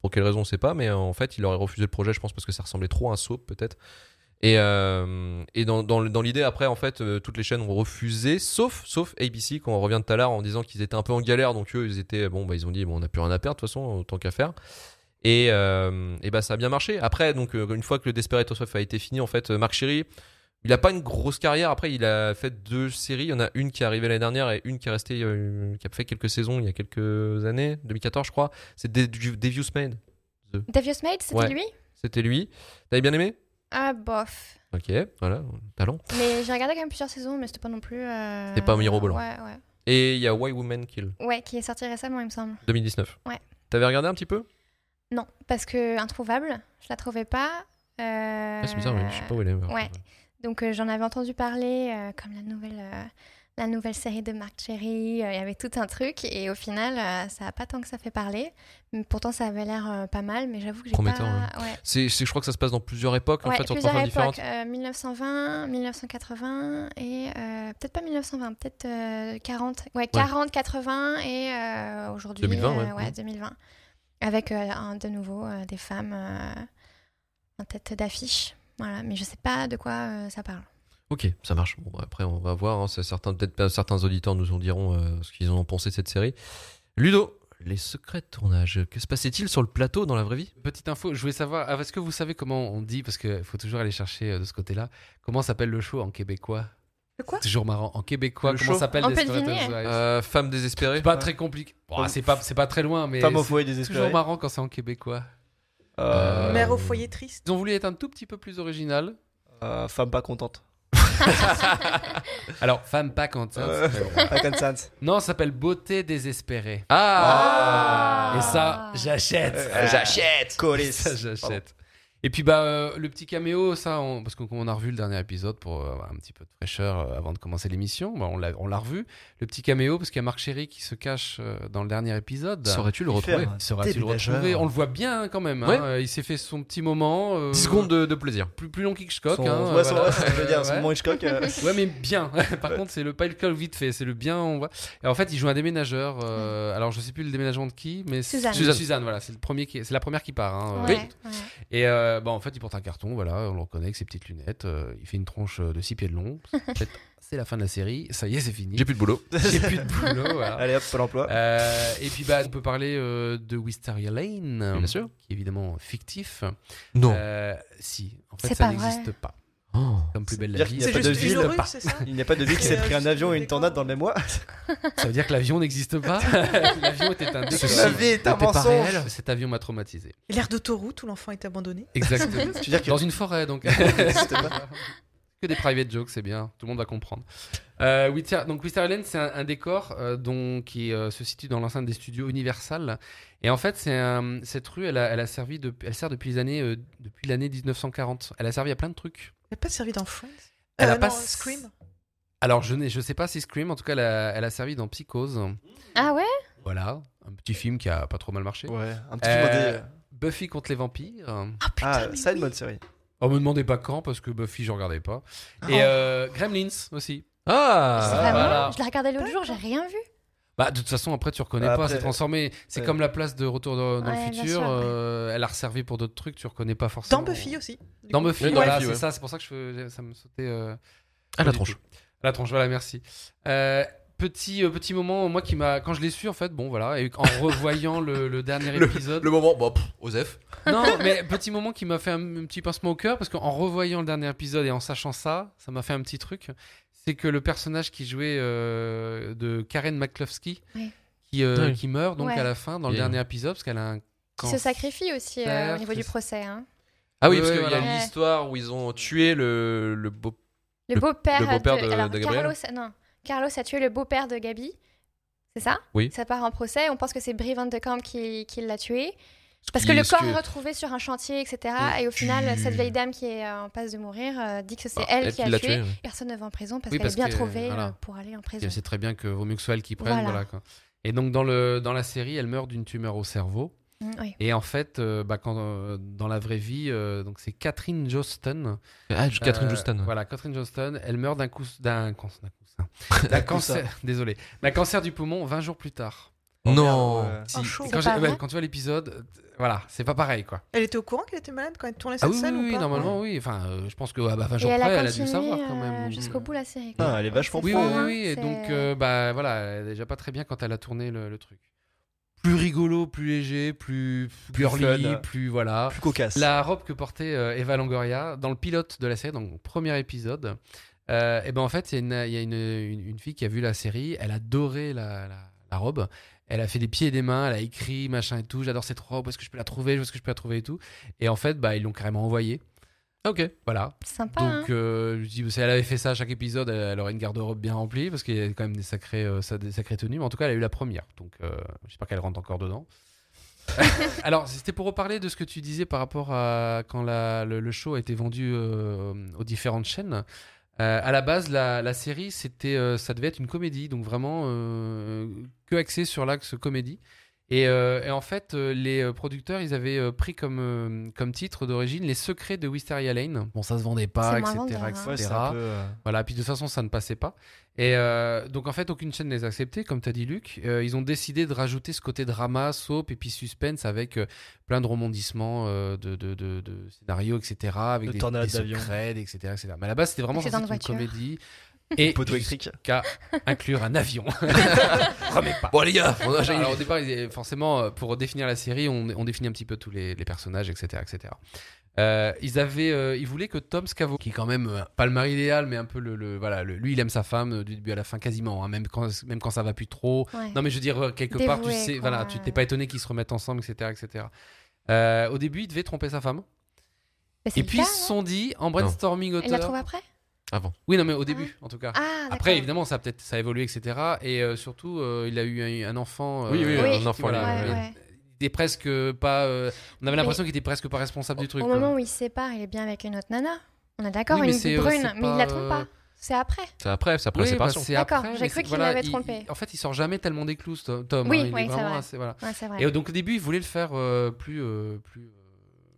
[SPEAKER 1] Pour quelle raison, on sait pas, mais euh, en fait, il aurait refusé le projet, je pense, parce que ça ressemblait trop à un soap, peut-être. Et, euh, et dans, dans, dans l'idée, après, en fait, euh, toutes les chaînes ont refusé, sauf, sauf ABC, quand on revient tout à l'heure en disant qu'ils étaient un peu en galère, donc eux, ils étaient, bon, bah, ils ont dit, bon, on n'a plus rien à perdre, de toute façon, autant qu'à faire. Et, euh, et bah, ça a bien marché. Après, donc, euh, une fois que le Desperate Housewives a été fini, en fait, euh, Mark Sherry, il a pas une grosse carrière. Après, il a fait deux séries. Il y en a une qui est arrivée l'année dernière et une qui est restée, euh, qui a fait quelques saisons il y a quelques années, 2014, je crois. C'est Dev- Devious Maid.
[SPEAKER 4] Devious Maid, c'était
[SPEAKER 1] Ouais.
[SPEAKER 4] lui
[SPEAKER 1] C'était lui. T'avais bien aimé
[SPEAKER 4] Ah, bof.
[SPEAKER 1] Ok, voilà, talent.
[SPEAKER 4] Mais j'ai regardé quand même plusieurs saisons, mais c'était pas non plus. euh,
[SPEAKER 1] C'était pas mirobolant.
[SPEAKER 4] Ouais, ouais.
[SPEAKER 1] Et il y a Why Women Kill,
[SPEAKER 4] Ouais, qui est sorti récemment, il me semble.
[SPEAKER 1] 2019.
[SPEAKER 4] Ouais.
[SPEAKER 1] T'avais regardé un petit peu
[SPEAKER 4] Non, parce que introuvable, je la trouvais pas. euh,
[SPEAKER 1] Ah, C'est bizarre, mais je sais pas où elle est.
[SPEAKER 4] ouais. Donc euh, j'en avais entendu parler, euh, comme la nouvelle, euh, la nouvelle série de Marc Cherry, euh, il y avait tout un truc, et au final, euh, ça a pas tant que ça fait parler. Mais pourtant, ça avait l'air euh, pas mal, mais j'avoue que j'ai pas...
[SPEAKER 1] Prometteur,
[SPEAKER 4] ouais.
[SPEAKER 1] C'est, c'est- je crois que ça se passe dans plusieurs époques, en
[SPEAKER 4] Ouais,
[SPEAKER 1] fait, sur trois
[SPEAKER 4] plusieurs
[SPEAKER 1] femmes
[SPEAKER 4] époques,
[SPEAKER 1] différentes.
[SPEAKER 4] euh, 1920, 1980 et euh, peut-être pas 1920, peut-être euh, 40, ouais, 40, 80 et euh, aujourd'hui
[SPEAKER 1] 2020,
[SPEAKER 4] euh,
[SPEAKER 1] ouais. Mhm.
[SPEAKER 4] 2020, avec euh, un- de nouveau euh, des femmes euh, en tête d'affiche, voilà, mais je sais pas de quoi euh, ça parle.
[SPEAKER 1] Ok, ça marche. Bon, bah, après, on va voir. hein. C'est certains, peut-être pas- certains auditeurs nous en diront euh, ce qu'ils en ont pensé de cette série. Ludo, les secrets de tournage. Que se passait-il sur le plateau dans la vraie vie
[SPEAKER 5] Petite info, je voulais savoir, ah, est-ce que vous savez comment on dit, parce qu'il faut toujours aller chercher euh, de ce côté-là, comment s'appelle le show en québécois
[SPEAKER 3] Le quoi
[SPEAKER 5] C'est toujours marrant. En québécois,
[SPEAKER 1] Le
[SPEAKER 5] comment
[SPEAKER 1] show
[SPEAKER 5] s'appelle
[SPEAKER 4] On
[SPEAKER 5] les
[SPEAKER 4] peut
[SPEAKER 5] Desperate
[SPEAKER 4] deviner.
[SPEAKER 5] Housewives
[SPEAKER 1] euh, Femme désespérée.
[SPEAKER 5] C'est pas très compliqué. Bon, c'est pas, c'est pas très loin, mais
[SPEAKER 2] Femme au
[SPEAKER 5] c'est
[SPEAKER 2] foyer
[SPEAKER 5] toujours
[SPEAKER 2] désespérée.
[SPEAKER 5] marrant quand c'est en québécois.
[SPEAKER 2] Euh,
[SPEAKER 3] Mère au foyer triste.
[SPEAKER 5] Ils ont voulu être un tout petit peu plus original.
[SPEAKER 2] euh, femme pas contente.
[SPEAKER 5] Alors, femme pas quand
[SPEAKER 2] Euh. Pas contente.
[SPEAKER 5] Non, ça s'appelle beauté désespérée.
[SPEAKER 1] Ah,
[SPEAKER 5] Et ça, j'achète.
[SPEAKER 2] J'achète. Euh, Colis.
[SPEAKER 5] Ça, j'achète. Et puis bah euh, le petit caméo, ça, on- parce qu'on on a revu le dernier épisode pour euh, avoir un petit peu de fraîcheur euh, avant de commencer l'émission, Bah, on l'a on l'a revu. Le petit caméo, parce qu'il y a Marc Chéry qui se cache euh, dans le dernier épisode.
[SPEAKER 1] Saurais-tu le retrouver
[SPEAKER 2] Faire.
[SPEAKER 5] Sera-t-il
[SPEAKER 2] Déménageur.
[SPEAKER 5] retrouvé On le voit bien hein, quand même. hein.
[SPEAKER 1] Ouais.
[SPEAKER 5] Euh, Il s'est fait son petit moment. euh,
[SPEAKER 1] 10 secondes de, de plaisir.
[SPEAKER 5] Plus, plus long qu'Hitchcock.
[SPEAKER 2] Son-
[SPEAKER 5] hein,
[SPEAKER 2] ouais, son-
[SPEAKER 5] voilà.
[SPEAKER 2] ouais, c'est ce que je veux dire, son
[SPEAKER 5] Ouais.
[SPEAKER 2] moment Hitchcock. euh,
[SPEAKER 5] Ouais, mais bien. Par contre, c'est le pas le col vite fait, c'est le bien. On voit. Et en fait, il joue un déménageur. euh, alors, je sais plus le déménagement de qui, mais c'est-
[SPEAKER 4] Suzanne.
[SPEAKER 5] Suzanne, Suzanne, voilà, c'est le premier qui, c'est la première qui part. hein.
[SPEAKER 4] Ouais, ouais.
[SPEAKER 5] Et euh, bah, en fait, il porte un carton. Voilà, on le reconnaît avec ses petites lunettes. euh, il fait une tronche euh, de 6 pieds de long. En fait, c'est la fin de la série. Ça y est, c'est fini.
[SPEAKER 1] J'ai plus de boulot.
[SPEAKER 5] J'ai plus de boulot. voilà.
[SPEAKER 2] Allez hop, Pôle emploi.
[SPEAKER 5] Euh, et puis bah, on peut parler euh, de Wisteria Lane,
[SPEAKER 1] Bien sûr.
[SPEAKER 5] qui est évidemment fictif.
[SPEAKER 1] Non.
[SPEAKER 5] Euh, si, en fait,
[SPEAKER 4] C'est
[SPEAKER 5] ça
[SPEAKER 4] pas vrai.
[SPEAKER 5] n'existe pas.
[SPEAKER 1] Oh.
[SPEAKER 5] Comme plus belle la
[SPEAKER 2] C'est-à-dire
[SPEAKER 5] vie,
[SPEAKER 2] qu'il y a
[SPEAKER 3] C'est
[SPEAKER 2] pas
[SPEAKER 3] juste
[SPEAKER 2] de
[SPEAKER 3] une
[SPEAKER 2] ville,
[SPEAKER 3] rue,
[SPEAKER 2] pas-
[SPEAKER 3] c'est ça
[SPEAKER 2] Il n'y a pas de vie qui s'est
[SPEAKER 3] Euh,
[SPEAKER 2] pris un
[SPEAKER 3] juste
[SPEAKER 2] avion et
[SPEAKER 3] le
[SPEAKER 2] une
[SPEAKER 3] décor.
[SPEAKER 2] tornade dans le même mois.
[SPEAKER 5] Ça veut dire que l'avion n'existe pas. l'avion était un décor.
[SPEAKER 1] Ceci
[SPEAKER 5] L'avion
[SPEAKER 2] dit, est
[SPEAKER 5] n'était
[SPEAKER 2] un
[SPEAKER 5] pas
[SPEAKER 2] mensonge.
[SPEAKER 5] réel. Cet avion m'a traumatisé.
[SPEAKER 3] L'air d'autoroute où l'enfant est abandonné.
[SPEAKER 5] Exactement.
[SPEAKER 2] Tu veux dire que
[SPEAKER 5] Dans une forêt, donc. que des private jokes, c'est bien. Tout le monde va comprendre. Euh, Wister- donc Wister Island, c'est un, un décor euh, dont- qui euh, se situe dans l'enceinte des studios Universal. Et en fait, c'est un- cette rue, elle, a, elle a servi de- elle sert depuis les années, euh, depuis l'année 1940. Elle a servi à plein de trucs.
[SPEAKER 3] Elle n'a pas servi dans Friends.
[SPEAKER 5] Elle
[SPEAKER 3] Euh,
[SPEAKER 5] a pas
[SPEAKER 3] non,
[SPEAKER 5] s-
[SPEAKER 3] Scream.
[SPEAKER 5] Alors, je ne je sais pas si Scream, en tout cas, elle a, elle a servi dans Psychose.
[SPEAKER 4] Ah ouais
[SPEAKER 5] Voilà, un petit film qui a pas trop mal marché.
[SPEAKER 2] Ouais, un petit
[SPEAKER 5] Euh,
[SPEAKER 2] peu des-
[SPEAKER 5] Buffy contre les vampires.
[SPEAKER 3] Ah putain,
[SPEAKER 2] Ah,
[SPEAKER 3] mais
[SPEAKER 2] ça,
[SPEAKER 3] oui.
[SPEAKER 2] une bonne série.
[SPEAKER 5] On Oh, me demandait pas quand parce que Buffy je regardais pas.
[SPEAKER 3] Oh.
[SPEAKER 5] Et euh, Gremlins aussi.
[SPEAKER 1] Ah
[SPEAKER 4] Vraiment
[SPEAKER 5] Euh, voilà.
[SPEAKER 4] Je l'ai regardé l'autre jour, j'ai
[SPEAKER 3] D'accord.
[SPEAKER 4] rien vu.
[SPEAKER 5] Bah, de toute façon, après, tu reconnais
[SPEAKER 2] Bah,
[SPEAKER 5] pas,
[SPEAKER 2] après-
[SPEAKER 5] c'est transformé. C'est
[SPEAKER 2] Ouais.
[SPEAKER 5] comme la place de Retour dans, dans
[SPEAKER 4] Ouais,
[SPEAKER 5] le
[SPEAKER 4] bien sûr,
[SPEAKER 5] futur.
[SPEAKER 4] ouais.
[SPEAKER 5] euh, elle a resservi pour d'autres trucs, tu reconnais pas forcément.
[SPEAKER 3] Dans Buffy aussi. du
[SPEAKER 5] Dans
[SPEAKER 3] coup.
[SPEAKER 5] Buffy,
[SPEAKER 1] Ouais, dans
[SPEAKER 5] voilà,
[SPEAKER 1] Buffy,
[SPEAKER 5] c'est
[SPEAKER 1] ouais.
[SPEAKER 5] ça, c'est pour ça que je, ça me sautait. euh,
[SPEAKER 1] À la
[SPEAKER 5] du
[SPEAKER 1] tronche.
[SPEAKER 5] tout. À la tronche, voilà, merci. Euh, petit, euh, petit moment, moi, qui m'a. Quand je l'ai su, en fait, bon, voilà, et en revoyant le, le dernier épisode.
[SPEAKER 1] Le moment, bah, pff, Osef.
[SPEAKER 5] Non, mais petit moment qui m'a fait un, un petit pincement au cœur, parce qu'en revoyant le dernier épisode et en sachant ça, ça m'a fait un petit truc. C'est que le personnage qui jouait euh, de Karen McCluskey,
[SPEAKER 4] Oui.
[SPEAKER 5] qui, euh,
[SPEAKER 1] Oui.
[SPEAKER 5] qui meurt donc
[SPEAKER 4] Ouais.
[SPEAKER 5] à la fin, dans le
[SPEAKER 1] Bien.
[SPEAKER 5] dernier épisode, parce qu'elle a un.
[SPEAKER 4] Qui
[SPEAKER 5] cancer.
[SPEAKER 4] se sacrifie aussi euh,
[SPEAKER 5] Cancer,
[SPEAKER 4] au niveau du
[SPEAKER 5] triste.
[SPEAKER 4] procès. hein.
[SPEAKER 1] Ah oui,
[SPEAKER 5] Ouais,
[SPEAKER 1] parce qu'il
[SPEAKER 5] voilà.
[SPEAKER 1] y a
[SPEAKER 4] Ouais.
[SPEAKER 1] une histoire où ils ont tué le, le beau.
[SPEAKER 4] Le,
[SPEAKER 1] Le-
[SPEAKER 4] beau-père
[SPEAKER 1] le beau-père de-
[SPEAKER 4] alors,
[SPEAKER 1] de Gabriel.
[SPEAKER 4] Carlos, non, Carlos a tué le beau-père de Gabi. C'est ça
[SPEAKER 1] Oui.
[SPEAKER 4] Ça part en procès. On pense que c'est Brie Van de Kamp qui, qui l'a tué. Parce que le
[SPEAKER 1] Parce
[SPEAKER 4] corps est retrouvé sur un chantier, etc. Et au final, cette vieille dame qui est euh, en passe de mourir euh, dit que c'est
[SPEAKER 5] Bah,
[SPEAKER 1] Ah,
[SPEAKER 4] elle,
[SPEAKER 1] elle qui
[SPEAKER 4] qui l'a
[SPEAKER 1] l'a
[SPEAKER 4] tué.
[SPEAKER 1] tué, ouais.
[SPEAKER 4] Personne ne va en prison parce
[SPEAKER 5] Oui,
[SPEAKER 4] qu'elle
[SPEAKER 5] parce
[SPEAKER 4] est bien
[SPEAKER 5] que,
[SPEAKER 4] trouvée
[SPEAKER 5] voilà.
[SPEAKER 4] euh, pour aller en prison.
[SPEAKER 5] Elle sait très bien que vaut mieux que ce soit elle qui prenne.
[SPEAKER 4] Voilà.
[SPEAKER 5] Voilà. quoi. Et donc, dans, le, dans la série, elle meurt d'une tumeur au cerveau.
[SPEAKER 4] Mm, oui.
[SPEAKER 5] Et en fait, euh, bah, quand, euh, dans la vraie vie, euh, donc c'est Catherine Johnston.
[SPEAKER 1] Ah, Catherine
[SPEAKER 5] Euh,
[SPEAKER 1] Johnston.
[SPEAKER 5] Voilà, Catherine Johnston. Elle meurt d'un coup, d'un cance- d'un coussin. d'un cancer. Désolé, d'un cancer du poumon 20 jours plus tard.
[SPEAKER 1] Non.
[SPEAKER 2] Merde, ouais.
[SPEAKER 5] Si.
[SPEAKER 3] Oh, chaud.
[SPEAKER 5] Et
[SPEAKER 4] C'est
[SPEAKER 5] quand, j'ai-
[SPEAKER 4] pas
[SPEAKER 5] ouais,
[SPEAKER 4] vrai
[SPEAKER 5] quand tu vois l'épisode, euh, voilà, c'est pas pareil quoi.
[SPEAKER 3] Elle était au courant qu'elle était malade quand elle tournait
[SPEAKER 5] Ah
[SPEAKER 3] cette
[SPEAKER 5] oui,
[SPEAKER 3] scène
[SPEAKER 5] oui,
[SPEAKER 3] ou
[SPEAKER 5] oui,
[SPEAKER 3] pas
[SPEAKER 5] normalement oui. Enfin, euh, je pense que ah, bah, 20
[SPEAKER 4] Et
[SPEAKER 5] jours
[SPEAKER 4] elle
[SPEAKER 5] après,
[SPEAKER 4] a
[SPEAKER 5] elle a dû le
[SPEAKER 4] continué
[SPEAKER 5] savoir quand
[SPEAKER 4] euh,
[SPEAKER 5] même. Donc,
[SPEAKER 4] jusqu'au
[SPEAKER 5] euh,
[SPEAKER 4] bout la série. quoi.
[SPEAKER 2] Ah, elle est vachement
[SPEAKER 5] Oui,
[SPEAKER 4] fou,
[SPEAKER 5] oui,
[SPEAKER 2] pro.
[SPEAKER 5] oui,
[SPEAKER 4] hein,
[SPEAKER 5] oui, Et
[SPEAKER 4] c'est-
[SPEAKER 5] donc, euh, bah voilà, elle est déjà pas très bien quand elle a tourné le, le truc. Plus rigolo, plus léger, plus plus
[SPEAKER 2] Plus
[SPEAKER 5] girly,
[SPEAKER 2] fun.
[SPEAKER 5] plus voilà.
[SPEAKER 2] hein. Plus cocasse.
[SPEAKER 5] La robe que portait euh, Eva Longoria dans le pilote de la série, donc premier épisode. euh, et ben en fait, il y a, une, il y a une- une- une fille qui a vu la série, elle adorait la, la- la robe. Elle a fait des pieds et des mains, elle a écrit machin et tout. J'adore cette robe, où est-ce que je peux la trouver, où est-ce que je peux la trouver et tout. Et en fait, bah ils l'ont carrément envoyée. Ok. Voilà.
[SPEAKER 4] C'est Sympa. hein.
[SPEAKER 5] Donc euh, je dis, si elle avait fait ça à chaque épisode, elle, elle aurait une garde-robe bien remplie parce qu'il y a quand même des sacrées, euh, ça- des sacrées tenues. Mais en tout cas, elle a eu la première. Donc euh, j'espère qu'elle rentre encore dedans. Alors, c'était pour reparler de ce que tu disais par rapport à quand la- le, le show a été vendu euh, aux différentes chaînes. Euh, à la base, la, la série, c'était, euh, ça devait être une comédie, donc vraiment euh, que axée sur l'axe comédie. Et, euh, et en fait, euh, les euh, producteurs, ils avaient euh, pris comme, euh, comme titre d'origine Les Secrets de Wisteria Lane. Bon, ça se vendait pas,
[SPEAKER 4] C'est
[SPEAKER 5] etc.
[SPEAKER 4] moins vendeur, hein.
[SPEAKER 5] etc.
[SPEAKER 2] Ouais, c'est un peu, euh,
[SPEAKER 5] Voilà, puis de toute façon, ça ne passait pas. Et euh, donc, en fait, aucune chaîne ne les a acceptés, comme tu as dit, Luc. Euh, ils ont décidé de rajouter ce côté drama, soap et puis suspense avec euh, plein de rebondissements euh, de, de, de- de scénarios, etc. Avec
[SPEAKER 2] De
[SPEAKER 5] des,
[SPEAKER 2] tornades
[SPEAKER 5] des
[SPEAKER 2] d'avion.
[SPEAKER 5] secrets, etc., etc. Mais à la base, c'était vraiment
[SPEAKER 4] Accident
[SPEAKER 5] censé
[SPEAKER 4] de
[SPEAKER 5] être une
[SPEAKER 4] voiture.
[SPEAKER 5] comédie. Et
[SPEAKER 2] poteau électrique.
[SPEAKER 5] jusqu'à inclure un avion. Remets pas.
[SPEAKER 1] Bon, les gars, on a
[SPEAKER 5] Alors, au départ, ils- euh, forcément, euh, pour définir la série, on, on définit un petit peu tous les, les personnages, etc. etc. Euh, ils, avaient, euh, ils voulaient que Tom Scavo, qui est quand même euh, pas le mari idéal, mais un peu le, le- voilà, le- lui, il aime sa femme euh, du début à la fin quasiment, hein, même quand même quand ça va plus trop.
[SPEAKER 4] Ouais.
[SPEAKER 5] Non, mais je veux dire euh, quelque part, tu
[SPEAKER 4] Dévoué,
[SPEAKER 5] sais,
[SPEAKER 4] quoi.
[SPEAKER 5] voilà, tu t'es pas étonné qu'ils se remettent ensemble, etc., etc. Euh, au début, il devait tromper sa femme.
[SPEAKER 4] Mais c'est
[SPEAKER 5] Et
[SPEAKER 4] le
[SPEAKER 5] puis
[SPEAKER 4] cas,
[SPEAKER 5] ils se sont dit en brainstorming
[SPEAKER 4] hein. Elle la
[SPEAKER 5] auteur.
[SPEAKER 4] trouve après
[SPEAKER 5] Oui, non, mais au début, en tout cas.
[SPEAKER 4] Ah,
[SPEAKER 5] Après,
[SPEAKER 4] d'accord.
[SPEAKER 5] évidemment, ça a peut-être ça a évolué, etc. Et euh, surtout, euh, il a eu un, un enfant. euh,
[SPEAKER 1] Oui, oui,
[SPEAKER 4] Oui.
[SPEAKER 1] un enfant.
[SPEAKER 5] Voilà,
[SPEAKER 1] là,
[SPEAKER 4] Ouais,
[SPEAKER 1] oui.
[SPEAKER 5] euh,
[SPEAKER 4] ouais.
[SPEAKER 5] il était presque pas. euh, on avait
[SPEAKER 4] Mais-
[SPEAKER 5] l'impression qu'il était presque pas responsable du truc.
[SPEAKER 4] Au
[SPEAKER 5] quoi.
[SPEAKER 4] moment où il se sépare, il est bien avec une autre nana. On est d'accord,
[SPEAKER 5] Oui, mais
[SPEAKER 4] une
[SPEAKER 5] c'est, euh,
[SPEAKER 4] brune,
[SPEAKER 5] c'est
[SPEAKER 4] mais il la trompe
[SPEAKER 5] pas, euh,
[SPEAKER 4] pas. C'est après.
[SPEAKER 1] C'est après, c'est après la
[SPEAKER 5] Oui, bah,
[SPEAKER 1] séparation.
[SPEAKER 5] c'est
[SPEAKER 4] D'accord,
[SPEAKER 5] après,
[SPEAKER 4] j'ai
[SPEAKER 5] mais
[SPEAKER 4] cru
[SPEAKER 5] c'est-
[SPEAKER 4] qu'il
[SPEAKER 5] voilà,
[SPEAKER 4] l'avait
[SPEAKER 5] il-
[SPEAKER 4] trompé.
[SPEAKER 5] En fait, il sort jamais tellement des clous, Tom. Tom,
[SPEAKER 4] Oui,
[SPEAKER 5] hein, il
[SPEAKER 4] oui,
[SPEAKER 5] est
[SPEAKER 4] c'est
[SPEAKER 5] vraiment
[SPEAKER 4] vrai.
[SPEAKER 5] assez- voilà.
[SPEAKER 4] Ouais, c'est vrai.
[SPEAKER 5] Et donc au début, il voulait le faire euh, plus, euh, plus,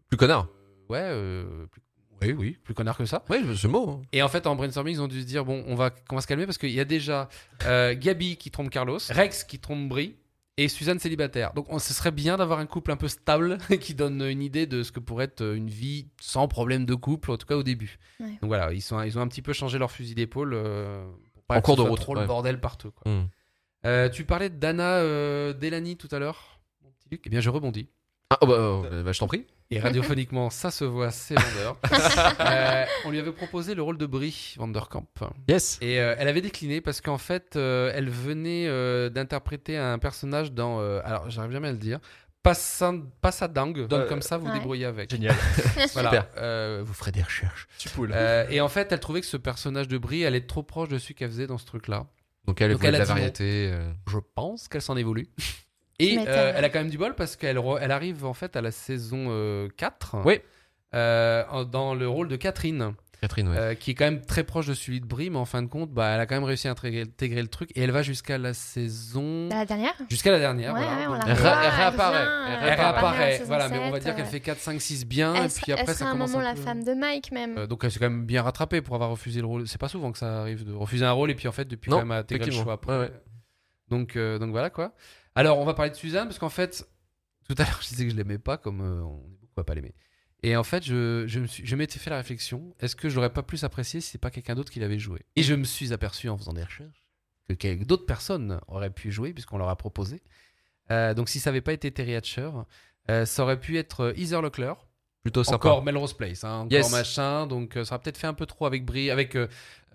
[SPEAKER 1] Plus connard.
[SPEAKER 5] euh, ouais, euh, plus- oui, oui, plus connard que ça.
[SPEAKER 1] Oui, ce mot. hein.
[SPEAKER 5] Et en fait, en brainstorming, ils ont dû se dire bon, on va, on va se calmer parce qu'il y a déjà euh, Gabi qui trompe Carlos, Rex qui trompe Brie et Suzanne célibataire. Donc, on, ce serait bien d'avoir un couple un peu stable qui donne une idée de ce que pourrait être une vie sans problème de couple, en tout cas au début.
[SPEAKER 4] Ouais.
[SPEAKER 5] Donc voilà, ils, sont, ils ont un petit peu changé leur fusil d'épaule euh, pour pas
[SPEAKER 1] En
[SPEAKER 5] que
[SPEAKER 1] cours
[SPEAKER 5] ce
[SPEAKER 1] de
[SPEAKER 5] soit
[SPEAKER 1] route,
[SPEAKER 5] trop
[SPEAKER 1] ouais.
[SPEAKER 5] le bordel partout. quoi.
[SPEAKER 1] Hmm.
[SPEAKER 5] Euh, tu parlais d'Anna euh, Delany tout à l'heure, mon petit Luc. Eh bien, je rebondis.
[SPEAKER 1] Ah, oh, bah, oh, bah, je t'en prie.
[SPEAKER 5] Et radiophoniquement, ça se voit, c'est vendeur. Euh, on lui avait proposé le rôle de Brie Vanderkamp.
[SPEAKER 2] Yes.
[SPEAKER 5] Et euh, elle avait décliné parce qu'en fait, euh, elle venait euh, d'interpréter un personnage dans. euh, alors, j'arrive jamais à le dire. Passan- Passadangue. Donne
[SPEAKER 2] Euh,
[SPEAKER 5] comme ça, vous
[SPEAKER 4] ouais.
[SPEAKER 5] débrouillez avec.
[SPEAKER 2] Génial.
[SPEAKER 5] Voilà.
[SPEAKER 1] Super.
[SPEAKER 5] Euh, vous ferez des recherches.
[SPEAKER 2] Tu poules.
[SPEAKER 5] Euh, et en fait, elle trouvait que ce personnage de Brie, elle est trop proche de celui qu'elle faisait dans ce truc-là.
[SPEAKER 1] Donc elle,
[SPEAKER 5] Donc,
[SPEAKER 1] voulait
[SPEAKER 5] elle
[SPEAKER 1] de
[SPEAKER 5] a
[SPEAKER 1] la
[SPEAKER 5] dit non.
[SPEAKER 1] variété. euh,
[SPEAKER 5] Je pense qu'elle s'en évolue. Et
[SPEAKER 4] Tu
[SPEAKER 5] euh,
[SPEAKER 4] m'étonnes.
[SPEAKER 5] elle a quand même du bol parce qu'elle re- elle arrive en fait à la saison euh, 4.
[SPEAKER 1] Oui.
[SPEAKER 5] Euh, en- dans le rôle de Catherine.
[SPEAKER 1] Catherine, ouais.
[SPEAKER 5] Euh, qui est quand même très proche de celui de Brie, mais en fin de compte, bah, elle a quand même réussi à intégrer, intégrer le truc et elle va jusqu'à la saison.
[SPEAKER 4] Dans la dernière
[SPEAKER 5] Jusqu'à la dernière.
[SPEAKER 4] Ouais,
[SPEAKER 5] voilà.
[SPEAKER 4] ouais, on
[SPEAKER 5] Donc,
[SPEAKER 4] la
[SPEAKER 5] elle,
[SPEAKER 4] revoit,
[SPEAKER 5] ré- elle réapparaît.
[SPEAKER 4] revient,
[SPEAKER 5] Elle,
[SPEAKER 4] elle revient en
[SPEAKER 5] réapparaît.
[SPEAKER 4] saison
[SPEAKER 5] Voilà, mais on va
[SPEAKER 4] sept,
[SPEAKER 5] dire qu'elle
[SPEAKER 4] ouais.
[SPEAKER 5] fait 4, 5, 6 bien et
[SPEAKER 4] Elle,
[SPEAKER 5] puis après, ça
[SPEAKER 4] sera à un
[SPEAKER 5] commence.
[SPEAKER 4] moment la
[SPEAKER 5] peu-
[SPEAKER 4] femme de Mike
[SPEAKER 1] Mm.
[SPEAKER 4] même.
[SPEAKER 5] Euh, donc elle s'est quand même bien rattrapée pour avoir refusé le rôle. C'est pas souvent que ça arrive de refuser un rôle et puis en fait, depuis
[SPEAKER 1] Non,
[SPEAKER 5] quand même à intégrer le
[SPEAKER 1] effectivement.
[SPEAKER 5] choix après.
[SPEAKER 1] Ouais, ouais.
[SPEAKER 5] Donc, euh, donc voilà quoi. Alors, on va parler de Suzanne parce qu'en fait, tout à l'heure, je disais que je l'aimais pas, comme euh, on est beaucoup à pas l'aimer. Et en fait, je, je, me suis- je m'étais fait la réflexion est-ce que j'aurais pas plus apprécié si c'est pas quelqu'un d'autre qui l'avait joué Et je me suis aperçu en faisant des recherches que quel- d'autres personnes auraient pu jouer puisqu'on leur a proposé. Euh, donc, si ça avait pas été Terry Hatcher, euh, ça aurait pu être euh, Heather Leclerc.
[SPEAKER 1] Plutôt sympa.
[SPEAKER 5] Encore Melrose Place, hein, encore
[SPEAKER 1] Yes.
[SPEAKER 5] machin. Donc euh, ça aura peut-être fait un peu trop avec Brie, avec euh,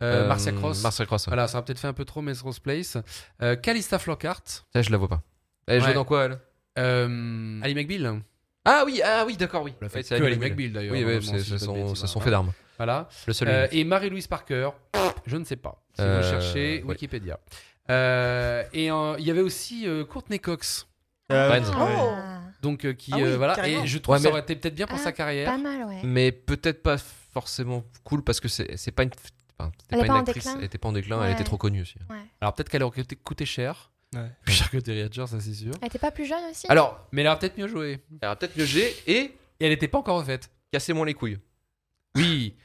[SPEAKER 5] euh,
[SPEAKER 1] Euh,
[SPEAKER 5] Marcia Cross.
[SPEAKER 1] Marcia Cross. ouais.
[SPEAKER 5] Voilà, ça aura peut-être fait un peu trop Melrose Place. Euh, Calista Flockhart.
[SPEAKER 1] Ça, je la vois pas. Elle joue
[SPEAKER 5] Ouais.
[SPEAKER 1] dans quoi, elle
[SPEAKER 5] Euh, Ali McBeal.
[SPEAKER 1] Ah oui, ah oui, d'accord, oui.
[SPEAKER 5] Le
[SPEAKER 1] Ouais,
[SPEAKER 5] fait
[SPEAKER 1] c'est
[SPEAKER 5] que
[SPEAKER 1] Ali
[SPEAKER 5] Ali
[SPEAKER 1] McBeal.
[SPEAKER 5] McBeal d'ailleurs.
[SPEAKER 1] Oui, oui,
[SPEAKER 5] normalement,
[SPEAKER 1] c'est
[SPEAKER 5] si je
[SPEAKER 1] c'est
[SPEAKER 5] dis pas de
[SPEAKER 1] son,
[SPEAKER 5] bêtises,
[SPEAKER 1] c'est son
[SPEAKER 5] voilà.
[SPEAKER 1] fait d'armes.
[SPEAKER 5] Voilà.
[SPEAKER 1] Le seul.
[SPEAKER 5] Euh,
[SPEAKER 1] unique.
[SPEAKER 5] et Marie-Louise Parker, je ne sais pas. Si
[SPEAKER 1] Euh,
[SPEAKER 5] vous
[SPEAKER 1] ouais.
[SPEAKER 5] cherchez Wikipédia. Euh, et euh, il y avait aussi euh, Courtney Cox,
[SPEAKER 4] Ah,
[SPEAKER 2] Euh,
[SPEAKER 1] Friends.
[SPEAKER 2] ouais.
[SPEAKER 5] donc euh, qui
[SPEAKER 3] Ah oui,
[SPEAKER 5] euh, voilà.
[SPEAKER 3] carrément.
[SPEAKER 5] Et je trouve
[SPEAKER 1] Ouais,
[SPEAKER 5] que
[SPEAKER 1] mais-
[SPEAKER 5] ça aurait été peut-être bien pour
[SPEAKER 4] Ah,
[SPEAKER 5] sa carrière.
[SPEAKER 4] Pas mal, ouais.
[SPEAKER 1] Mais peut-être pas forcément cool parce que c'est c'est pas une. enfin, c'était
[SPEAKER 4] Elle est
[SPEAKER 1] pas
[SPEAKER 4] pas
[SPEAKER 1] une
[SPEAKER 4] en
[SPEAKER 1] actrice,
[SPEAKER 4] déclin.
[SPEAKER 1] elle était pas en déclin, elle
[SPEAKER 4] Ouais.
[SPEAKER 1] était trop connue aussi.
[SPEAKER 5] Alors peut-être qu'elle aurait coûté- coûté cher,
[SPEAKER 2] Ouais.
[SPEAKER 5] plus cher que Terry Hatcher, ça c'est sûr.
[SPEAKER 4] Elle était pas plus jeune aussi
[SPEAKER 1] Alors,
[SPEAKER 5] Mais elle aurait peut-être mieux joué.
[SPEAKER 1] elle a peut-être le G et
[SPEAKER 5] Et elle n'était pas encore refaite.
[SPEAKER 1] cassez-moi les couilles.
[SPEAKER 5] Oui.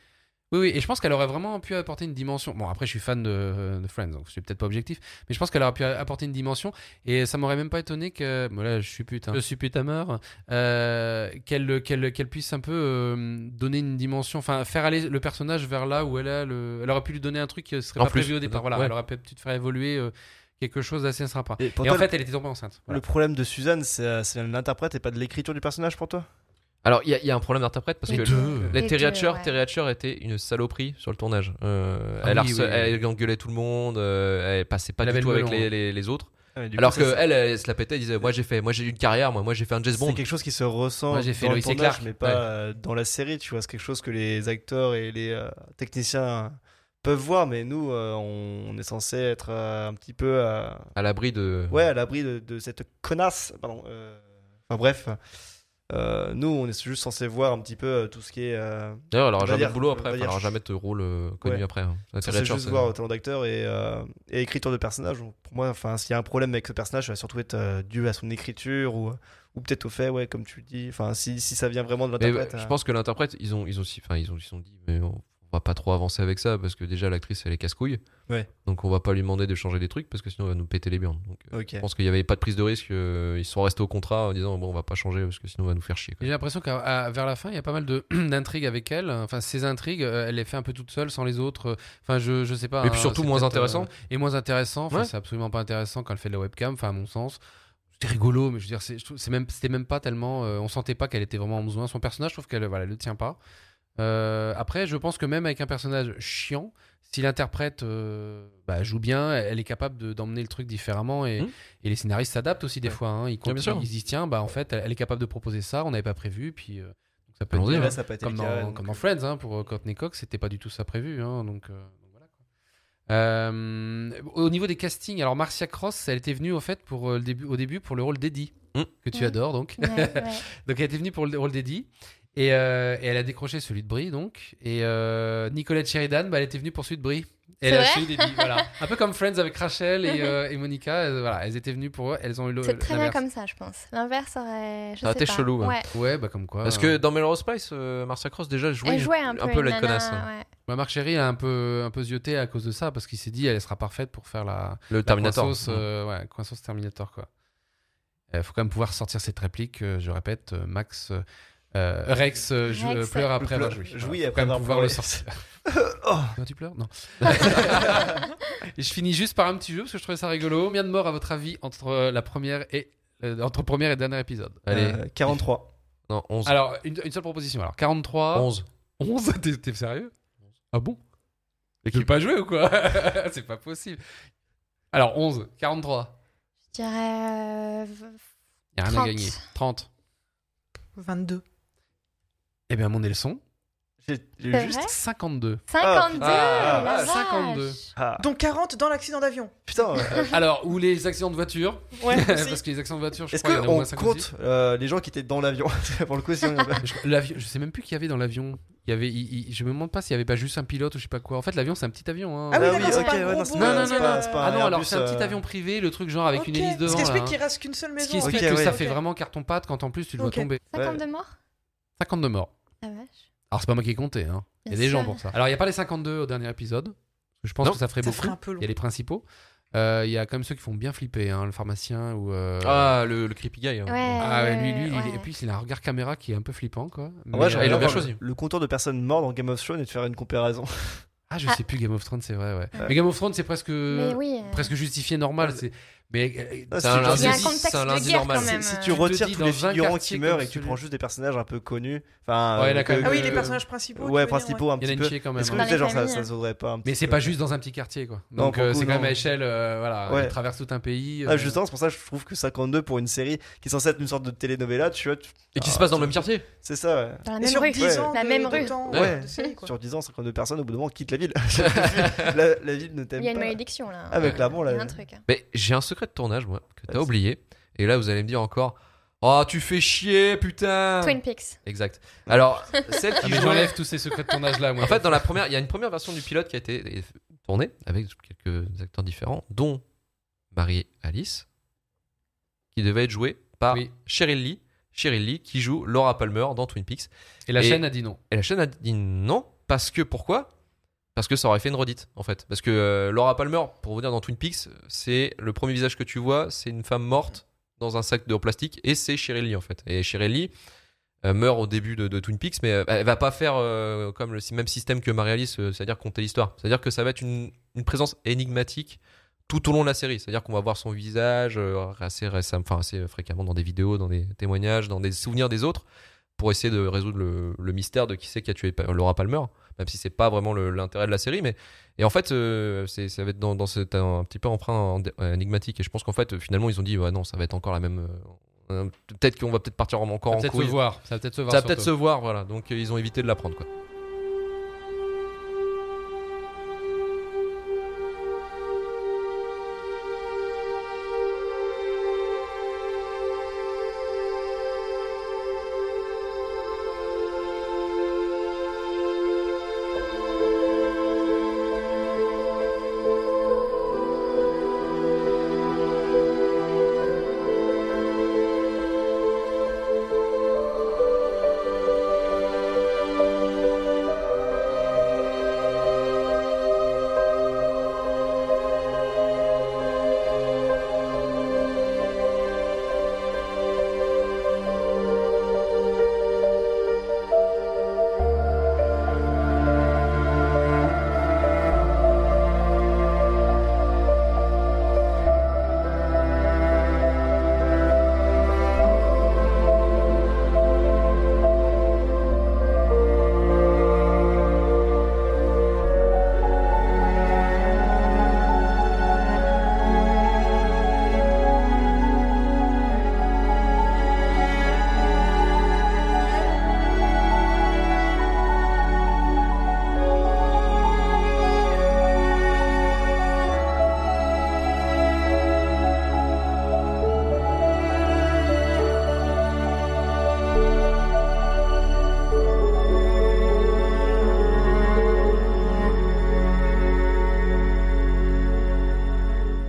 [SPEAKER 5] Oui, oui, et je pense qu'elle aurait vraiment pu apporter une dimension. Bon, après, je suis fan de, de Friends, donc je suis peut-être pas objectif, mais je pense qu'elle aurait pu apporter une dimension. Et ça m'aurait même pas étonné que. Bon, là, je suis pute, hein. je suis pute à mort. Euh, qu'elle qu'elle- qu'elle puisse un peu euh, donner une dimension, enfin, faire aller le personnage vers là où elle a le. Elle aurait pu lui donner un truc qui serait
[SPEAKER 1] En
[SPEAKER 5] pas
[SPEAKER 1] plus,
[SPEAKER 5] prévu au départ. Voilà,
[SPEAKER 1] ouais.
[SPEAKER 5] elle aurait peut-être faire évoluer euh, quelque chose d'assez sympa.
[SPEAKER 2] Et pour
[SPEAKER 5] Et
[SPEAKER 2] toi,
[SPEAKER 5] en fait, elle était tombée enceinte. Voilà.
[SPEAKER 2] le problème de Suzanne, c'est euh, c'est l'interprète et pas de l'écriture du personnage pour toi
[SPEAKER 1] Alors, il y, a- il y a un problème d'interprète parce
[SPEAKER 5] Les
[SPEAKER 1] que.
[SPEAKER 5] deux.
[SPEAKER 1] La
[SPEAKER 4] Les
[SPEAKER 1] Terry
[SPEAKER 4] deux,
[SPEAKER 1] Hatcher,
[SPEAKER 4] ouais.
[SPEAKER 1] Terry Hatcher était une saloperie sur le tournage. Euh,
[SPEAKER 5] Ah
[SPEAKER 1] elle,
[SPEAKER 5] oui,
[SPEAKER 1] harce-
[SPEAKER 5] oui, oui.
[SPEAKER 1] elle engueulait tout le monde, euh, elle passait pas
[SPEAKER 5] Elle
[SPEAKER 1] du
[SPEAKER 5] avait
[SPEAKER 1] tout
[SPEAKER 5] le
[SPEAKER 1] avec
[SPEAKER 5] melon,
[SPEAKER 1] les,
[SPEAKER 5] hein.
[SPEAKER 1] les- les autres.
[SPEAKER 2] Ouais, du
[SPEAKER 1] Alors
[SPEAKER 2] coup, ça,
[SPEAKER 1] que
[SPEAKER 2] c'est-
[SPEAKER 1] elle, elle se la pètait, elle disait Moi j'ai fait, moi j'ai eu une carrière, moi, moi j'ai fait un James Bond.
[SPEAKER 2] C'est quelque chose qui se ressent
[SPEAKER 5] Moi, j'ai fait
[SPEAKER 2] dans le
[SPEAKER 5] Lois et
[SPEAKER 2] tournage,
[SPEAKER 5] Clark.
[SPEAKER 2] mais pas
[SPEAKER 5] Ouais.
[SPEAKER 2] euh, dans la série. Tu vois, c'est quelque chose que les acteurs et les euh, techniciens peuvent voir, mais nous, euh, on, on est censé être euh, un petit peu, euh,
[SPEAKER 1] À l'abri de.
[SPEAKER 2] ouais, à l'abri de, de cette connasse. Pardon. euh, Enfin bref, Euh, nous, on est juste censé voir un petit peu euh, tout ce qui est. euh,
[SPEAKER 1] D'ailleurs, elle aura
[SPEAKER 2] On va
[SPEAKER 1] jamais
[SPEAKER 2] dire-
[SPEAKER 1] de boulot
[SPEAKER 2] on va
[SPEAKER 1] après, enfin, elle
[SPEAKER 2] dire-
[SPEAKER 1] aura jamais de rôle euh, connu
[SPEAKER 2] Ouais.
[SPEAKER 1] après. hein. La Terry
[SPEAKER 2] censé
[SPEAKER 1] Hatcher,
[SPEAKER 2] juste
[SPEAKER 1] c'est-
[SPEAKER 2] voir au talent d'acteur et, euh, et écriture de personnage. Donc, Pour moi, enfin, s'il y a un problème avec ce personnage, ça va surtout être euh, dû à son écriture ou, ou peut-être au fait, ouais, comme tu le dis. Enfin, si, si ça vient vraiment de
[SPEAKER 5] bah,
[SPEAKER 1] Mais,
[SPEAKER 2] l'interprète.
[SPEAKER 1] euh, je
[SPEAKER 2] euh,
[SPEAKER 1] pense que l'interprète, ils ont, ils ont, si- enfin, ils ont, ils ont dit, mais on, on va pas trop avancer avec ça parce que déjà l'actrice elle est casse-couille.
[SPEAKER 2] Ouais.
[SPEAKER 1] Donc on va pas lui demander de changer des trucs parce que sinon elle va nous péter les burnes. Donc, euh,
[SPEAKER 2] Ok.
[SPEAKER 1] Je pense qu'il y avait pas de prise de risque. euh, ils sont restés au contrat en disant bon on va pas changer parce que sinon on va nous faire chier. quoi.
[SPEAKER 5] J'ai l'impression qu'à à- vers la fin, il y a pas mal de- d'intrigues avec elle. Enfin, ces intrigues, euh, elle les fait un peu toute seule, sans les autres. Enfin, je, je sais pas.
[SPEAKER 1] Et puis surtout
[SPEAKER 5] c'est
[SPEAKER 1] moins
[SPEAKER 5] peut-être,
[SPEAKER 1] intéressant.
[SPEAKER 5] euh, et moins intéressant. Enfin,
[SPEAKER 1] Ouais.
[SPEAKER 5] c'est absolument pas intéressant quand elle fait de la webcam, enfin, à mon sens. C'était rigolo, mais je veux dire, c'est- je trouve- c'est même- c'était même, pas tellement. euh, on sentait pas qu'elle était vraiment en besoin. Son personnage, je trouve qu'elle voilà, elle le tient pas. Euh, après, je pense que même avec un personnage chiant, si l'interprète euh, bah, joue bien, elle est capable de- d'emmener le truc différemment et,
[SPEAKER 1] Mhm.
[SPEAKER 5] et les scénaristes s'adaptent aussi des
[SPEAKER 2] Ouais.
[SPEAKER 5] fois. hein. Ils,
[SPEAKER 1] bien sûr.
[SPEAKER 5] continuent, ils se disent tiens, bah, en fait, elle, elle est capable de proposer ça, on n'avait pas prévu, puis euh, donc ça peut
[SPEAKER 1] Allons-y,
[SPEAKER 5] être
[SPEAKER 1] hein.
[SPEAKER 5] bien.
[SPEAKER 2] Là, ça a pas été
[SPEAKER 5] comme,
[SPEAKER 2] le
[SPEAKER 5] dans,
[SPEAKER 2] cas, donc,
[SPEAKER 5] comme dans Friends, hein, pour euh, Courtney Cox, c'était pas du tout ça prévu. hein, donc, euh, donc voilà, quoi. Euh, au niveau des castings, alors Marcia Cross, elle était venue au fait pour euh, le début, au début pour le rôle d'Eddie,
[SPEAKER 1] Mhm.
[SPEAKER 5] que tu
[SPEAKER 4] Ouais.
[SPEAKER 5] adores donc.
[SPEAKER 4] Ouais, ouais.
[SPEAKER 5] Donc elle était venue pour le rôle d'Eddie. Et, euh, et elle a décroché celui de Brie, donc. Et euh, Nicolette Sheridan, bah, elle était venue pour celui de Brie. Et elle a
[SPEAKER 4] vrai
[SPEAKER 5] celui d'Eddie, voilà. Un peu comme Friends avec Rachel et, euh, et Monica. euh, voilà, elles étaient venues pour eux. Elles ont eu le.
[SPEAKER 4] C'est très bien
[SPEAKER 5] l'inverse.
[SPEAKER 4] comme ça, je pense. L'inverse aurait. Je
[SPEAKER 1] Ça aurait
[SPEAKER 4] sais
[SPEAKER 1] été
[SPEAKER 4] pas.
[SPEAKER 1] chelou, ouais.
[SPEAKER 4] Ouais.
[SPEAKER 5] Ouais, bah comme quoi.
[SPEAKER 1] Parce que dans Melrose Place, euh, Marcia Cross déjà jouait,
[SPEAKER 4] Elle jouait un peu, une
[SPEAKER 1] la
[SPEAKER 4] nana,
[SPEAKER 1] connasse. hein.
[SPEAKER 4] ouais.
[SPEAKER 5] Ma Marc Chéry a un peu, un peu zioté à cause de ça, parce qu'il s'est dit, elle sera parfaite pour faire la. euh,
[SPEAKER 1] Le Terminator.
[SPEAKER 5] Coinsos, ouais, Coinsos Terminator, quoi. Il faut quand même pouvoir sortir cette réplique, euh, je répète, euh, Max. euh, euh, Rex, euh, jou-
[SPEAKER 4] Rex.
[SPEAKER 5] pleure après avoir
[SPEAKER 2] Pleure-
[SPEAKER 5] joui.
[SPEAKER 2] jouit
[SPEAKER 5] Voilà. Faut
[SPEAKER 2] après
[SPEAKER 5] quand même
[SPEAKER 2] avoir
[SPEAKER 5] pouvoir le
[SPEAKER 2] pleuré.
[SPEAKER 5] sortir.
[SPEAKER 2] Oh.
[SPEAKER 5] Toi, tu pleures Non. et je finis juste par un petit jeu parce que je trouvais ça rigolo. Combien de morts, à votre avis, entre euh, la première et euh, entre premier et dernier épisode
[SPEAKER 1] Allez,
[SPEAKER 2] Euh, 43.
[SPEAKER 1] non, 11.
[SPEAKER 5] Alors, une, une seule proposition. Alors, 43,
[SPEAKER 1] 11.
[SPEAKER 5] 11, t'es, t'es sérieux Ah bon Tu veux
[SPEAKER 1] L'équipe.
[SPEAKER 5] pas jouer ou quoi C'est pas possible. Alors, 11, 43.
[SPEAKER 4] Je dirais. euh, v-
[SPEAKER 5] Il a rien à
[SPEAKER 4] 30.
[SPEAKER 5] gagner. 30.
[SPEAKER 3] 22.
[SPEAKER 5] Eh bien, mon Nelson,
[SPEAKER 2] J'ai j'ai eu
[SPEAKER 4] C'est
[SPEAKER 2] juste.
[SPEAKER 4] vrai
[SPEAKER 5] 52.
[SPEAKER 4] 52
[SPEAKER 2] Ah,
[SPEAKER 4] la
[SPEAKER 5] ah,
[SPEAKER 4] vache.
[SPEAKER 5] 52.
[SPEAKER 2] Ah,
[SPEAKER 3] Donc 40 dans l'accident d'avion.
[SPEAKER 2] putain. euh,
[SPEAKER 5] Alors, ou les accidents de voiture.
[SPEAKER 3] Ouais,
[SPEAKER 5] parce que les accidents de voiture, je
[SPEAKER 2] Est-ce
[SPEAKER 5] crois qu'il y en a au
[SPEAKER 2] qu'on
[SPEAKER 5] moins cinq ou six.
[SPEAKER 2] compte euh, les gens qui étaient dans l'avion Pour le coup, si on
[SPEAKER 5] Je, l'avion- je sais même plus qu'il y avait dans l'avion. Il y avait, il- il- je me demande pas s'il y avait pas juste un pilote ou je sais pas quoi. En fait, l'avion, c'est un petit avion. hein.
[SPEAKER 3] Ah oui,
[SPEAKER 2] Ah
[SPEAKER 3] d'accord,
[SPEAKER 2] oui,
[SPEAKER 3] c'est
[SPEAKER 2] ok,
[SPEAKER 3] pas
[SPEAKER 2] ouais,
[SPEAKER 3] un
[SPEAKER 2] non,
[SPEAKER 3] gros
[SPEAKER 2] c'est
[SPEAKER 3] bout,
[SPEAKER 2] pas-
[SPEAKER 5] non, non,
[SPEAKER 3] euh,
[SPEAKER 5] non,
[SPEAKER 2] pas- c'est pas
[SPEAKER 5] ah non,
[SPEAKER 2] Airbus,
[SPEAKER 5] alors c'est un petit
[SPEAKER 2] euh,
[SPEAKER 5] avion privé, le truc genre avec
[SPEAKER 3] ok.
[SPEAKER 5] une hélice devant.
[SPEAKER 3] Ce qui explique
[SPEAKER 5] là,
[SPEAKER 3] qu'il
[SPEAKER 5] hein.
[SPEAKER 3] reste qu'une seule
[SPEAKER 5] Ce
[SPEAKER 3] maison.
[SPEAKER 5] qui explique
[SPEAKER 2] Ok,
[SPEAKER 5] que
[SPEAKER 2] ouais.
[SPEAKER 5] ça fait
[SPEAKER 3] Ok.
[SPEAKER 5] vraiment carton pâte quand en plus tu le
[SPEAKER 3] Ok.
[SPEAKER 5] vois tomber.
[SPEAKER 4] 52 morts
[SPEAKER 5] 52 morts.
[SPEAKER 4] La Ah vache.
[SPEAKER 5] Alors c'est pas moi qui ai compté, hein. Il y a
[SPEAKER 4] Bien
[SPEAKER 5] des gens
[SPEAKER 4] sûr.
[SPEAKER 5] pour ça. Alors il y a pas les 52 au dernier épisode. parce que Je pense
[SPEAKER 1] Non.
[SPEAKER 5] que ça ferait
[SPEAKER 3] Ça
[SPEAKER 5] beaucoup.
[SPEAKER 3] ferait un peu long.
[SPEAKER 5] Il y a les principaux. Euh, Il y a quand même ceux qui font bien flipper, hein, le pharmacien ou. euh,
[SPEAKER 1] Ah, le, le creepy guy. hein.
[SPEAKER 4] Ouais.
[SPEAKER 5] ah ouais, lui, lui, il-
[SPEAKER 4] ouais.
[SPEAKER 5] et puis il a un regard caméra qui est un peu flippant, quoi. Mais,
[SPEAKER 2] Ah Ouais,
[SPEAKER 1] j'ai regardé
[SPEAKER 5] euh,
[SPEAKER 2] j'aimerais
[SPEAKER 1] il a bien
[SPEAKER 2] voir
[SPEAKER 1] choisi.
[SPEAKER 2] Le contour de personnes mortes dans Game of Thrones et de faire une comparaison.
[SPEAKER 5] Ah, je
[SPEAKER 4] Ah.
[SPEAKER 5] sais plus Game of Thrones, c'est vrai, ouais.
[SPEAKER 2] Ouais.
[SPEAKER 5] Mais Game of Thrones, c'est presque
[SPEAKER 4] Mais oui. euh,
[SPEAKER 5] presque justifié normal. C'est mais euh,
[SPEAKER 2] Ah,
[SPEAKER 1] C'est
[SPEAKER 2] si
[SPEAKER 1] un
[SPEAKER 2] tu-
[SPEAKER 1] lundi,
[SPEAKER 4] Il y a un
[SPEAKER 1] c'est
[SPEAKER 4] contexte
[SPEAKER 1] un
[SPEAKER 4] de
[SPEAKER 1] lundi
[SPEAKER 4] guerre
[SPEAKER 1] normal.
[SPEAKER 4] quand même.
[SPEAKER 2] Si
[SPEAKER 4] euh,
[SPEAKER 2] tu
[SPEAKER 5] te
[SPEAKER 2] retires
[SPEAKER 5] dis
[SPEAKER 2] tous les
[SPEAKER 5] dans un
[SPEAKER 2] figurants
[SPEAKER 5] quartier
[SPEAKER 2] qui meurent
[SPEAKER 5] comme
[SPEAKER 2] et que tu
[SPEAKER 5] celui-
[SPEAKER 2] prends juste des personnages un peu connus. Enfin,
[SPEAKER 5] Ouais,
[SPEAKER 2] euh,
[SPEAKER 5] il a quand même-
[SPEAKER 3] Ah oui,
[SPEAKER 5] Euh,
[SPEAKER 3] les personnages principaux. tu
[SPEAKER 2] Ouais,
[SPEAKER 3] veux dire,
[SPEAKER 2] principaux un
[SPEAKER 5] il y en a
[SPEAKER 2] petit
[SPEAKER 5] une
[SPEAKER 2] peu.
[SPEAKER 5] chier quand même.
[SPEAKER 2] Est-ce que vous
[SPEAKER 4] Dans
[SPEAKER 5] hein.
[SPEAKER 2] savez,
[SPEAKER 4] les
[SPEAKER 2] genre, ça,
[SPEAKER 4] familles,
[SPEAKER 2] ça se vaudrait pas un petit
[SPEAKER 5] Mais c'est
[SPEAKER 2] peu.
[SPEAKER 5] pas juste dans un petit quartier, quoi.
[SPEAKER 2] Non,
[SPEAKER 5] Donc
[SPEAKER 2] pour
[SPEAKER 5] euh,
[SPEAKER 2] le coup,
[SPEAKER 5] c'est quand même
[SPEAKER 2] non.
[SPEAKER 5] à échelle, euh, voilà,
[SPEAKER 2] Ouais.
[SPEAKER 5] elle traverse tout un pays.
[SPEAKER 2] Ah,
[SPEAKER 5] euh,
[SPEAKER 2] justement, c'est pour ça que je trouve que 52 pour une série qui est censée être une sorte de telenovela, tu vois, tu-
[SPEAKER 1] Et qui se passe dans le même quartier.
[SPEAKER 2] c'est ça. ouais.
[SPEAKER 4] Dans la
[SPEAKER 3] Et
[SPEAKER 4] même
[SPEAKER 3] sur
[SPEAKER 4] rue.
[SPEAKER 3] 10 ans,
[SPEAKER 4] La
[SPEAKER 3] de-
[SPEAKER 4] même
[SPEAKER 3] de
[SPEAKER 4] rue.
[SPEAKER 3] temps,
[SPEAKER 1] Ouais.
[SPEAKER 3] ouais, de série, quoi.
[SPEAKER 2] Sur 10 ans, 52 personnes au bout d'un moment quittent la ville. la, la ville ne t'aime
[SPEAKER 4] Il y a une
[SPEAKER 2] pas.
[SPEAKER 4] malédiction là.
[SPEAKER 2] Ah, mais
[SPEAKER 4] euh,
[SPEAKER 2] clairement, là-
[SPEAKER 4] Il y a un truc. hein.
[SPEAKER 1] Mais j'ai un secret de tournage, moi, que t'as
[SPEAKER 2] Vas-y.
[SPEAKER 1] oublié. Et là, vous allez me dire encore Oh, tu fais chier, putain
[SPEAKER 4] Twin Peaks.
[SPEAKER 1] Exact. Alors, celle
[SPEAKER 5] Ah,
[SPEAKER 1] qui
[SPEAKER 5] mais
[SPEAKER 1] jouait.
[SPEAKER 5] j'enlève tous ces secrets de tournage là, moi.
[SPEAKER 1] En fait, dans la première, il y a une première version du pilote qui a été tournée avec quelques acteurs différents, dont Marie Alice, qui devait être jouée par
[SPEAKER 5] Oui.
[SPEAKER 1] Cheryl Lee. Cheryl Lee qui joue Laura Palmer dans Twin Peaks.
[SPEAKER 5] Et la
[SPEAKER 1] Et-
[SPEAKER 5] chaîne a dit non.
[SPEAKER 1] Et la chaîne a dit non, parce que pourquoi Parce que ça aurait fait une redite, en fait. Parce que euh, Laura Palmer, pour vous dire, dans Twin Peaks, c'est le premier visage que tu vois, c'est une femme morte dans un sac de plastique, et c'est Cheryl Lee, en fait. Et Cheryl Lee euh, meurt au début de, de Twin Peaks, mais euh, elle va pas faire euh, comme le sy- même système que Marie-Alice, euh, c'est-à-dire compter l'histoire. C'est-à-dire que ça va être une, une présence énigmatique tout au long de la série. C'est-à-dire qu'on va voir son visage euh, assez, récem- enfin, assez fréquemment dans des vidéos, dans des témoignages, dans des souvenirs des autres pour essayer de résoudre le, le mystère de qui c'est qui a tué Pa- Laura Palmer, même si c'est pas vraiment le- l'intérêt de la série. Mais et en fait, euh, c'est- ça va être dans, dans cet un, un petit peu emprunt en- en- énigmatique. Et je pense qu'en fait, euh, finalement, ils ont dit ouais non, ça va être encore la même. euh, euh, peut-être qu'on va peut-être partir en- encore en
[SPEAKER 5] Ça va Ah, peut-être se
[SPEAKER 1] couille.
[SPEAKER 5] voir. Ça va peut-être se voir.
[SPEAKER 1] Ça va peut-être se
[SPEAKER 5] surtout.
[SPEAKER 1] voir, voilà. Donc euh, ils ont évité de la prendre quoi.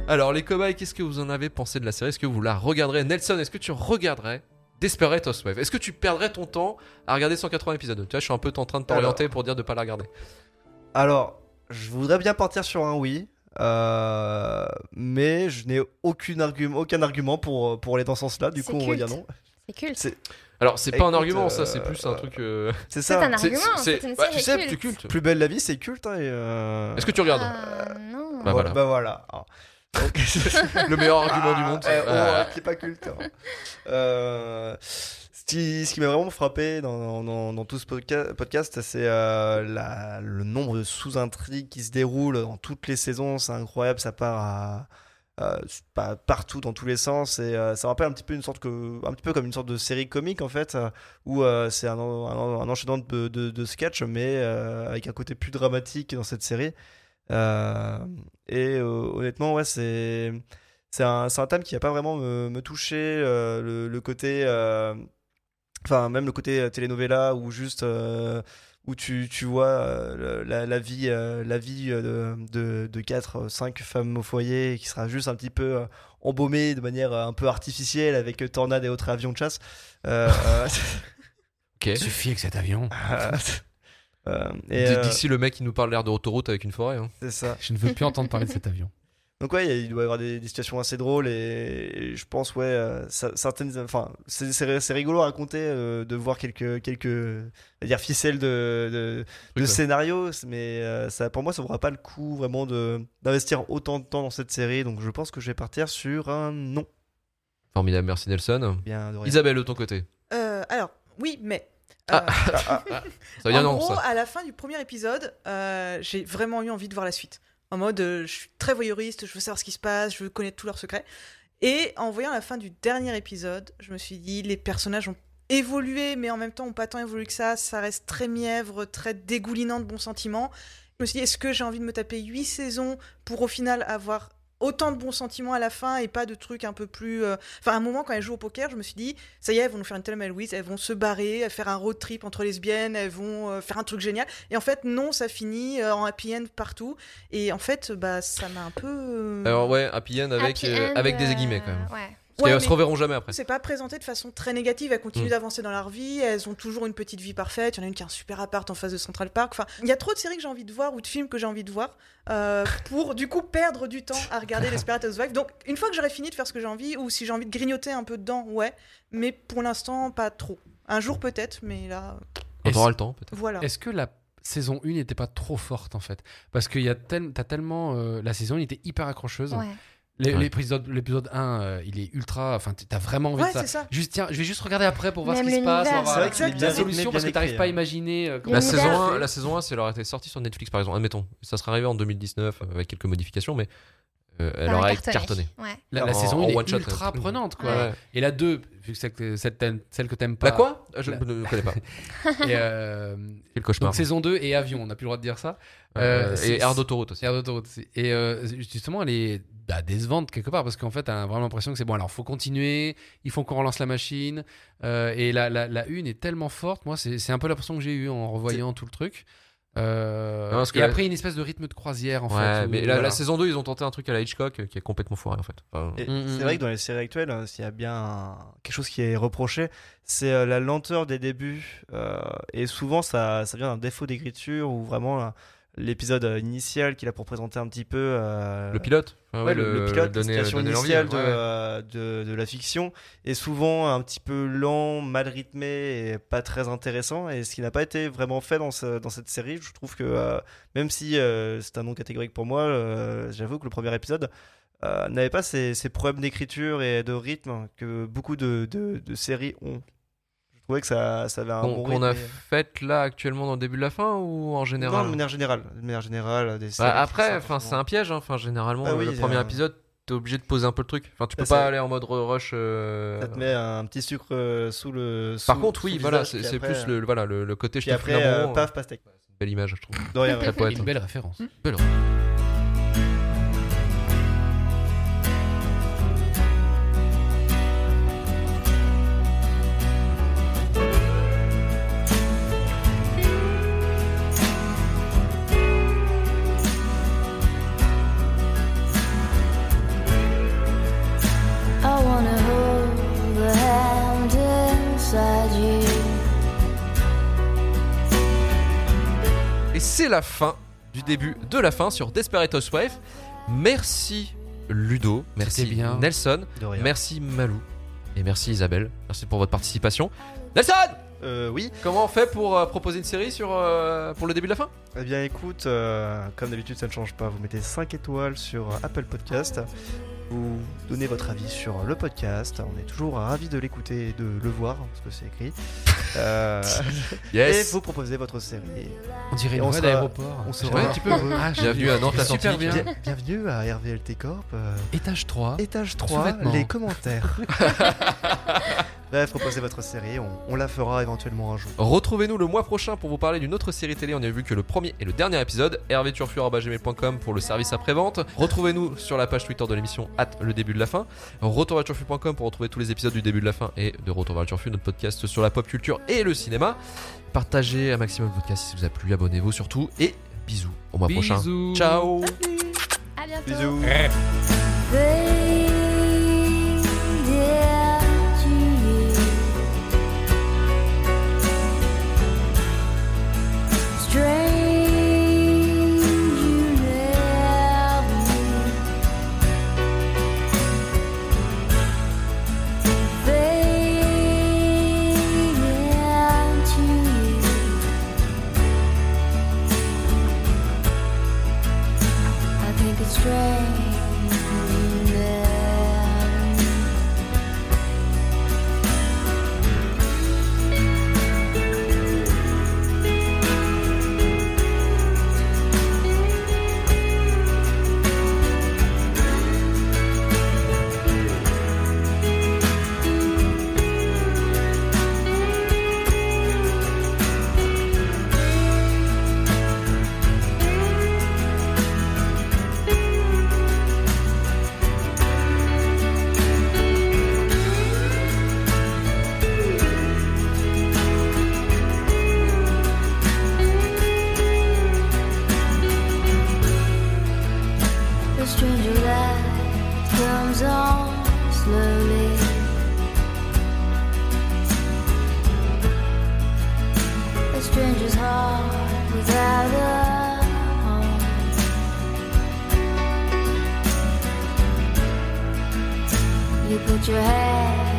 [SPEAKER 1] Alors les cobayes, qu'est-ce que vous en avez pensé de la série Est-ce que vous la regarderez Nelson, est-ce que tu regarderais Desperate Housewives Est-ce que tu perdrais ton temps à regarder 180 épisodes Tu vois, je suis un peu en train de t'orienter pour dire de pas la regarder.
[SPEAKER 2] Alors, je voudrais bien partir sur un oui, euh, mais je n'ai aucun argument, aucun argument pour, pour aller dans ce sens-là. Du
[SPEAKER 4] C'est
[SPEAKER 2] coup, on va dire
[SPEAKER 4] culte.
[SPEAKER 2] non.
[SPEAKER 4] C'est culte.
[SPEAKER 2] C'est-
[SPEAKER 1] Alors c'est pas un
[SPEAKER 2] Écoute,
[SPEAKER 1] argument, ça,
[SPEAKER 2] euh,
[SPEAKER 1] c'est plus un truc. euh,
[SPEAKER 2] C'est
[SPEAKER 4] C'est
[SPEAKER 2] ça.
[SPEAKER 4] un argument. C'est une
[SPEAKER 1] ouais,
[SPEAKER 4] série
[SPEAKER 1] tu sais,
[SPEAKER 4] culte.
[SPEAKER 1] tu cultes.
[SPEAKER 2] Plus belle la vie, c'est culte. hein, et, euh,
[SPEAKER 1] Est-ce que tu regardes
[SPEAKER 4] Ah, non.
[SPEAKER 1] Bah, voilà.
[SPEAKER 2] Ah. Donc-
[SPEAKER 1] Le meilleur argument du monde.
[SPEAKER 2] Ah, eh, oh,
[SPEAKER 1] Ah.
[SPEAKER 2] qui est pas culte. hein. Euh, ce qui, ce qui m'a vraiment frappé dans, dans- dans tout ce podca- podcast, c'est euh, la- le nombre de sous-intrigues qui se déroulent dans toutes les saisons. C'est incroyable, ça part à- à- pas- partout dans tous les sens et euh, ça me rappelle un petit peu une sorte que un petit peu comme une sorte de série comique en fait euh, où euh, c'est un, en- un en- un enchaînement de, de, de sketch mais euh, avec un côté plus dramatique dans cette série Euh, et euh, honnêtement ouais c'est c'est un, c'est un thème qui n'a pas vraiment me, me touché. euh, le, le côté. euh, Enfin, même le côté euh, telenovela ou juste. euh, où tu, tu vois euh, le- la, la vie, euh, la vie euh, de, de, 4, 5 femmes au foyer qui sera juste un petit peu euh, embaumée de manière euh, un peu artificielle avec euh, tornades et autres avions de chasse. Euh, euh,
[SPEAKER 1] Ok.
[SPEAKER 5] Suffit avec cet avion.
[SPEAKER 2] euh, et,
[SPEAKER 1] D-
[SPEAKER 2] euh,
[SPEAKER 4] euh,
[SPEAKER 1] D'ici le mec qui nous parle l'air de autoroute avec une forêt. hein.
[SPEAKER 2] c'est ça.
[SPEAKER 5] Je ne veux plus entendre parler de cet avion.
[SPEAKER 2] Donc ouais, il doit y avoir des, des situations assez drôles et, et je pense ouais, euh, ça- certaines, enfin, c'est- c'est c'est rigolo à raconter euh, de voir quelques quelques, on va dire ficelles de, de, de
[SPEAKER 1] Truc, ouais.
[SPEAKER 2] scénario, mais euh, ça pour moi ça vaudra pas le coup vraiment de d'investir autant de temps dans cette série, donc je pense que je vais partir sur un non.
[SPEAKER 1] Formidable, merci Nelson.
[SPEAKER 2] Bien de rien.
[SPEAKER 1] Isabelle, de ton côté.
[SPEAKER 3] Euh, alors, oui, mais.
[SPEAKER 1] Ah,
[SPEAKER 3] euh,
[SPEAKER 2] Ah, ah,
[SPEAKER 1] Ça vient
[SPEAKER 3] en
[SPEAKER 1] non,
[SPEAKER 3] gros,
[SPEAKER 1] ça.
[SPEAKER 3] à la fin du premier épisode, euh, j'ai vraiment eu envie de voir la suite. En mode, euh, je suis très voyeuriste, je veux savoir ce qui se passe, je veux connaître tous leurs secrets. Et en voyant la fin du dernier épisode, je me suis dit, les personnages ont évolué, mais en même temps, ont pas tant évolué que ça. Ça reste très mièvre, très dégoulinant de bons sentiments. Je me suis dit, est-ce que j'ai envie de me taper huit saisons pour au final avoir autant de bons sentiments à la fin et pas de trucs un peu plus. euh, Enfin, à un moment, quand elles jouent au poker, je me suis dit, ça y est, elles vont nous faire une telle Louise, elles vont se barrer, elles faire un road trip entre lesbiennes, elles vont euh, faire un truc génial. Et en fait, non, ça finit euh, en happy end partout. Et en fait, bah, ça m'a un peu. euh,
[SPEAKER 1] Alors ouais, Happy End avec,
[SPEAKER 4] Happy
[SPEAKER 1] euh,
[SPEAKER 4] End,
[SPEAKER 1] avec des
[SPEAKER 4] euh,
[SPEAKER 1] guillemets quand même.
[SPEAKER 4] Ouais.
[SPEAKER 1] Parce qu'elles
[SPEAKER 3] ouais,
[SPEAKER 1] se
[SPEAKER 3] mais-
[SPEAKER 1] reverront jamais après.
[SPEAKER 3] C'est pas présenté de façon très négative. Elles continuent
[SPEAKER 1] Mm.
[SPEAKER 3] d'avancer dans leur vie. Elles ont toujours une petite vie parfaite. Il y en a une qui a un super appart en face de Central Park. Enfin, il y a trop de séries que j'ai envie de voir ou de films que j'ai envie de voir euh, pour du coup perdre du temps à regarder Desperate Housewives. Donc, une fois que j'aurai fini de faire ce que j'ai envie ou si j'ai envie de grignoter un peu dedans, ouais. Mais pour l'instant, pas trop. Un jour peut-être, mais là,
[SPEAKER 1] On
[SPEAKER 5] Est-ce-
[SPEAKER 1] aura le temps peut-être.
[SPEAKER 3] voilà.
[SPEAKER 5] Est-ce que la saison 1 n'était pas trop forte en fait Parce que y a tel- t'as tellement. euh, la saison 1 était hyper accrocheuse.
[SPEAKER 4] Ouais.
[SPEAKER 5] Les-
[SPEAKER 1] Ouais.
[SPEAKER 5] L'épisode l'épisode 1, euh, il est ultra. Enfin, t- t'as vraiment envie
[SPEAKER 3] Ouais,
[SPEAKER 5] de ça.
[SPEAKER 3] c'est ça.
[SPEAKER 5] Juste, tiens, je vais juste regarder après pour voir
[SPEAKER 4] Même
[SPEAKER 5] ce qui se passe.
[SPEAKER 4] l'univers.
[SPEAKER 5] on va-
[SPEAKER 4] C'est
[SPEAKER 2] vrai que c'est
[SPEAKER 5] la
[SPEAKER 2] bien rythmé,
[SPEAKER 5] solution
[SPEAKER 2] bien
[SPEAKER 5] parce que t'arrives
[SPEAKER 2] écrit,
[SPEAKER 5] pas à
[SPEAKER 2] hein.
[SPEAKER 5] imaginer. euh, comment-
[SPEAKER 1] La
[SPEAKER 4] L'univers.
[SPEAKER 1] saison, 1, la saison 1, si elle aurait été sortie sur Netflix par exemple, admettons, ça serait arrivé en 2019 euh, avec quelques modifications, mais euh, elle
[SPEAKER 4] Ça
[SPEAKER 1] aurait
[SPEAKER 4] aurait
[SPEAKER 1] été cartonnée.
[SPEAKER 4] Ouais.
[SPEAKER 5] La, la
[SPEAKER 1] En-
[SPEAKER 5] saison
[SPEAKER 1] en
[SPEAKER 5] 1 est
[SPEAKER 1] one shot,
[SPEAKER 5] ultra
[SPEAKER 1] euh, tout.
[SPEAKER 5] prenante quoi.
[SPEAKER 1] Ouais.
[SPEAKER 5] Et la 2, vu que c'est que celle, t'aimes- celle que t'aimes pas.
[SPEAKER 1] La quoi euh, Je
[SPEAKER 5] La-
[SPEAKER 1] ne connais pas.
[SPEAKER 5] et, euh,
[SPEAKER 1] Quel
[SPEAKER 5] Donc
[SPEAKER 1] cauchemar.
[SPEAKER 5] saison 2 et avion, on n'a plus le droit de dire ça.
[SPEAKER 1] Euh,
[SPEAKER 5] euh,
[SPEAKER 1] et
[SPEAKER 5] c'est-
[SPEAKER 1] Air d'autoroute aussi.
[SPEAKER 5] C'est Air d'autoroute, c'est- Et euh, justement, elle est bah, décevante quelque part parce qu'en fait, t'as vraiment l'impression que c'est bon. Alors, faut continuer. Il faut qu'on relance la machine. euh, et la, la, la une est tellement forte. Moi, c'est c'est un peu l'impression que j'ai eu en revoyant tout le truc. Euh,
[SPEAKER 1] Non, parce que
[SPEAKER 5] et
[SPEAKER 1] la-
[SPEAKER 5] après, une espèce de rythme de croisière en
[SPEAKER 1] Ouais,
[SPEAKER 5] fait. où-
[SPEAKER 1] mais la,
[SPEAKER 5] voilà.
[SPEAKER 1] la saison 2, ils ont tenté un truc à la Hitchcock euh, qui est complètement foiré en fait. Enfin,
[SPEAKER 2] Et
[SPEAKER 5] Mm, mm,
[SPEAKER 2] c'est vrai
[SPEAKER 5] mm.
[SPEAKER 2] que dans les séries actuelles, euh, s'il y a bien un- quelque chose qui est reproché, c'est euh, la lenteur des débuts. euh, et souvent, ça, ça vient d'un défaut d'écriture ou vraiment euh, l'épisode euh, initial qu'il a pour présenter un petit peu euh,
[SPEAKER 1] le pilote Enfin,
[SPEAKER 2] ouais,
[SPEAKER 1] ouais,
[SPEAKER 2] le, le pilote,
[SPEAKER 1] donner-
[SPEAKER 2] la situation
[SPEAKER 1] donner l'envie,
[SPEAKER 2] initiale de,
[SPEAKER 1] ouais.
[SPEAKER 2] euh, de- de la fiction est souvent un petit peu lent, mal rythmé et pas très intéressant. Et ce qui n'a pas été vraiment fait dans, ce- dans cette série, je trouve que euh, même si euh, c'est un nom catégorique pour moi, euh, j'avoue que le premier épisode euh, n'avait pas ces, ces problèmes d'écriture et de rythme que beaucoup de, de- de séries ont. Je trouvais que ça, ça avait un
[SPEAKER 1] Qu'on
[SPEAKER 2] bon
[SPEAKER 1] qu'on
[SPEAKER 2] rythme.
[SPEAKER 1] a
[SPEAKER 2] et-
[SPEAKER 1] fait là actuellement dans le début de la fin ou en
[SPEAKER 2] Non,
[SPEAKER 1] général
[SPEAKER 2] de manière générale. De manière générale des
[SPEAKER 1] Bah,
[SPEAKER 2] séries qui
[SPEAKER 1] Après,
[SPEAKER 2] sortent en
[SPEAKER 1] enfin,
[SPEAKER 2] ce
[SPEAKER 1] c'est
[SPEAKER 2] moment.
[SPEAKER 1] un piège. hein. Enfin, généralement,
[SPEAKER 2] Ah
[SPEAKER 1] le- le
[SPEAKER 2] oui,
[SPEAKER 1] premier
[SPEAKER 2] euh,
[SPEAKER 1] épisode, t'es obligé de poser un peu le truc. Enfin, tu peux
[SPEAKER 2] Ça,
[SPEAKER 1] pas
[SPEAKER 2] c'est-
[SPEAKER 1] aller en mode rush. euh,
[SPEAKER 2] Ça te met un petit sucre euh, sous le.
[SPEAKER 1] Par
[SPEAKER 2] sous-
[SPEAKER 1] contre,
[SPEAKER 2] sous
[SPEAKER 1] oui,
[SPEAKER 2] le
[SPEAKER 1] voilà,
[SPEAKER 2] visage,
[SPEAKER 1] c'est
[SPEAKER 2] puis
[SPEAKER 1] c'est
[SPEAKER 2] après,
[SPEAKER 1] plus
[SPEAKER 2] euh,
[SPEAKER 1] le, voilà, le, le côté je
[SPEAKER 2] Puis
[SPEAKER 1] te file
[SPEAKER 2] après,
[SPEAKER 1] un
[SPEAKER 2] euh,
[SPEAKER 1] bonbon, euh,
[SPEAKER 2] paf, pastèque.
[SPEAKER 1] c'est une belle image, je trouve.
[SPEAKER 2] De rien.
[SPEAKER 1] Très poète.
[SPEAKER 5] Une belle référence.
[SPEAKER 7] I wanna hold the hand inside you.
[SPEAKER 1] Et c'est la fin du début de la fin sur Desperate Housewives. Merci Ludo, merci
[SPEAKER 5] C'était bien.
[SPEAKER 1] Nelson,
[SPEAKER 2] De rien.
[SPEAKER 1] merci Malou et merci Isabelle. Merci pour votre participation. Nelson
[SPEAKER 2] Euh, oui.
[SPEAKER 1] Comment on fait pour euh, proposer une série sur, euh, pour le début de la fin
[SPEAKER 2] Eh bien, écoute, euh, comme d'habitude, ça ne change pas. Vous mettez 5 étoiles sur euh, Apple Podcast. Vous donnez votre avis sur le podcast. On est toujours ravis de l'écouter et de le voir, parce que c'est écrit. Euh, et vous proposez votre série.
[SPEAKER 5] On dirait
[SPEAKER 2] Et
[SPEAKER 5] une
[SPEAKER 2] on
[SPEAKER 5] voie
[SPEAKER 2] sera-
[SPEAKER 5] d'aéroport.
[SPEAKER 2] on sera
[SPEAKER 5] Ouais, tu peux.
[SPEAKER 2] heureux.
[SPEAKER 5] Ah, je-
[SPEAKER 1] Bienvenue à Nantes Atlantique.
[SPEAKER 5] Super bien.
[SPEAKER 2] Bien- bienvenue à RVLT Corp. euh,
[SPEAKER 5] Étage 3.
[SPEAKER 2] étage 3,
[SPEAKER 5] Sous-vêtements.
[SPEAKER 2] les commentaires. Bref, proposez votre série. On, on la fera éventuellement un jour.
[SPEAKER 1] Retrouvez-nous le mois prochain pour vous parler d'une autre série télé. On a vu que le premier et le dernier épisode. hervéturfur.gmail.com pour le service après-vente. Retrouvez-nous sur la page Twitter de l'émission at le début de la fin. Retourvaturfur.com pour retrouver tous les épisodes du début de la fin et de Retour vers le Turfu, notre podcast sur la pop culture et le cinéma. Partagez un maximum le podcast si ça vous a plu. Abonnez-vous surtout et bisous au mois prochain.
[SPEAKER 5] Bisous.
[SPEAKER 1] Ciao
[SPEAKER 4] À bientôt.
[SPEAKER 2] Bisous.
[SPEAKER 7] They dare to you. Strange you never knew. is hard without a home. You put your head